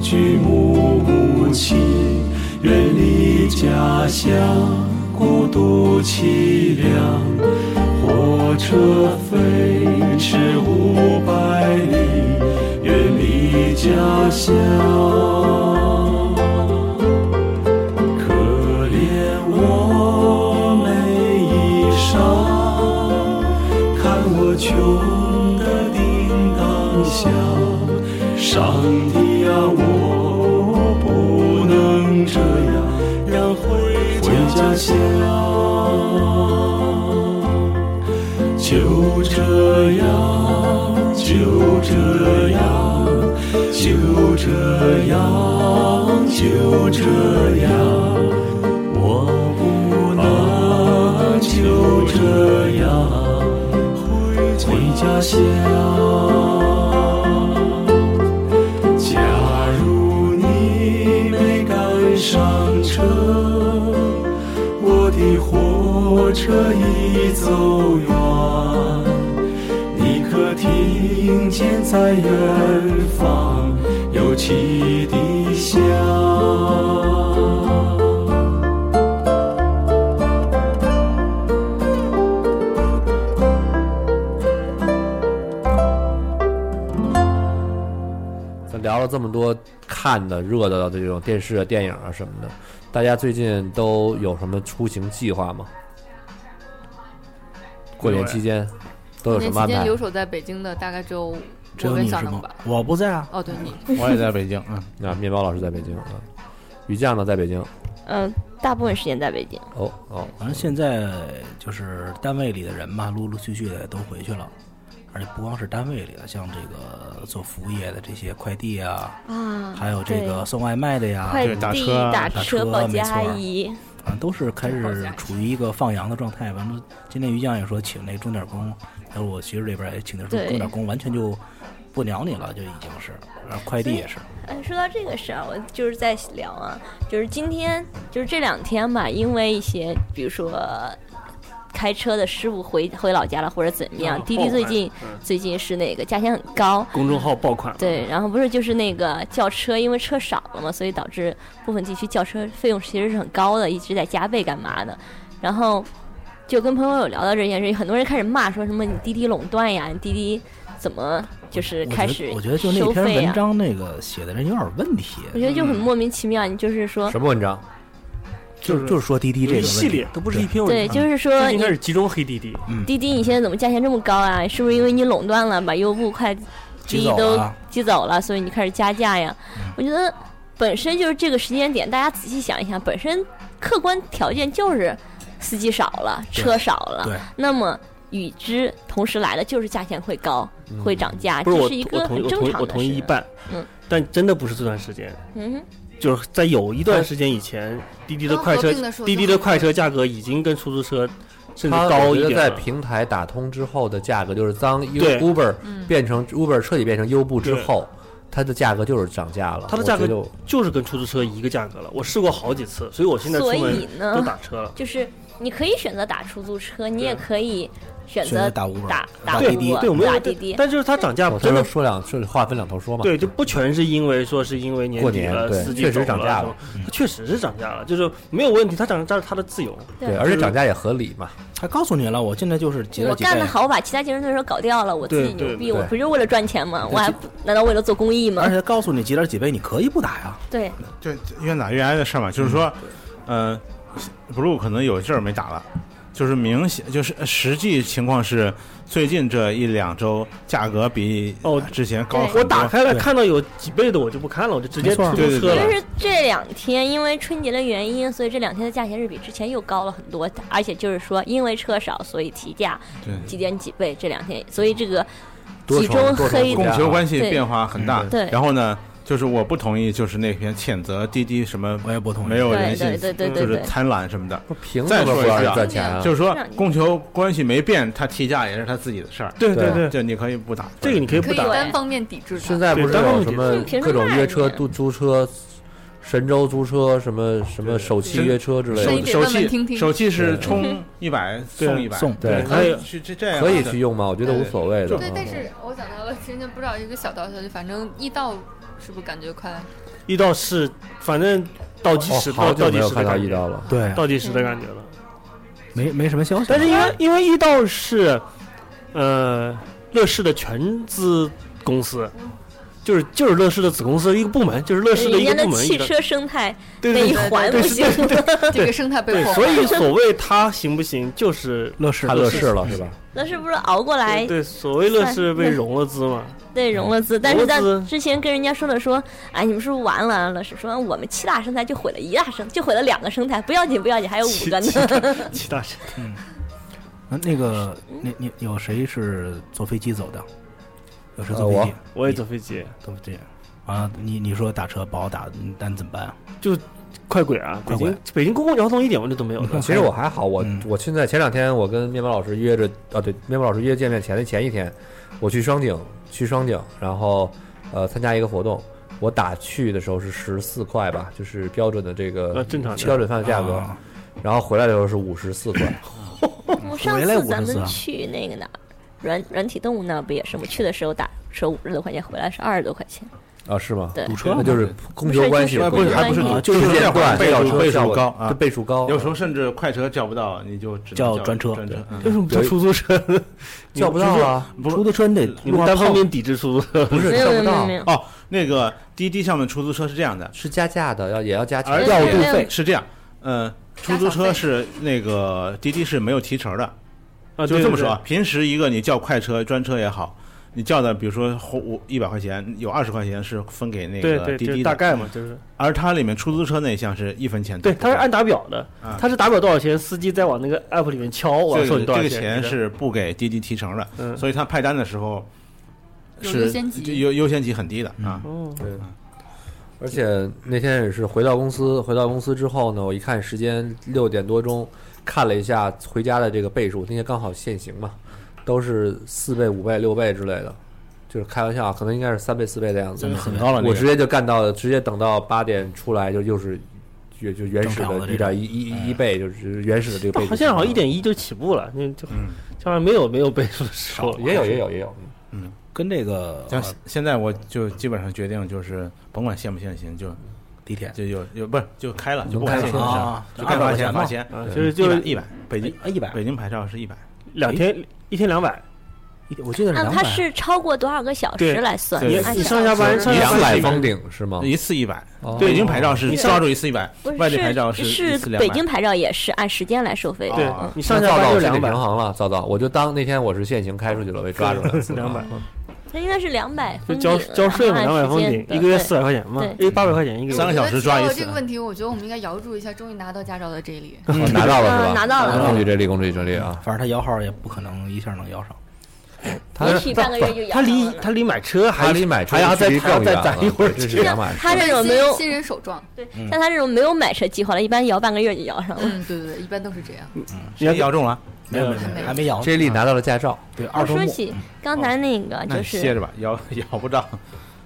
[SPEAKER 18] 举目无亲，远离家乡，孤独凄凉。火车飞驰五百里，远离家乡。可怜我没衣裳，看我穷得叮当响。上帝呀，我不能这样，要回家乡。就这样，就这样，就这样，就这样，我不能就这样回家乡。假如你没赶上车。我的火车已走远，你可听见在远方有汽笛响？
[SPEAKER 4] 咱聊了这么多看的、热的这种电视、电影啊什么的，大家最近都有什么出行计划吗？过年期间都有
[SPEAKER 6] 年
[SPEAKER 4] 什么
[SPEAKER 6] 期
[SPEAKER 4] 安
[SPEAKER 6] 间
[SPEAKER 4] 排
[SPEAKER 6] 留？守在北京的大概只有
[SPEAKER 10] 只
[SPEAKER 6] 我
[SPEAKER 10] 有
[SPEAKER 6] 跟
[SPEAKER 10] 你
[SPEAKER 6] 小
[SPEAKER 10] 是
[SPEAKER 6] 能
[SPEAKER 10] 吗
[SPEAKER 6] 吧？？
[SPEAKER 10] 我不在啊。
[SPEAKER 6] 哦，对 你，
[SPEAKER 16] 我也在北京，嗯，
[SPEAKER 4] 啊，面包老师在北京啊，于酱呢在北京。
[SPEAKER 5] 嗯，大部分时间在北京。
[SPEAKER 4] 哦哦，
[SPEAKER 10] 反正现在就是单位里的人嘛，陆陆续续的都回去了，而且不光是单位里的，像这个做服务业的这些快递啊，
[SPEAKER 5] 啊
[SPEAKER 10] 还有这个送外卖的呀，
[SPEAKER 5] 快递、
[SPEAKER 4] 啊
[SPEAKER 10] 打
[SPEAKER 5] 车、保
[SPEAKER 10] 没
[SPEAKER 5] 洁
[SPEAKER 10] 错啊
[SPEAKER 5] 阿，姨，
[SPEAKER 10] 反正啊都是开始处于一个放羊的状态。反正今天于酱也说请那钟点工，还有我媳妇这边也请的
[SPEAKER 5] 对
[SPEAKER 10] 钟点工，完全就不鸟你了，就已经是，然后快递也是，
[SPEAKER 5] 嗯，说到这个事儿，我就是在聊啊，就是今天，就是这两天吧，因为一些，比如说开车的师傅回回老家了，或者怎么样，
[SPEAKER 12] 啊
[SPEAKER 5] 滴滴最近
[SPEAKER 12] 爆款嗯
[SPEAKER 5] 最近是那个价钱很高，
[SPEAKER 12] 公众号爆款，嗯
[SPEAKER 5] 对，然后不是就是那个轿车，因为车少了嘛，所以导致部分地区轿车费用其实是很高的，一直在加倍干嘛的。然后就跟朋友有聊到这件事，很多人开始骂说什么你滴滴垄断呀，你滴滴怎么就是
[SPEAKER 10] 我
[SPEAKER 5] 开
[SPEAKER 10] 觉
[SPEAKER 5] 始
[SPEAKER 10] 得我觉得就那
[SPEAKER 5] 收
[SPEAKER 10] 篇
[SPEAKER 5] 费啊
[SPEAKER 10] 文
[SPEAKER 5] 呀？
[SPEAKER 10] 章那个写的人有点问题，
[SPEAKER 5] 我觉得就
[SPEAKER 9] 嗯
[SPEAKER 5] 很莫名其妙，你就是说
[SPEAKER 4] 什么文章？
[SPEAKER 10] 就是就是说滴滴这
[SPEAKER 12] 有
[SPEAKER 10] 个
[SPEAKER 12] 一
[SPEAKER 10] 问
[SPEAKER 12] 系
[SPEAKER 10] 题
[SPEAKER 12] 列都不是一篇文章，
[SPEAKER 5] 对，就是说
[SPEAKER 12] 最近
[SPEAKER 5] 你
[SPEAKER 12] 开始集中黑滴滴，
[SPEAKER 10] 嗯
[SPEAKER 5] 滴滴你现在怎么价钱这么高啊？是不是因为你垄断了，把优步、快
[SPEAKER 10] 挤
[SPEAKER 5] 滴
[SPEAKER 10] 走
[SPEAKER 5] 都
[SPEAKER 10] 了
[SPEAKER 5] 挤走了，所以你开始加价呀？
[SPEAKER 9] 嗯
[SPEAKER 5] 我觉得本身就是这个时间点，大家仔细想一想，本身客观条件就是司机少了，
[SPEAKER 10] 对
[SPEAKER 5] 车少了
[SPEAKER 10] 对，
[SPEAKER 5] 那么。与之同时来的就是价钱会高，
[SPEAKER 9] 嗯
[SPEAKER 5] 会涨价，
[SPEAKER 9] 不是
[SPEAKER 5] 这
[SPEAKER 9] 我
[SPEAKER 5] 是一
[SPEAKER 9] 我
[SPEAKER 5] 个
[SPEAKER 9] 同
[SPEAKER 5] 很
[SPEAKER 9] 意我
[SPEAKER 5] 正
[SPEAKER 9] 同意
[SPEAKER 5] 常
[SPEAKER 9] 我
[SPEAKER 5] 的
[SPEAKER 9] 同意
[SPEAKER 5] 事
[SPEAKER 9] 一半，
[SPEAKER 5] 嗯
[SPEAKER 9] 但真的不是这段时间，
[SPEAKER 5] 嗯哼，
[SPEAKER 9] 就是在有一段时间以前，滴滴的快车
[SPEAKER 6] 刚合并的时候
[SPEAKER 9] 滴滴的快车价格呃已经跟出租车甚至
[SPEAKER 4] 它
[SPEAKER 9] 高
[SPEAKER 4] 我觉
[SPEAKER 9] 一
[SPEAKER 4] 得
[SPEAKER 9] 点
[SPEAKER 4] 在
[SPEAKER 9] 了。
[SPEAKER 4] 平台打通之后的价格，就是当 U
[SPEAKER 9] 对
[SPEAKER 4] Uber
[SPEAKER 9] 嗯
[SPEAKER 4] 变成 Uber 彻底变成优步之
[SPEAKER 9] 对
[SPEAKER 4] 后，它的价格就是涨价了。
[SPEAKER 9] 它的价
[SPEAKER 4] 我觉
[SPEAKER 9] 格
[SPEAKER 4] 得
[SPEAKER 9] 就是跟出租车一个价格了，我试过好几次，所以我现在出
[SPEAKER 5] 所
[SPEAKER 9] 门
[SPEAKER 5] 以呢
[SPEAKER 9] 都打车了。
[SPEAKER 5] 就是你可以选择打出租车，你也可以选
[SPEAKER 9] 选择
[SPEAKER 5] 择
[SPEAKER 9] 打
[SPEAKER 5] 打
[SPEAKER 9] Uber
[SPEAKER 5] 打
[SPEAKER 9] 打
[SPEAKER 5] 打
[SPEAKER 9] 滴滴对我没有
[SPEAKER 5] 打滴滴，
[SPEAKER 9] 但就是它涨价
[SPEAKER 4] 我
[SPEAKER 9] 真的
[SPEAKER 4] 才说两是话分两头说嘛。
[SPEAKER 9] 对，就不全是因为说是因为年
[SPEAKER 4] 过
[SPEAKER 9] 底
[SPEAKER 4] 年
[SPEAKER 9] 了，
[SPEAKER 4] 对
[SPEAKER 9] 司机
[SPEAKER 4] 确实
[SPEAKER 9] 走
[SPEAKER 4] 涨价
[SPEAKER 9] 什
[SPEAKER 4] 了
[SPEAKER 9] 么它确实是涨价了，就是没有问题，它涨价是它的自由。
[SPEAKER 4] 对而且涨价也合理嘛。
[SPEAKER 10] 他告诉你了，我现在就是几
[SPEAKER 5] 我
[SPEAKER 10] 个几
[SPEAKER 5] 干
[SPEAKER 10] 倍
[SPEAKER 5] 得。好，我把其他竞争对手搞掉了，我自己
[SPEAKER 10] 对
[SPEAKER 5] 牛逼，
[SPEAKER 10] 对对
[SPEAKER 5] 我不是为了赚钱吗？我还不难道为了做公益吗
[SPEAKER 10] 而？且告诉你几点几倍，你可以不打呀。
[SPEAKER 5] 对，
[SPEAKER 11] 就越打越挨的事儿嘛，就是说，
[SPEAKER 9] 嗯
[SPEAKER 11] 呃，blue 可能有一阵儿没打了，就是明显就是呃实际情况是最近这一两周价格比哦之前高很多。
[SPEAKER 9] 我打开来看到有几倍的，我就不看了，我就直接
[SPEAKER 11] 没
[SPEAKER 9] 出
[SPEAKER 11] 错
[SPEAKER 9] 租
[SPEAKER 11] 对对
[SPEAKER 9] 车了
[SPEAKER 11] 对。
[SPEAKER 5] 就是这两天因为春节的原因，所以这两天的价钱是比之前又高了很多，而且就是说因为车少，所以提价
[SPEAKER 11] 对
[SPEAKER 5] 几点几倍，这两天，所以这个
[SPEAKER 4] 多
[SPEAKER 5] 集
[SPEAKER 4] 重
[SPEAKER 5] 中
[SPEAKER 4] 多重
[SPEAKER 5] 黑
[SPEAKER 4] 复
[SPEAKER 11] 供
[SPEAKER 4] 杂
[SPEAKER 11] 求关系
[SPEAKER 5] 对
[SPEAKER 11] 变化很大。
[SPEAKER 5] 嗯对
[SPEAKER 11] 然后呢，就是我不同意，就是那篇谴责滴滴什么，
[SPEAKER 10] 我也不同意，
[SPEAKER 11] 没有人性，
[SPEAKER 5] 对对对对对
[SPEAKER 11] 就是
[SPEAKER 5] 对
[SPEAKER 11] 贪婪什么的。
[SPEAKER 4] 凭
[SPEAKER 11] 再
[SPEAKER 4] 什么
[SPEAKER 11] 说
[SPEAKER 4] 不
[SPEAKER 11] 一
[SPEAKER 4] 让
[SPEAKER 11] 句
[SPEAKER 4] 人赚钱啊？
[SPEAKER 11] 就是说
[SPEAKER 5] 让你
[SPEAKER 11] 供求关系没变，他提价也是他自己的事儿。
[SPEAKER 9] 对对对
[SPEAKER 11] 就你可以不打，
[SPEAKER 9] 这个你可以
[SPEAKER 6] 可以单方面抵制它。
[SPEAKER 4] 现在不是有什么
[SPEAKER 5] 凭什么
[SPEAKER 4] 各种
[SPEAKER 5] 骂
[SPEAKER 4] 约
[SPEAKER 5] 人
[SPEAKER 4] 车、
[SPEAKER 5] 家
[SPEAKER 4] 租租车、神州租车、什么什么首汽约车之类
[SPEAKER 6] 所以
[SPEAKER 4] 的，
[SPEAKER 6] 得
[SPEAKER 11] 手
[SPEAKER 6] 问问听
[SPEAKER 11] 气
[SPEAKER 6] 听
[SPEAKER 11] 手气
[SPEAKER 4] 对
[SPEAKER 11] 是
[SPEAKER 5] 嗯
[SPEAKER 11] 充一百送一百，
[SPEAKER 10] 送
[SPEAKER 4] 对
[SPEAKER 11] 可以
[SPEAKER 9] 可以
[SPEAKER 11] 去这这样
[SPEAKER 4] 可以
[SPEAKER 11] 的
[SPEAKER 4] 去用吗？我觉得无所谓的。
[SPEAKER 6] 对
[SPEAKER 4] 嗯，
[SPEAKER 6] 但是我想到了之前不知道一个小道消息，反正易到是不是感觉快？
[SPEAKER 9] 一到是，反正倒计时
[SPEAKER 4] 哦好
[SPEAKER 9] 到
[SPEAKER 4] 久
[SPEAKER 9] 倒
[SPEAKER 4] 没
[SPEAKER 9] 计
[SPEAKER 4] 有
[SPEAKER 9] 时的
[SPEAKER 4] 看到
[SPEAKER 9] 感
[SPEAKER 4] 易
[SPEAKER 9] 觉，
[SPEAKER 4] 到了，
[SPEAKER 10] 对，
[SPEAKER 9] 倒计时的感觉了。
[SPEAKER 10] 没没什么消息。
[SPEAKER 9] 但是因为因为易到是，呃，乐视的全资公司，就是就是乐视的子公司一个部门，就是乐视的
[SPEAKER 5] 人
[SPEAKER 9] 一
[SPEAKER 5] 家
[SPEAKER 9] 个
[SPEAKER 5] 的
[SPEAKER 9] 部门。
[SPEAKER 5] 汽
[SPEAKER 9] 一个
[SPEAKER 5] 车生态
[SPEAKER 9] 对
[SPEAKER 5] 那
[SPEAKER 9] 对
[SPEAKER 5] 一
[SPEAKER 9] 对
[SPEAKER 5] 环
[SPEAKER 9] 对
[SPEAKER 5] 不
[SPEAKER 9] 对
[SPEAKER 5] 行，
[SPEAKER 6] 这个生态被
[SPEAKER 9] 对，
[SPEAKER 6] 破
[SPEAKER 9] 所
[SPEAKER 6] 坏。
[SPEAKER 9] 以所谓它行不行，就是
[SPEAKER 10] 乐视
[SPEAKER 4] 他乐视了是吧？
[SPEAKER 5] 那是不是熬过来
[SPEAKER 9] 对对，所谓乐视被
[SPEAKER 5] 算
[SPEAKER 9] 融了资嘛，
[SPEAKER 5] 对，融了资，但是在
[SPEAKER 9] 融了资
[SPEAKER 5] 之前跟人家说的说，哎，你们是不是完了？老师说我们七大生态就毁了一大生，就毁了两个生态，不要紧，不要紧，还有五个 呢。
[SPEAKER 9] 其他是
[SPEAKER 10] 那嗯那个，那你有谁是坐飞机走的？有谁
[SPEAKER 4] 呃
[SPEAKER 10] 坐飞机？
[SPEAKER 9] 我也坐飞机，
[SPEAKER 10] 坐飞机。啊，你你说打车不好打，嗯但怎么办啊？
[SPEAKER 9] 快轨啊，北
[SPEAKER 10] 快轨
[SPEAKER 9] 京北京公共交通一点问题都没有 的。
[SPEAKER 4] 其实我还好，我
[SPEAKER 10] 嗯
[SPEAKER 4] 我现在前两天我跟面包老师约着，啊对，面包老师约见面前的前一天，我去双井，去双井，然后呃参加一个活动，我打去的时候是十四块吧，就是标准的这个
[SPEAKER 9] 呃正常价格
[SPEAKER 4] 标准范的价格
[SPEAKER 10] 啊，
[SPEAKER 4] 然后回来的时候是五十四块，
[SPEAKER 5] 我上
[SPEAKER 10] 回来五
[SPEAKER 5] 次咱
[SPEAKER 10] 十四
[SPEAKER 5] 们
[SPEAKER 10] 啊
[SPEAKER 5] 去那个哪儿，软软体动物那儿不也是吗？去的时候打车五十多块钱，回来是二十多块钱。
[SPEAKER 4] 啊是吗？
[SPEAKER 5] 对堵
[SPEAKER 4] 车那就是供求关系
[SPEAKER 5] 不
[SPEAKER 4] 不
[SPEAKER 5] 是就是
[SPEAKER 4] 一样
[SPEAKER 5] 还不是
[SPEAKER 10] 啊，就
[SPEAKER 4] 就是是变
[SPEAKER 11] 会儿
[SPEAKER 4] 段
[SPEAKER 11] 倍
[SPEAKER 4] 轿
[SPEAKER 11] 数
[SPEAKER 4] 车
[SPEAKER 11] 倍数
[SPEAKER 4] 效果
[SPEAKER 11] 高啊
[SPEAKER 4] 就倍数高，
[SPEAKER 11] 有时候甚至快车叫不到，你就只能
[SPEAKER 10] 叫
[SPEAKER 11] 叫
[SPEAKER 10] 专车
[SPEAKER 11] 专车，嗯
[SPEAKER 9] 为什么不叫出租车？
[SPEAKER 4] 叫不到啊，
[SPEAKER 10] 出租车你得
[SPEAKER 9] 你
[SPEAKER 10] 路
[SPEAKER 9] 们
[SPEAKER 10] 上
[SPEAKER 9] 单方
[SPEAKER 10] 碰
[SPEAKER 9] 面抵制出租车，
[SPEAKER 4] 不是
[SPEAKER 5] 没
[SPEAKER 4] 叫
[SPEAKER 5] 有
[SPEAKER 4] 不
[SPEAKER 5] 没有没有
[SPEAKER 4] 到
[SPEAKER 5] 没，有，
[SPEAKER 11] 哦，那个滴滴上面出租车是这样的，
[SPEAKER 4] 是加价的，要也要加
[SPEAKER 11] 而
[SPEAKER 4] 钱
[SPEAKER 5] 且。
[SPEAKER 11] 要
[SPEAKER 5] 没有
[SPEAKER 11] 路
[SPEAKER 5] 没有
[SPEAKER 11] 费是这样，呃，出租车是那个滴滴是没有提成的，
[SPEAKER 9] 啊，
[SPEAKER 11] 就
[SPEAKER 9] 对
[SPEAKER 11] 这么说。
[SPEAKER 9] 对
[SPEAKER 11] 啊，平时一个你叫快车、专车也好，你叫的比如说五一百块钱，有二十块钱是分给那
[SPEAKER 9] 对
[SPEAKER 11] 个
[SPEAKER 9] 对
[SPEAKER 11] 滴
[SPEAKER 9] 对，就
[SPEAKER 11] 滴
[SPEAKER 9] 大
[SPEAKER 11] 的，
[SPEAKER 9] 概嘛，就是
[SPEAKER 11] 而它里面出租车那一项是一分钱都
[SPEAKER 9] 对，
[SPEAKER 11] 不
[SPEAKER 9] 它是
[SPEAKER 11] 给
[SPEAKER 9] 按打表的
[SPEAKER 11] 啊，
[SPEAKER 9] 它是打表多少钱，司机再往那个 app 里面敲，我要
[SPEAKER 11] 这
[SPEAKER 9] 收
[SPEAKER 11] 个
[SPEAKER 9] 你多
[SPEAKER 11] 这个
[SPEAKER 9] 少钱
[SPEAKER 11] 钱是不给滴滴提成的，
[SPEAKER 9] 嗯
[SPEAKER 11] 所以他派单的时候
[SPEAKER 6] 有
[SPEAKER 11] 是
[SPEAKER 6] 优先级
[SPEAKER 11] 就优优先级很低的啊。
[SPEAKER 10] 嗯
[SPEAKER 9] 哦，
[SPEAKER 4] 对，而且那天也是回到公司，回到公司之后呢，我一看时间六点多钟，看了一下回家的这个倍数，那天刚好限行嘛，都是四倍、五倍、六倍之类的，就是开玩笑啊，可能应该是三倍、四倍的样子。
[SPEAKER 11] 很高了那个
[SPEAKER 4] 我直接就干到，直接等到八点出来就又是。也就原始
[SPEAKER 10] 正常
[SPEAKER 4] 的
[SPEAKER 10] 的
[SPEAKER 4] 一
[SPEAKER 10] 这
[SPEAKER 4] 点
[SPEAKER 10] 种
[SPEAKER 4] 一
[SPEAKER 11] 哎
[SPEAKER 4] 一一倍，就是原始的这个倍
[SPEAKER 9] 但
[SPEAKER 4] 数。
[SPEAKER 9] 好像好像一点一就起步了，那就将来没有没有倍数的时候，
[SPEAKER 4] 也有也有也有，
[SPEAKER 11] 嗯
[SPEAKER 10] 跟这个
[SPEAKER 11] 像现在我就基本上决定就是甭管限不限行，就
[SPEAKER 10] 地铁
[SPEAKER 11] 就有有不是就开了，就不
[SPEAKER 4] 开
[SPEAKER 11] 管限行
[SPEAKER 10] 了
[SPEAKER 11] 的事儿
[SPEAKER 10] 啊，
[SPEAKER 11] 就该罚钱罚钱，嗯
[SPEAKER 9] 啊，
[SPEAKER 4] 对
[SPEAKER 9] 就是就是
[SPEAKER 11] 一百北京
[SPEAKER 10] 啊一百
[SPEAKER 11] 北京牌照是一百，哎
[SPEAKER 9] 两天一天两百，
[SPEAKER 10] 一我记得是
[SPEAKER 5] 按
[SPEAKER 10] 两
[SPEAKER 5] 它
[SPEAKER 10] 百。
[SPEAKER 5] 是超过多少个小时
[SPEAKER 9] 对
[SPEAKER 5] 来算？
[SPEAKER 9] 你
[SPEAKER 11] 对
[SPEAKER 5] 按
[SPEAKER 9] 你
[SPEAKER 5] 小
[SPEAKER 9] 上下
[SPEAKER 5] 时
[SPEAKER 9] 班上
[SPEAKER 4] 一
[SPEAKER 9] 下班
[SPEAKER 4] 百
[SPEAKER 9] 时间
[SPEAKER 4] 封顶是吗？
[SPEAKER 11] 一次一百
[SPEAKER 4] 哦，
[SPEAKER 11] 北京牌照是
[SPEAKER 9] 你上
[SPEAKER 11] 抓住一次一百
[SPEAKER 5] 不，是
[SPEAKER 11] 外地牌照一
[SPEAKER 5] 是
[SPEAKER 11] 次
[SPEAKER 5] 是
[SPEAKER 11] 两
[SPEAKER 5] 北
[SPEAKER 11] 百
[SPEAKER 5] 京。牌照也是按时间来收费的。
[SPEAKER 9] 对
[SPEAKER 11] 啊
[SPEAKER 4] 那
[SPEAKER 9] 你上下
[SPEAKER 4] 早
[SPEAKER 9] 班
[SPEAKER 4] 早
[SPEAKER 9] 就
[SPEAKER 4] 我心里
[SPEAKER 9] 两 百
[SPEAKER 4] 平，衡了，早早我就当那天我是限行开出去了，被抓住了两次。
[SPEAKER 9] 两百，
[SPEAKER 5] 它应该是两百
[SPEAKER 9] 就
[SPEAKER 5] 分
[SPEAKER 9] 交
[SPEAKER 5] 顶
[SPEAKER 9] 交税嘛，
[SPEAKER 5] 按
[SPEAKER 9] 两百
[SPEAKER 5] 时
[SPEAKER 9] 封
[SPEAKER 5] 间
[SPEAKER 9] 顶，
[SPEAKER 5] 对
[SPEAKER 9] 一个月
[SPEAKER 5] 对
[SPEAKER 9] 四百块钱嘛，
[SPEAKER 5] 对
[SPEAKER 9] 一八百块钱一个月，
[SPEAKER 16] 三个小时抓一
[SPEAKER 6] 到
[SPEAKER 16] 次
[SPEAKER 6] 这个问题，我觉得我们应该摇注一下，终于拿到驾照的 J 里。
[SPEAKER 4] 嗯拿到了是吧？
[SPEAKER 5] 嗯拿
[SPEAKER 12] 啊
[SPEAKER 5] 到了
[SPEAKER 4] 恭喜这里，恭喜这里啊！
[SPEAKER 10] 反正他摇号也不可能一下能摇上。
[SPEAKER 5] 媒体半个月就
[SPEAKER 12] 他
[SPEAKER 5] 养
[SPEAKER 12] 离他离买车还
[SPEAKER 4] 他离买车
[SPEAKER 12] 还要再
[SPEAKER 4] 距离
[SPEAKER 12] 还要
[SPEAKER 4] 更
[SPEAKER 12] 再
[SPEAKER 4] 远了
[SPEAKER 12] 攒一会儿
[SPEAKER 4] 啊
[SPEAKER 12] 啊
[SPEAKER 4] 这是
[SPEAKER 12] 钱
[SPEAKER 4] 两码事。
[SPEAKER 5] 他这种没有
[SPEAKER 6] 新新人嗯首撞，
[SPEAKER 5] 对，像他这种没有买车计划的，一般摇半个月就摇上了。
[SPEAKER 6] 嗯，对对对，一般都是这样。
[SPEAKER 9] 嗯
[SPEAKER 16] 谁摇中了？
[SPEAKER 10] 没有没有没有，还没摇。
[SPEAKER 4] 这里拿到了驾照，
[SPEAKER 10] 对
[SPEAKER 5] 我
[SPEAKER 10] 二周
[SPEAKER 5] 哦说
[SPEAKER 9] 嗯
[SPEAKER 10] 目，
[SPEAKER 5] 起刚
[SPEAKER 9] 哦
[SPEAKER 5] 才那个
[SPEAKER 16] 那
[SPEAKER 5] 就
[SPEAKER 16] 你歇
[SPEAKER 5] 是
[SPEAKER 16] 着吧， 摇摇不着。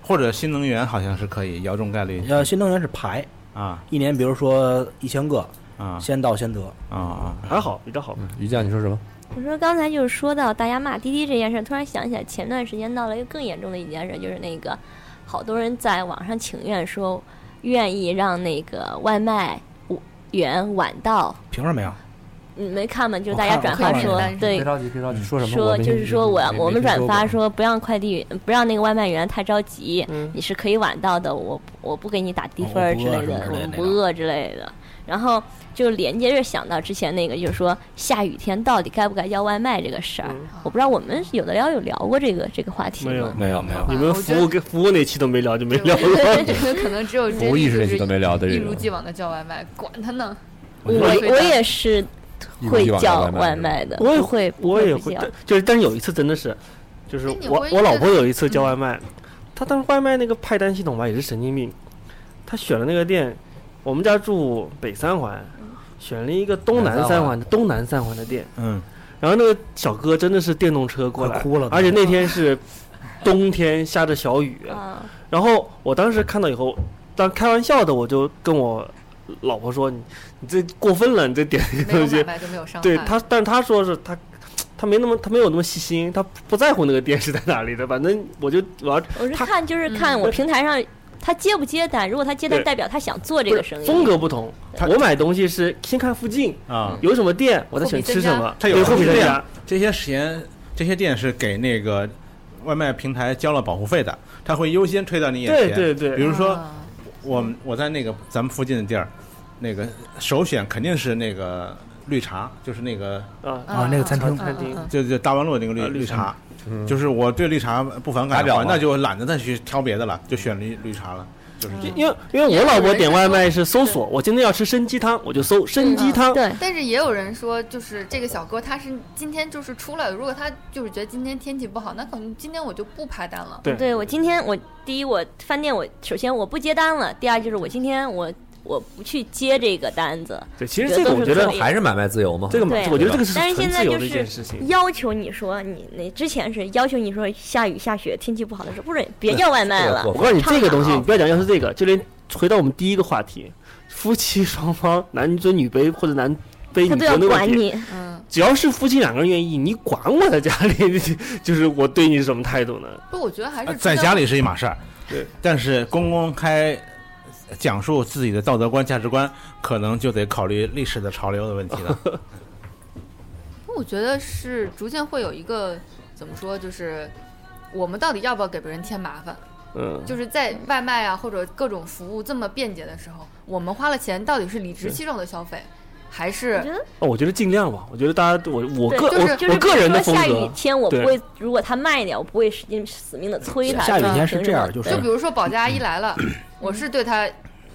[SPEAKER 16] 或者新能源好像是可以摇中概率
[SPEAKER 10] 呃，新能源是排
[SPEAKER 16] 啊
[SPEAKER 10] 一年，比如说一千个，
[SPEAKER 16] 啊
[SPEAKER 10] 先到先得。
[SPEAKER 16] 啊啊！
[SPEAKER 9] 还好比较好。
[SPEAKER 4] 于酱，你说什么？
[SPEAKER 5] 我说刚才就是说到大家骂滴滴这件事，突然想起来前段时间闹了一个更严重的一件事，就是那个好多人在网上请愿说愿意让那个外卖员晚到，
[SPEAKER 10] 凭什么呀？
[SPEAKER 5] 你没看吗？就是
[SPEAKER 10] 我
[SPEAKER 5] 大家
[SPEAKER 10] 看了我看
[SPEAKER 5] 转发
[SPEAKER 10] 了
[SPEAKER 5] 说
[SPEAKER 6] 看了
[SPEAKER 5] 对
[SPEAKER 4] 别。着急，别着急，说什么？
[SPEAKER 5] 说
[SPEAKER 4] 我没
[SPEAKER 5] 就是说我
[SPEAKER 4] 没
[SPEAKER 5] 我们
[SPEAKER 4] 没听
[SPEAKER 5] 转发
[SPEAKER 4] 过
[SPEAKER 5] 说不让快递不让那个外卖员太着急，
[SPEAKER 4] 嗯
[SPEAKER 5] 你是可以晚到的，我不我不给你打低分儿之类的，
[SPEAKER 10] 我不饿什么之类的
[SPEAKER 5] 我们不饿之类的。然后就连接着想到之前那个，就是说下雨天到底该不该叫外卖这个事儿，
[SPEAKER 4] 嗯
[SPEAKER 5] 我不知道我们有的聊有聊过这个这个话题
[SPEAKER 9] 没有
[SPEAKER 5] 吗？
[SPEAKER 10] 没有没有，
[SPEAKER 9] 你们服务跟服务那期都没聊，就没聊过。
[SPEAKER 6] 这个可能只有 J
[SPEAKER 4] 无意识
[SPEAKER 6] 就
[SPEAKER 4] 这
[SPEAKER 6] 是
[SPEAKER 4] 些都没聊的
[SPEAKER 6] 一
[SPEAKER 4] 这
[SPEAKER 6] 如
[SPEAKER 4] 种，
[SPEAKER 6] 既往的叫外卖，管他呢。
[SPEAKER 5] 我
[SPEAKER 6] 我也
[SPEAKER 5] 我也是
[SPEAKER 4] 一如
[SPEAKER 5] 会
[SPEAKER 4] 既往的
[SPEAKER 5] 叫
[SPEAKER 4] 外卖
[SPEAKER 5] 外
[SPEAKER 4] 是吧
[SPEAKER 5] 卖的，
[SPEAKER 9] 我也
[SPEAKER 5] 不会
[SPEAKER 9] 我也
[SPEAKER 5] 不
[SPEAKER 9] 会
[SPEAKER 5] 叫，
[SPEAKER 9] 但就是但是有一次真的是，就是
[SPEAKER 6] 那你
[SPEAKER 9] 我
[SPEAKER 6] 会
[SPEAKER 9] 我老
[SPEAKER 6] 觉
[SPEAKER 9] 婆
[SPEAKER 6] 得
[SPEAKER 9] 有一次叫
[SPEAKER 6] 嗯
[SPEAKER 9] 外卖，她当时外卖那个派单系统吧也是神经病，她选了那个店，我们家住北三环，
[SPEAKER 6] 嗯
[SPEAKER 9] 选了一个东
[SPEAKER 4] 南
[SPEAKER 9] 南
[SPEAKER 4] 三
[SPEAKER 9] 三
[SPEAKER 4] 环
[SPEAKER 9] 环的东南三环的店，
[SPEAKER 16] 嗯，
[SPEAKER 9] 然后那个小哥真的是电动车过
[SPEAKER 10] 快
[SPEAKER 9] 来，
[SPEAKER 10] 哭了都
[SPEAKER 9] 而且那天是冬天下着小雨，
[SPEAKER 6] 嗯
[SPEAKER 5] 啊，
[SPEAKER 9] 然后我当时看到以后，当开玩笑的我就跟我老婆说：“你你这过分了，你这点这个
[SPEAKER 6] 没有
[SPEAKER 9] 东
[SPEAKER 6] 买
[SPEAKER 9] 西。
[SPEAKER 6] 卖就没有伤”害。
[SPEAKER 9] 对他，但是他说是他。他没那么，他没有那么细心，他不在乎那个店是在哪里的。反正我就我要
[SPEAKER 5] 我是
[SPEAKER 9] 他
[SPEAKER 5] 看就是看
[SPEAKER 6] 嗯
[SPEAKER 5] 我平台上他接不接单，如果他接单，
[SPEAKER 9] 对
[SPEAKER 5] 代表他想做这
[SPEAKER 9] 不
[SPEAKER 5] 个
[SPEAKER 9] 是
[SPEAKER 5] 生意。
[SPEAKER 9] 风格不同，
[SPEAKER 16] 他
[SPEAKER 9] 我买东西是先看附近
[SPEAKER 16] 啊
[SPEAKER 9] 有什么店，我再选吃什么。
[SPEAKER 16] 他
[SPEAKER 9] 对
[SPEAKER 16] 有
[SPEAKER 9] 货比三
[SPEAKER 16] 这
[SPEAKER 9] 家
[SPEAKER 16] 样，这些钱，这些店是给那个外卖平台交了保护费的，他会优先推到你眼前。
[SPEAKER 9] 对对对
[SPEAKER 16] 比如说，
[SPEAKER 6] 啊
[SPEAKER 16] 我们我在那个咱们附近的地儿，那个首选肯定是那个绿茶，就是那个
[SPEAKER 9] 啊，
[SPEAKER 10] 啊那个餐厅
[SPEAKER 9] 餐
[SPEAKER 5] 嗯
[SPEAKER 9] 厅
[SPEAKER 16] 就就大望路那个绿、
[SPEAKER 9] 啊绿
[SPEAKER 16] 绿
[SPEAKER 9] 茶
[SPEAKER 16] 茶，就是我对绿茶不反
[SPEAKER 4] 打
[SPEAKER 16] 感的
[SPEAKER 4] 表
[SPEAKER 16] 话，
[SPEAKER 4] 吗
[SPEAKER 16] 那就懒得再去挑别的了，就选绿绿茶了，就是这样。
[SPEAKER 9] 因为因为我老婆点外卖是搜索，我今天要吃参鸡汤，我就搜参鸡汤。
[SPEAKER 5] 嗯对，
[SPEAKER 6] 但是也有人说，就是这个小哥他是今天就是出来的，如果他就是觉得今天天气不好，那可能今天我就不排单了。
[SPEAKER 9] 对
[SPEAKER 5] 对我今天我第一我饭店我首先我不接单了，第二就是我今天我我不去接这个单子，
[SPEAKER 9] 对，其实这个我觉得
[SPEAKER 5] 对
[SPEAKER 4] 还是买卖自由嘛。
[SPEAKER 9] 这个嘛
[SPEAKER 5] 对，
[SPEAKER 9] 我觉得这个是
[SPEAKER 5] 但是
[SPEAKER 9] 纯
[SPEAKER 5] 现在
[SPEAKER 9] 自由
[SPEAKER 5] 就
[SPEAKER 9] 的一
[SPEAKER 5] 是
[SPEAKER 9] 件事情。
[SPEAKER 5] 要求你说你那之前是要求你说下雨下雪天气不好的时候不准别叫外卖了
[SPEAKER 4] 对，
[SPEAKER 9] 我告诉你，
[SPEAKER 5] 倡
[SPEAKER 9] 这个东西
[SPEAKER 5] 导
[SPEAKER 9] 你不要讲，要是这个，就连回到我们第一个话题，夫妻双方男尊女卑或者男卑
[SPEAKER 5] 他
[SPEAKER 9] 女
[SPEAKER 5] 都要
[SPEAKER 9] 尊的问
[SPEAKER 5] 管
[SPEAKER 9] 题，
[SPEAKER 5] 你。
[SPEAKER 6] 嗯，
[SPEAKER 9] 只要是夫妻两个人愿意，你管我在家里，就是我对你是什么态度呢？
[SPEAKER 6] 不，我觉得还
[SPEAKER 16] 呃
[SPEAKER 6] 是
[SPEAKER 16] 在
[SPEAKER 6] 出
[SPEAKER 16] 家里是一码事儿，
[SPEAKER 9] 对，
[SPEAKER 16] 但是公公开讲述自己的道德观、价值观，可能就得考虑历史的潮流的问题 了。
[SPEAKER 6] 我觉得是逐渐会有一个怎么说，就是我们到底要不要给别人添麻烦？
[SPEAKER 9] 嗯，
[SPEAKER 6] 就是在外卖啊或者各种服务这么便捷的时候，我们花了钱到底是理直气壮的消费，还
[SPEAKER 5] 我觉
[SPEAKER 6] 是
[SPEAKER 5] 得
[SPEAKER 9] 哦，我觉得尽量吧。我觉得大家，我我个
[SPEAKER 5] 对，就
[SPEAKER 9] 我
[SPEAKER 5] 是就是
[SPEAKER 9] 我
[SPEAKER 5] 比
[SPEAKER 9] 个
[SPEAKER 5] 如
[SPEAKER 9] 人
[SPEAKER 5] 说
[SPEAKER 9] 的风
[SPEAKER 5] 下雨
[SPEAKER 9] 格，
[SPEAKER 5] 天我不
[SPEAKER 9] 对
[SPEAKER 5] 会，如果他慢一点，我不会使劲死命的催他。
[SPEAKER 10] 下雨
[SPEAKER 5] 就是
[SPEAKER 10] 天是
[SPEAKER 5] 凭
[SPEAKER 10] 这
[SPEAKER 5] 什
[SPEAKER 10] 样
[SPEAKER 5] 么
[SPEAKER 10] 就是
[SPEAKER 6] 就比如说保洁阿姨来了， 我是对她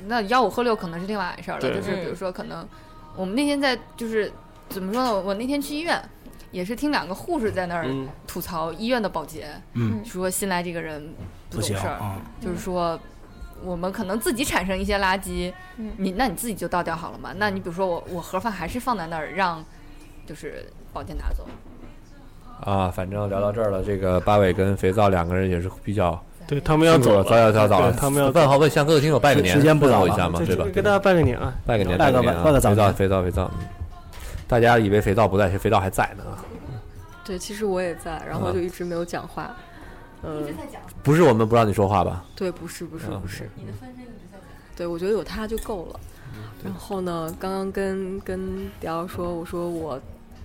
[SPEAKER 6] 那吆五喝六可能是另外一事儿了，
[SPEAKER 9] 对
[SPEAKER 6] 就是比如说可能我们那天在就是怎么说呢，我那天去医院。也是听两个护士在那儿
[SPEAKER 9] 嗯
[SPEAKER 6] 吐槽医院的保洁，
[SPEAKER 10] 嗯，
[SPEAKER 6] 说新来这个人
[SPEAKER 10] 不
[SPEAKER 6] 不懂
[SPEAKER 10] 行
[SPEAKER 6] 事儿，
[SPEAKER 10] 啊，
[SPEAKER 6] 就是说我们可能自己产生一些垃圾，
[SPEAKER 5] 嗯
[SPEAKER 6] 你那你自己就倒掉好了嘛。那你比如说我我盒饭还是放在那儿，让就是保洁拿走，
[SPEAKER 4] 啊，反正聊到这儿了，这个八尾跟肥皂两个人也是比较
[SPEAKER 9] 对他们要走了，
[SPEAKER 4] 早早早早，
[SPEAKER 9] 对他们要
[SPEAKER 4] 问好问向各位听友拜个年，
[SPEAKER 10] 时间不早了
[SPEAKER 4] 问候一下嘛，
[SPEAKER 9] 对
[SPEAKER 4] 对吧？
[SPEAKER 9] 给大家拜个年啊！
[SPEAKER 4] 拜个年，
[SPEAKER 10] 拜个
[SPEAKER 4] 年啊，
[SPEAKER 10] 拜个早
[SPEAKER 4] 肥皂
[SPEAKER 10] 年
[SPEAKER 4] 肥皂肥皂，嗯大家以为肥皂不在，其实肥皂还在呢啊，
[SPEAKER 7] 对，其实我也在，然后就一直没有讲话。嗯，
[SPEAKER 4] 不是我们不让你说话吧？
[SPEAKER 7] 对，不是，不是，
[SPEAKER 4] 啊
[SPEAKER 7] 不是。嗯你的分身对，我觉得有他就够了。然后呢，刚刚跟跟迪奥说，我说我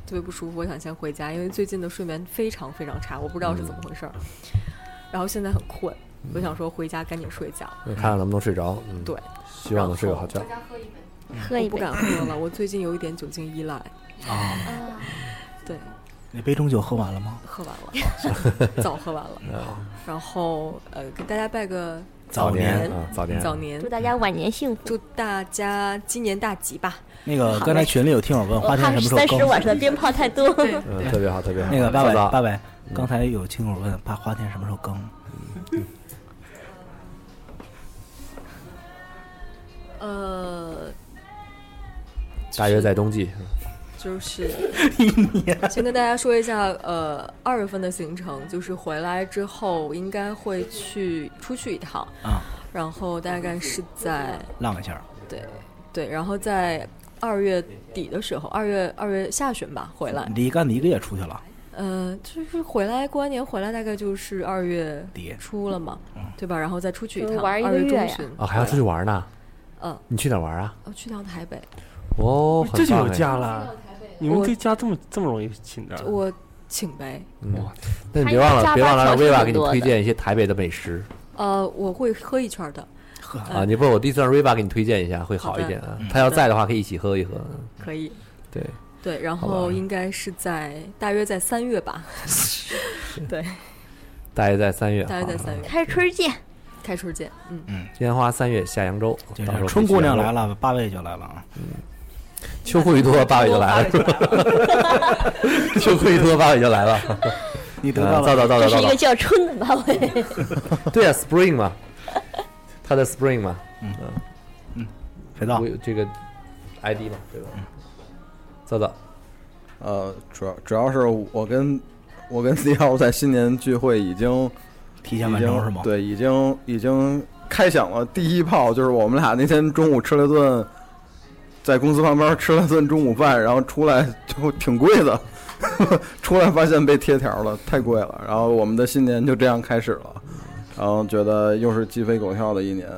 [SPEAKER 7] 特别不舒服，我想先回家，因为最近的睡眠非常非常差，我不知道是怎么回事儿。然后现在很困，我想说回家赶紧睡觉。
[SPEAKER 4] 看看能不能睡着，嗯，
[SPEAKER 7] 对，
[SPEAKER 4] 希望能睡个好觉。
[SPEAKER 5] 喝
[SPEAKER 7] 我
[SPEAKER 5] 一
[SPEAKER 7] 不
[SPEAKER 5] 杯
[SPEAKER 7] 啊敢喝了，我最近有一点酒精依赖。
[SPEAKER 10] 啊，
[SPEAKER 7] 对，
[SPEAKER 10] 那杯中酒喝完了吗？
[SPEAKER 7] 喝完 了， 早喝完了。然后呃，给大家拜个
[SPEAKER 4] 早
[SPEAKER 7] 年，
[SPEAKER 4] 早
[SPEAKER 7] 年，早年，
[SPEAKER 5] 祝大家晚年幸福，
[SPEAKER 7] 嗯祝大家鸡年大吉吧。哦
[SPEAKER 10] 那个刚才群里有听友问花
[SPEAKER 5] 田
[SPEAKER 10] 什么时候更，
[SPEAKER 5] 三十晚 上的鞭炮太多，
[SPEAKER 4] 嗯，特别好，特别好。啊
[SPEAKER 10] 那个八
[SPEAKER 4] 早
[SPEAKER 10] 百八百，
[SPEAKER 4] 嗯
[SPEAKER 19] 嗯
[SPEAKER 10] 刚才有听友问八花田什么时候更？
[SPEAKER 7] 呃，
[SPEAKER 4] 大约在冬季。
[SPEAKER 7] 就是先跟大家说一下，呃，二月份的行程就是回来之后应该会去出去一趟，
[SPEAKER 10] 啊，
[SPEAKER 7] 然后大概是在
[SPEAKER 10] 浪一下，
[SPEAKER 7] 对对，然后在二月底的时候，二月二月下旬吧回来，
[SPEAKER 10] 离干的一个月出去了。
[SPEAKER 7] 呃，就是回来过完年回来大概就是二月
[SPEAKER 10] 底
[SPEAKER 7] 初了嘛，对吧？然后再出去一
[SPEAKER 5] 就
[SPEAKER 7] 趟，
[SPEAKER 5] 是玩一个
[SPEAKER 7] 二月
[SPEAKER 5] 月
[SPEAKER 7] 中
[SPEAKER 5] 呀
[SPEAKER 7] 旬
[SPEAKER 4] 啊，还要出去玩呢？
[SPEAKER 7] 嗯，
[SPEAKER 4] 你去哪儿玩啊？
[SPEAKER 7] 我去趟台北，
[SPEAKER 4] 哦，
[SPEAKER 9] 这
[SPEAKER 4] 很
[SPEAKER 9] 就
[SPEAKER 4] 棒
[SPEAKER 9] 有
[SPEAKER 4] 哎
[SPEAKER 9] 假了，你们对假这么这么容易请的？
[SPEAKER 7] 我请呗。
[SPEAKER 4] 嗯，但你别忘了，别忘了让薇娃给你推荐一些台北的美食
[SPEAKER 7] 呃，我会喝一圈的，呃
[SPEAKER 4] 啊！你不是我第一次让薇娃给你推荐一下，会好一点啊
[SPEAKER 7] 嗯
[SPEAKER 10] 嗯
[SPEAKER 7] 好的。
[SPEAKER 4] 她要在的话，可以一起喝一喝。
[SPEAKER 7] 可以。
[SPEAKER 4] 对，
[SPEAKER 7] 对，然
[SPEAKER 4] 好吧
[SPEAKER 7] 后应该是在大约在三月吧，对，
[SPEAKER 4] 大约在三月，啊
[SPEAKER 7] 大约在三
[SPEAKER 4] 月。
[SPEAKER 7] 月
[SPEAKER 5] 开春见，
[SPEAKER 7] 开春见，嗯嗯，
[SPEAKER 4] 烟花三月下扬州，
[SPEAKER 10] 就
[SPEAKER 4] 到时候
[SPEAKER 10] 是
[SPEAKER 4] 会
[SPEAKER 10] 春姑娘
[SPEAKER 4] 去扬州啊
[SPEAKER 10] 来，了，八位就来了
[SPEAKER 19] 嗯
[SPEAKER 10] 啊。
[SPEAKER 4] 秋裤一脱，八月就来了，是吧？ 秋裤一脱，八月就来了。 啊
[SPEAKER 10] 你
[SPEAKER 4] 得
[SPEAKER 10] 到了
[SPEAKER 4] 到到到
[SPEAKER 5] 这是
[SPEAKER 4] 到
[SPEAKER 5] 一个叫春的吧？喂，
[SPEAKER 4] 到，对啊，Spring 嘛，他的 Spring 嘛，嗯
[SPEAKER 10] 嗯，肥皂
[SPEAKER 4] 我有这个 ID 嘛，对吧？早早，
[SPEAKER 8] 呃，主要主要是我跟我跟 C 幺在新年聚会已经
[SPEAKER 10] 提
[SPEAKER 8] 前
[SPEAKER 10] 完成是吗
[SPEAKER 8] 对，已经已经开响了第一炮，就是我们俩那天中午吃了顿，在公司旁边吃了顿中午饭，然后出来就挺贵的， 出来发现被贴条了，太贵了。然后我们的新年就这样开始了，然后觉得又是鸡飞狗跳的一年，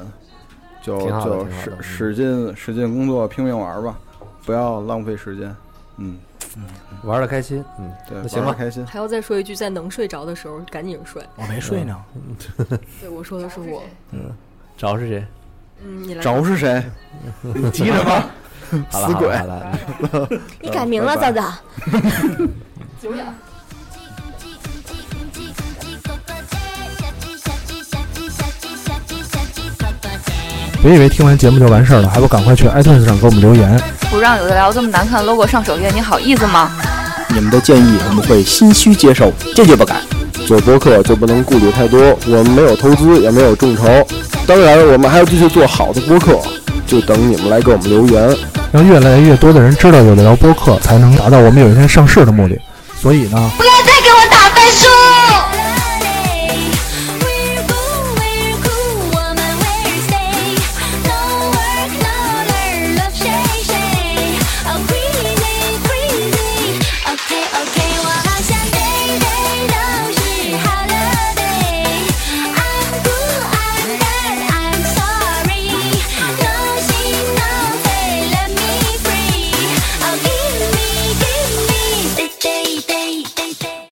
[SPEAKER 8] 就
[SPEAKER 4] 挺好的
[SPEAKER 8] 就
[SPEAKER 4] 挺好
[SPEAKER 8] 使
[SPEAKER 4] 的嗯
[SPEAKER 8] 使劲使劲工作，拼命玩吧，不要浪费时间。嗯，
[SPEAKER 4] 玩的开心，嗯，
[SPEAKER 8] 对，
[SPEAKER 4] 那行
[SPEAKER 8] 玩
[SPEAKER 4] 吧
[SPEAKER 8] 得，开心。
[SPEAKER 7] 还要再说一句，在能睡着的时候赶紧睡。
[SPEAKER 10] 我没睡呢，
[SPEAKER 7] 对，我说的是我，
[SPEAKER 4] 嗯，找是谁？
[SPEAKER 7] 嗯，你来
[SPEAKER 8] 着是 谁？你急什么？
[SPEAKER 4] 好了
[SPEAKER 8] 死鬼
[SPEAKER 4] 好了！
[SPEAKER 5] 你改名了，
[SPEAKER 8] 拜
[SPEAKER 5] 早
[SPEAKER 8] 拜
[SPEAKER 5] 早。
[SPEAKER 7] 久仰。
[SPEAKER 8] 别以为听完节目就完事儿了，还不赶快去 iTunes 上给我们留言。
[SPEAKER 20] 不让有的聊这么难看的 logo 上首页，你好意思吗？
[SPEAKER 19] 你们的建议我们会心虚接受，坚决不改。
[SPEAKER 21] 做播客就不能顾虑太多，我们没有投资，也没有众筹，当然我们还要继续做好的播客，就等你们来给我们留言。
[SPEAKER 8] 让越来越多的人知道有聊播客，才能达到我们有一天上市的目的。所以呢，
[SPEAKER 21] 不要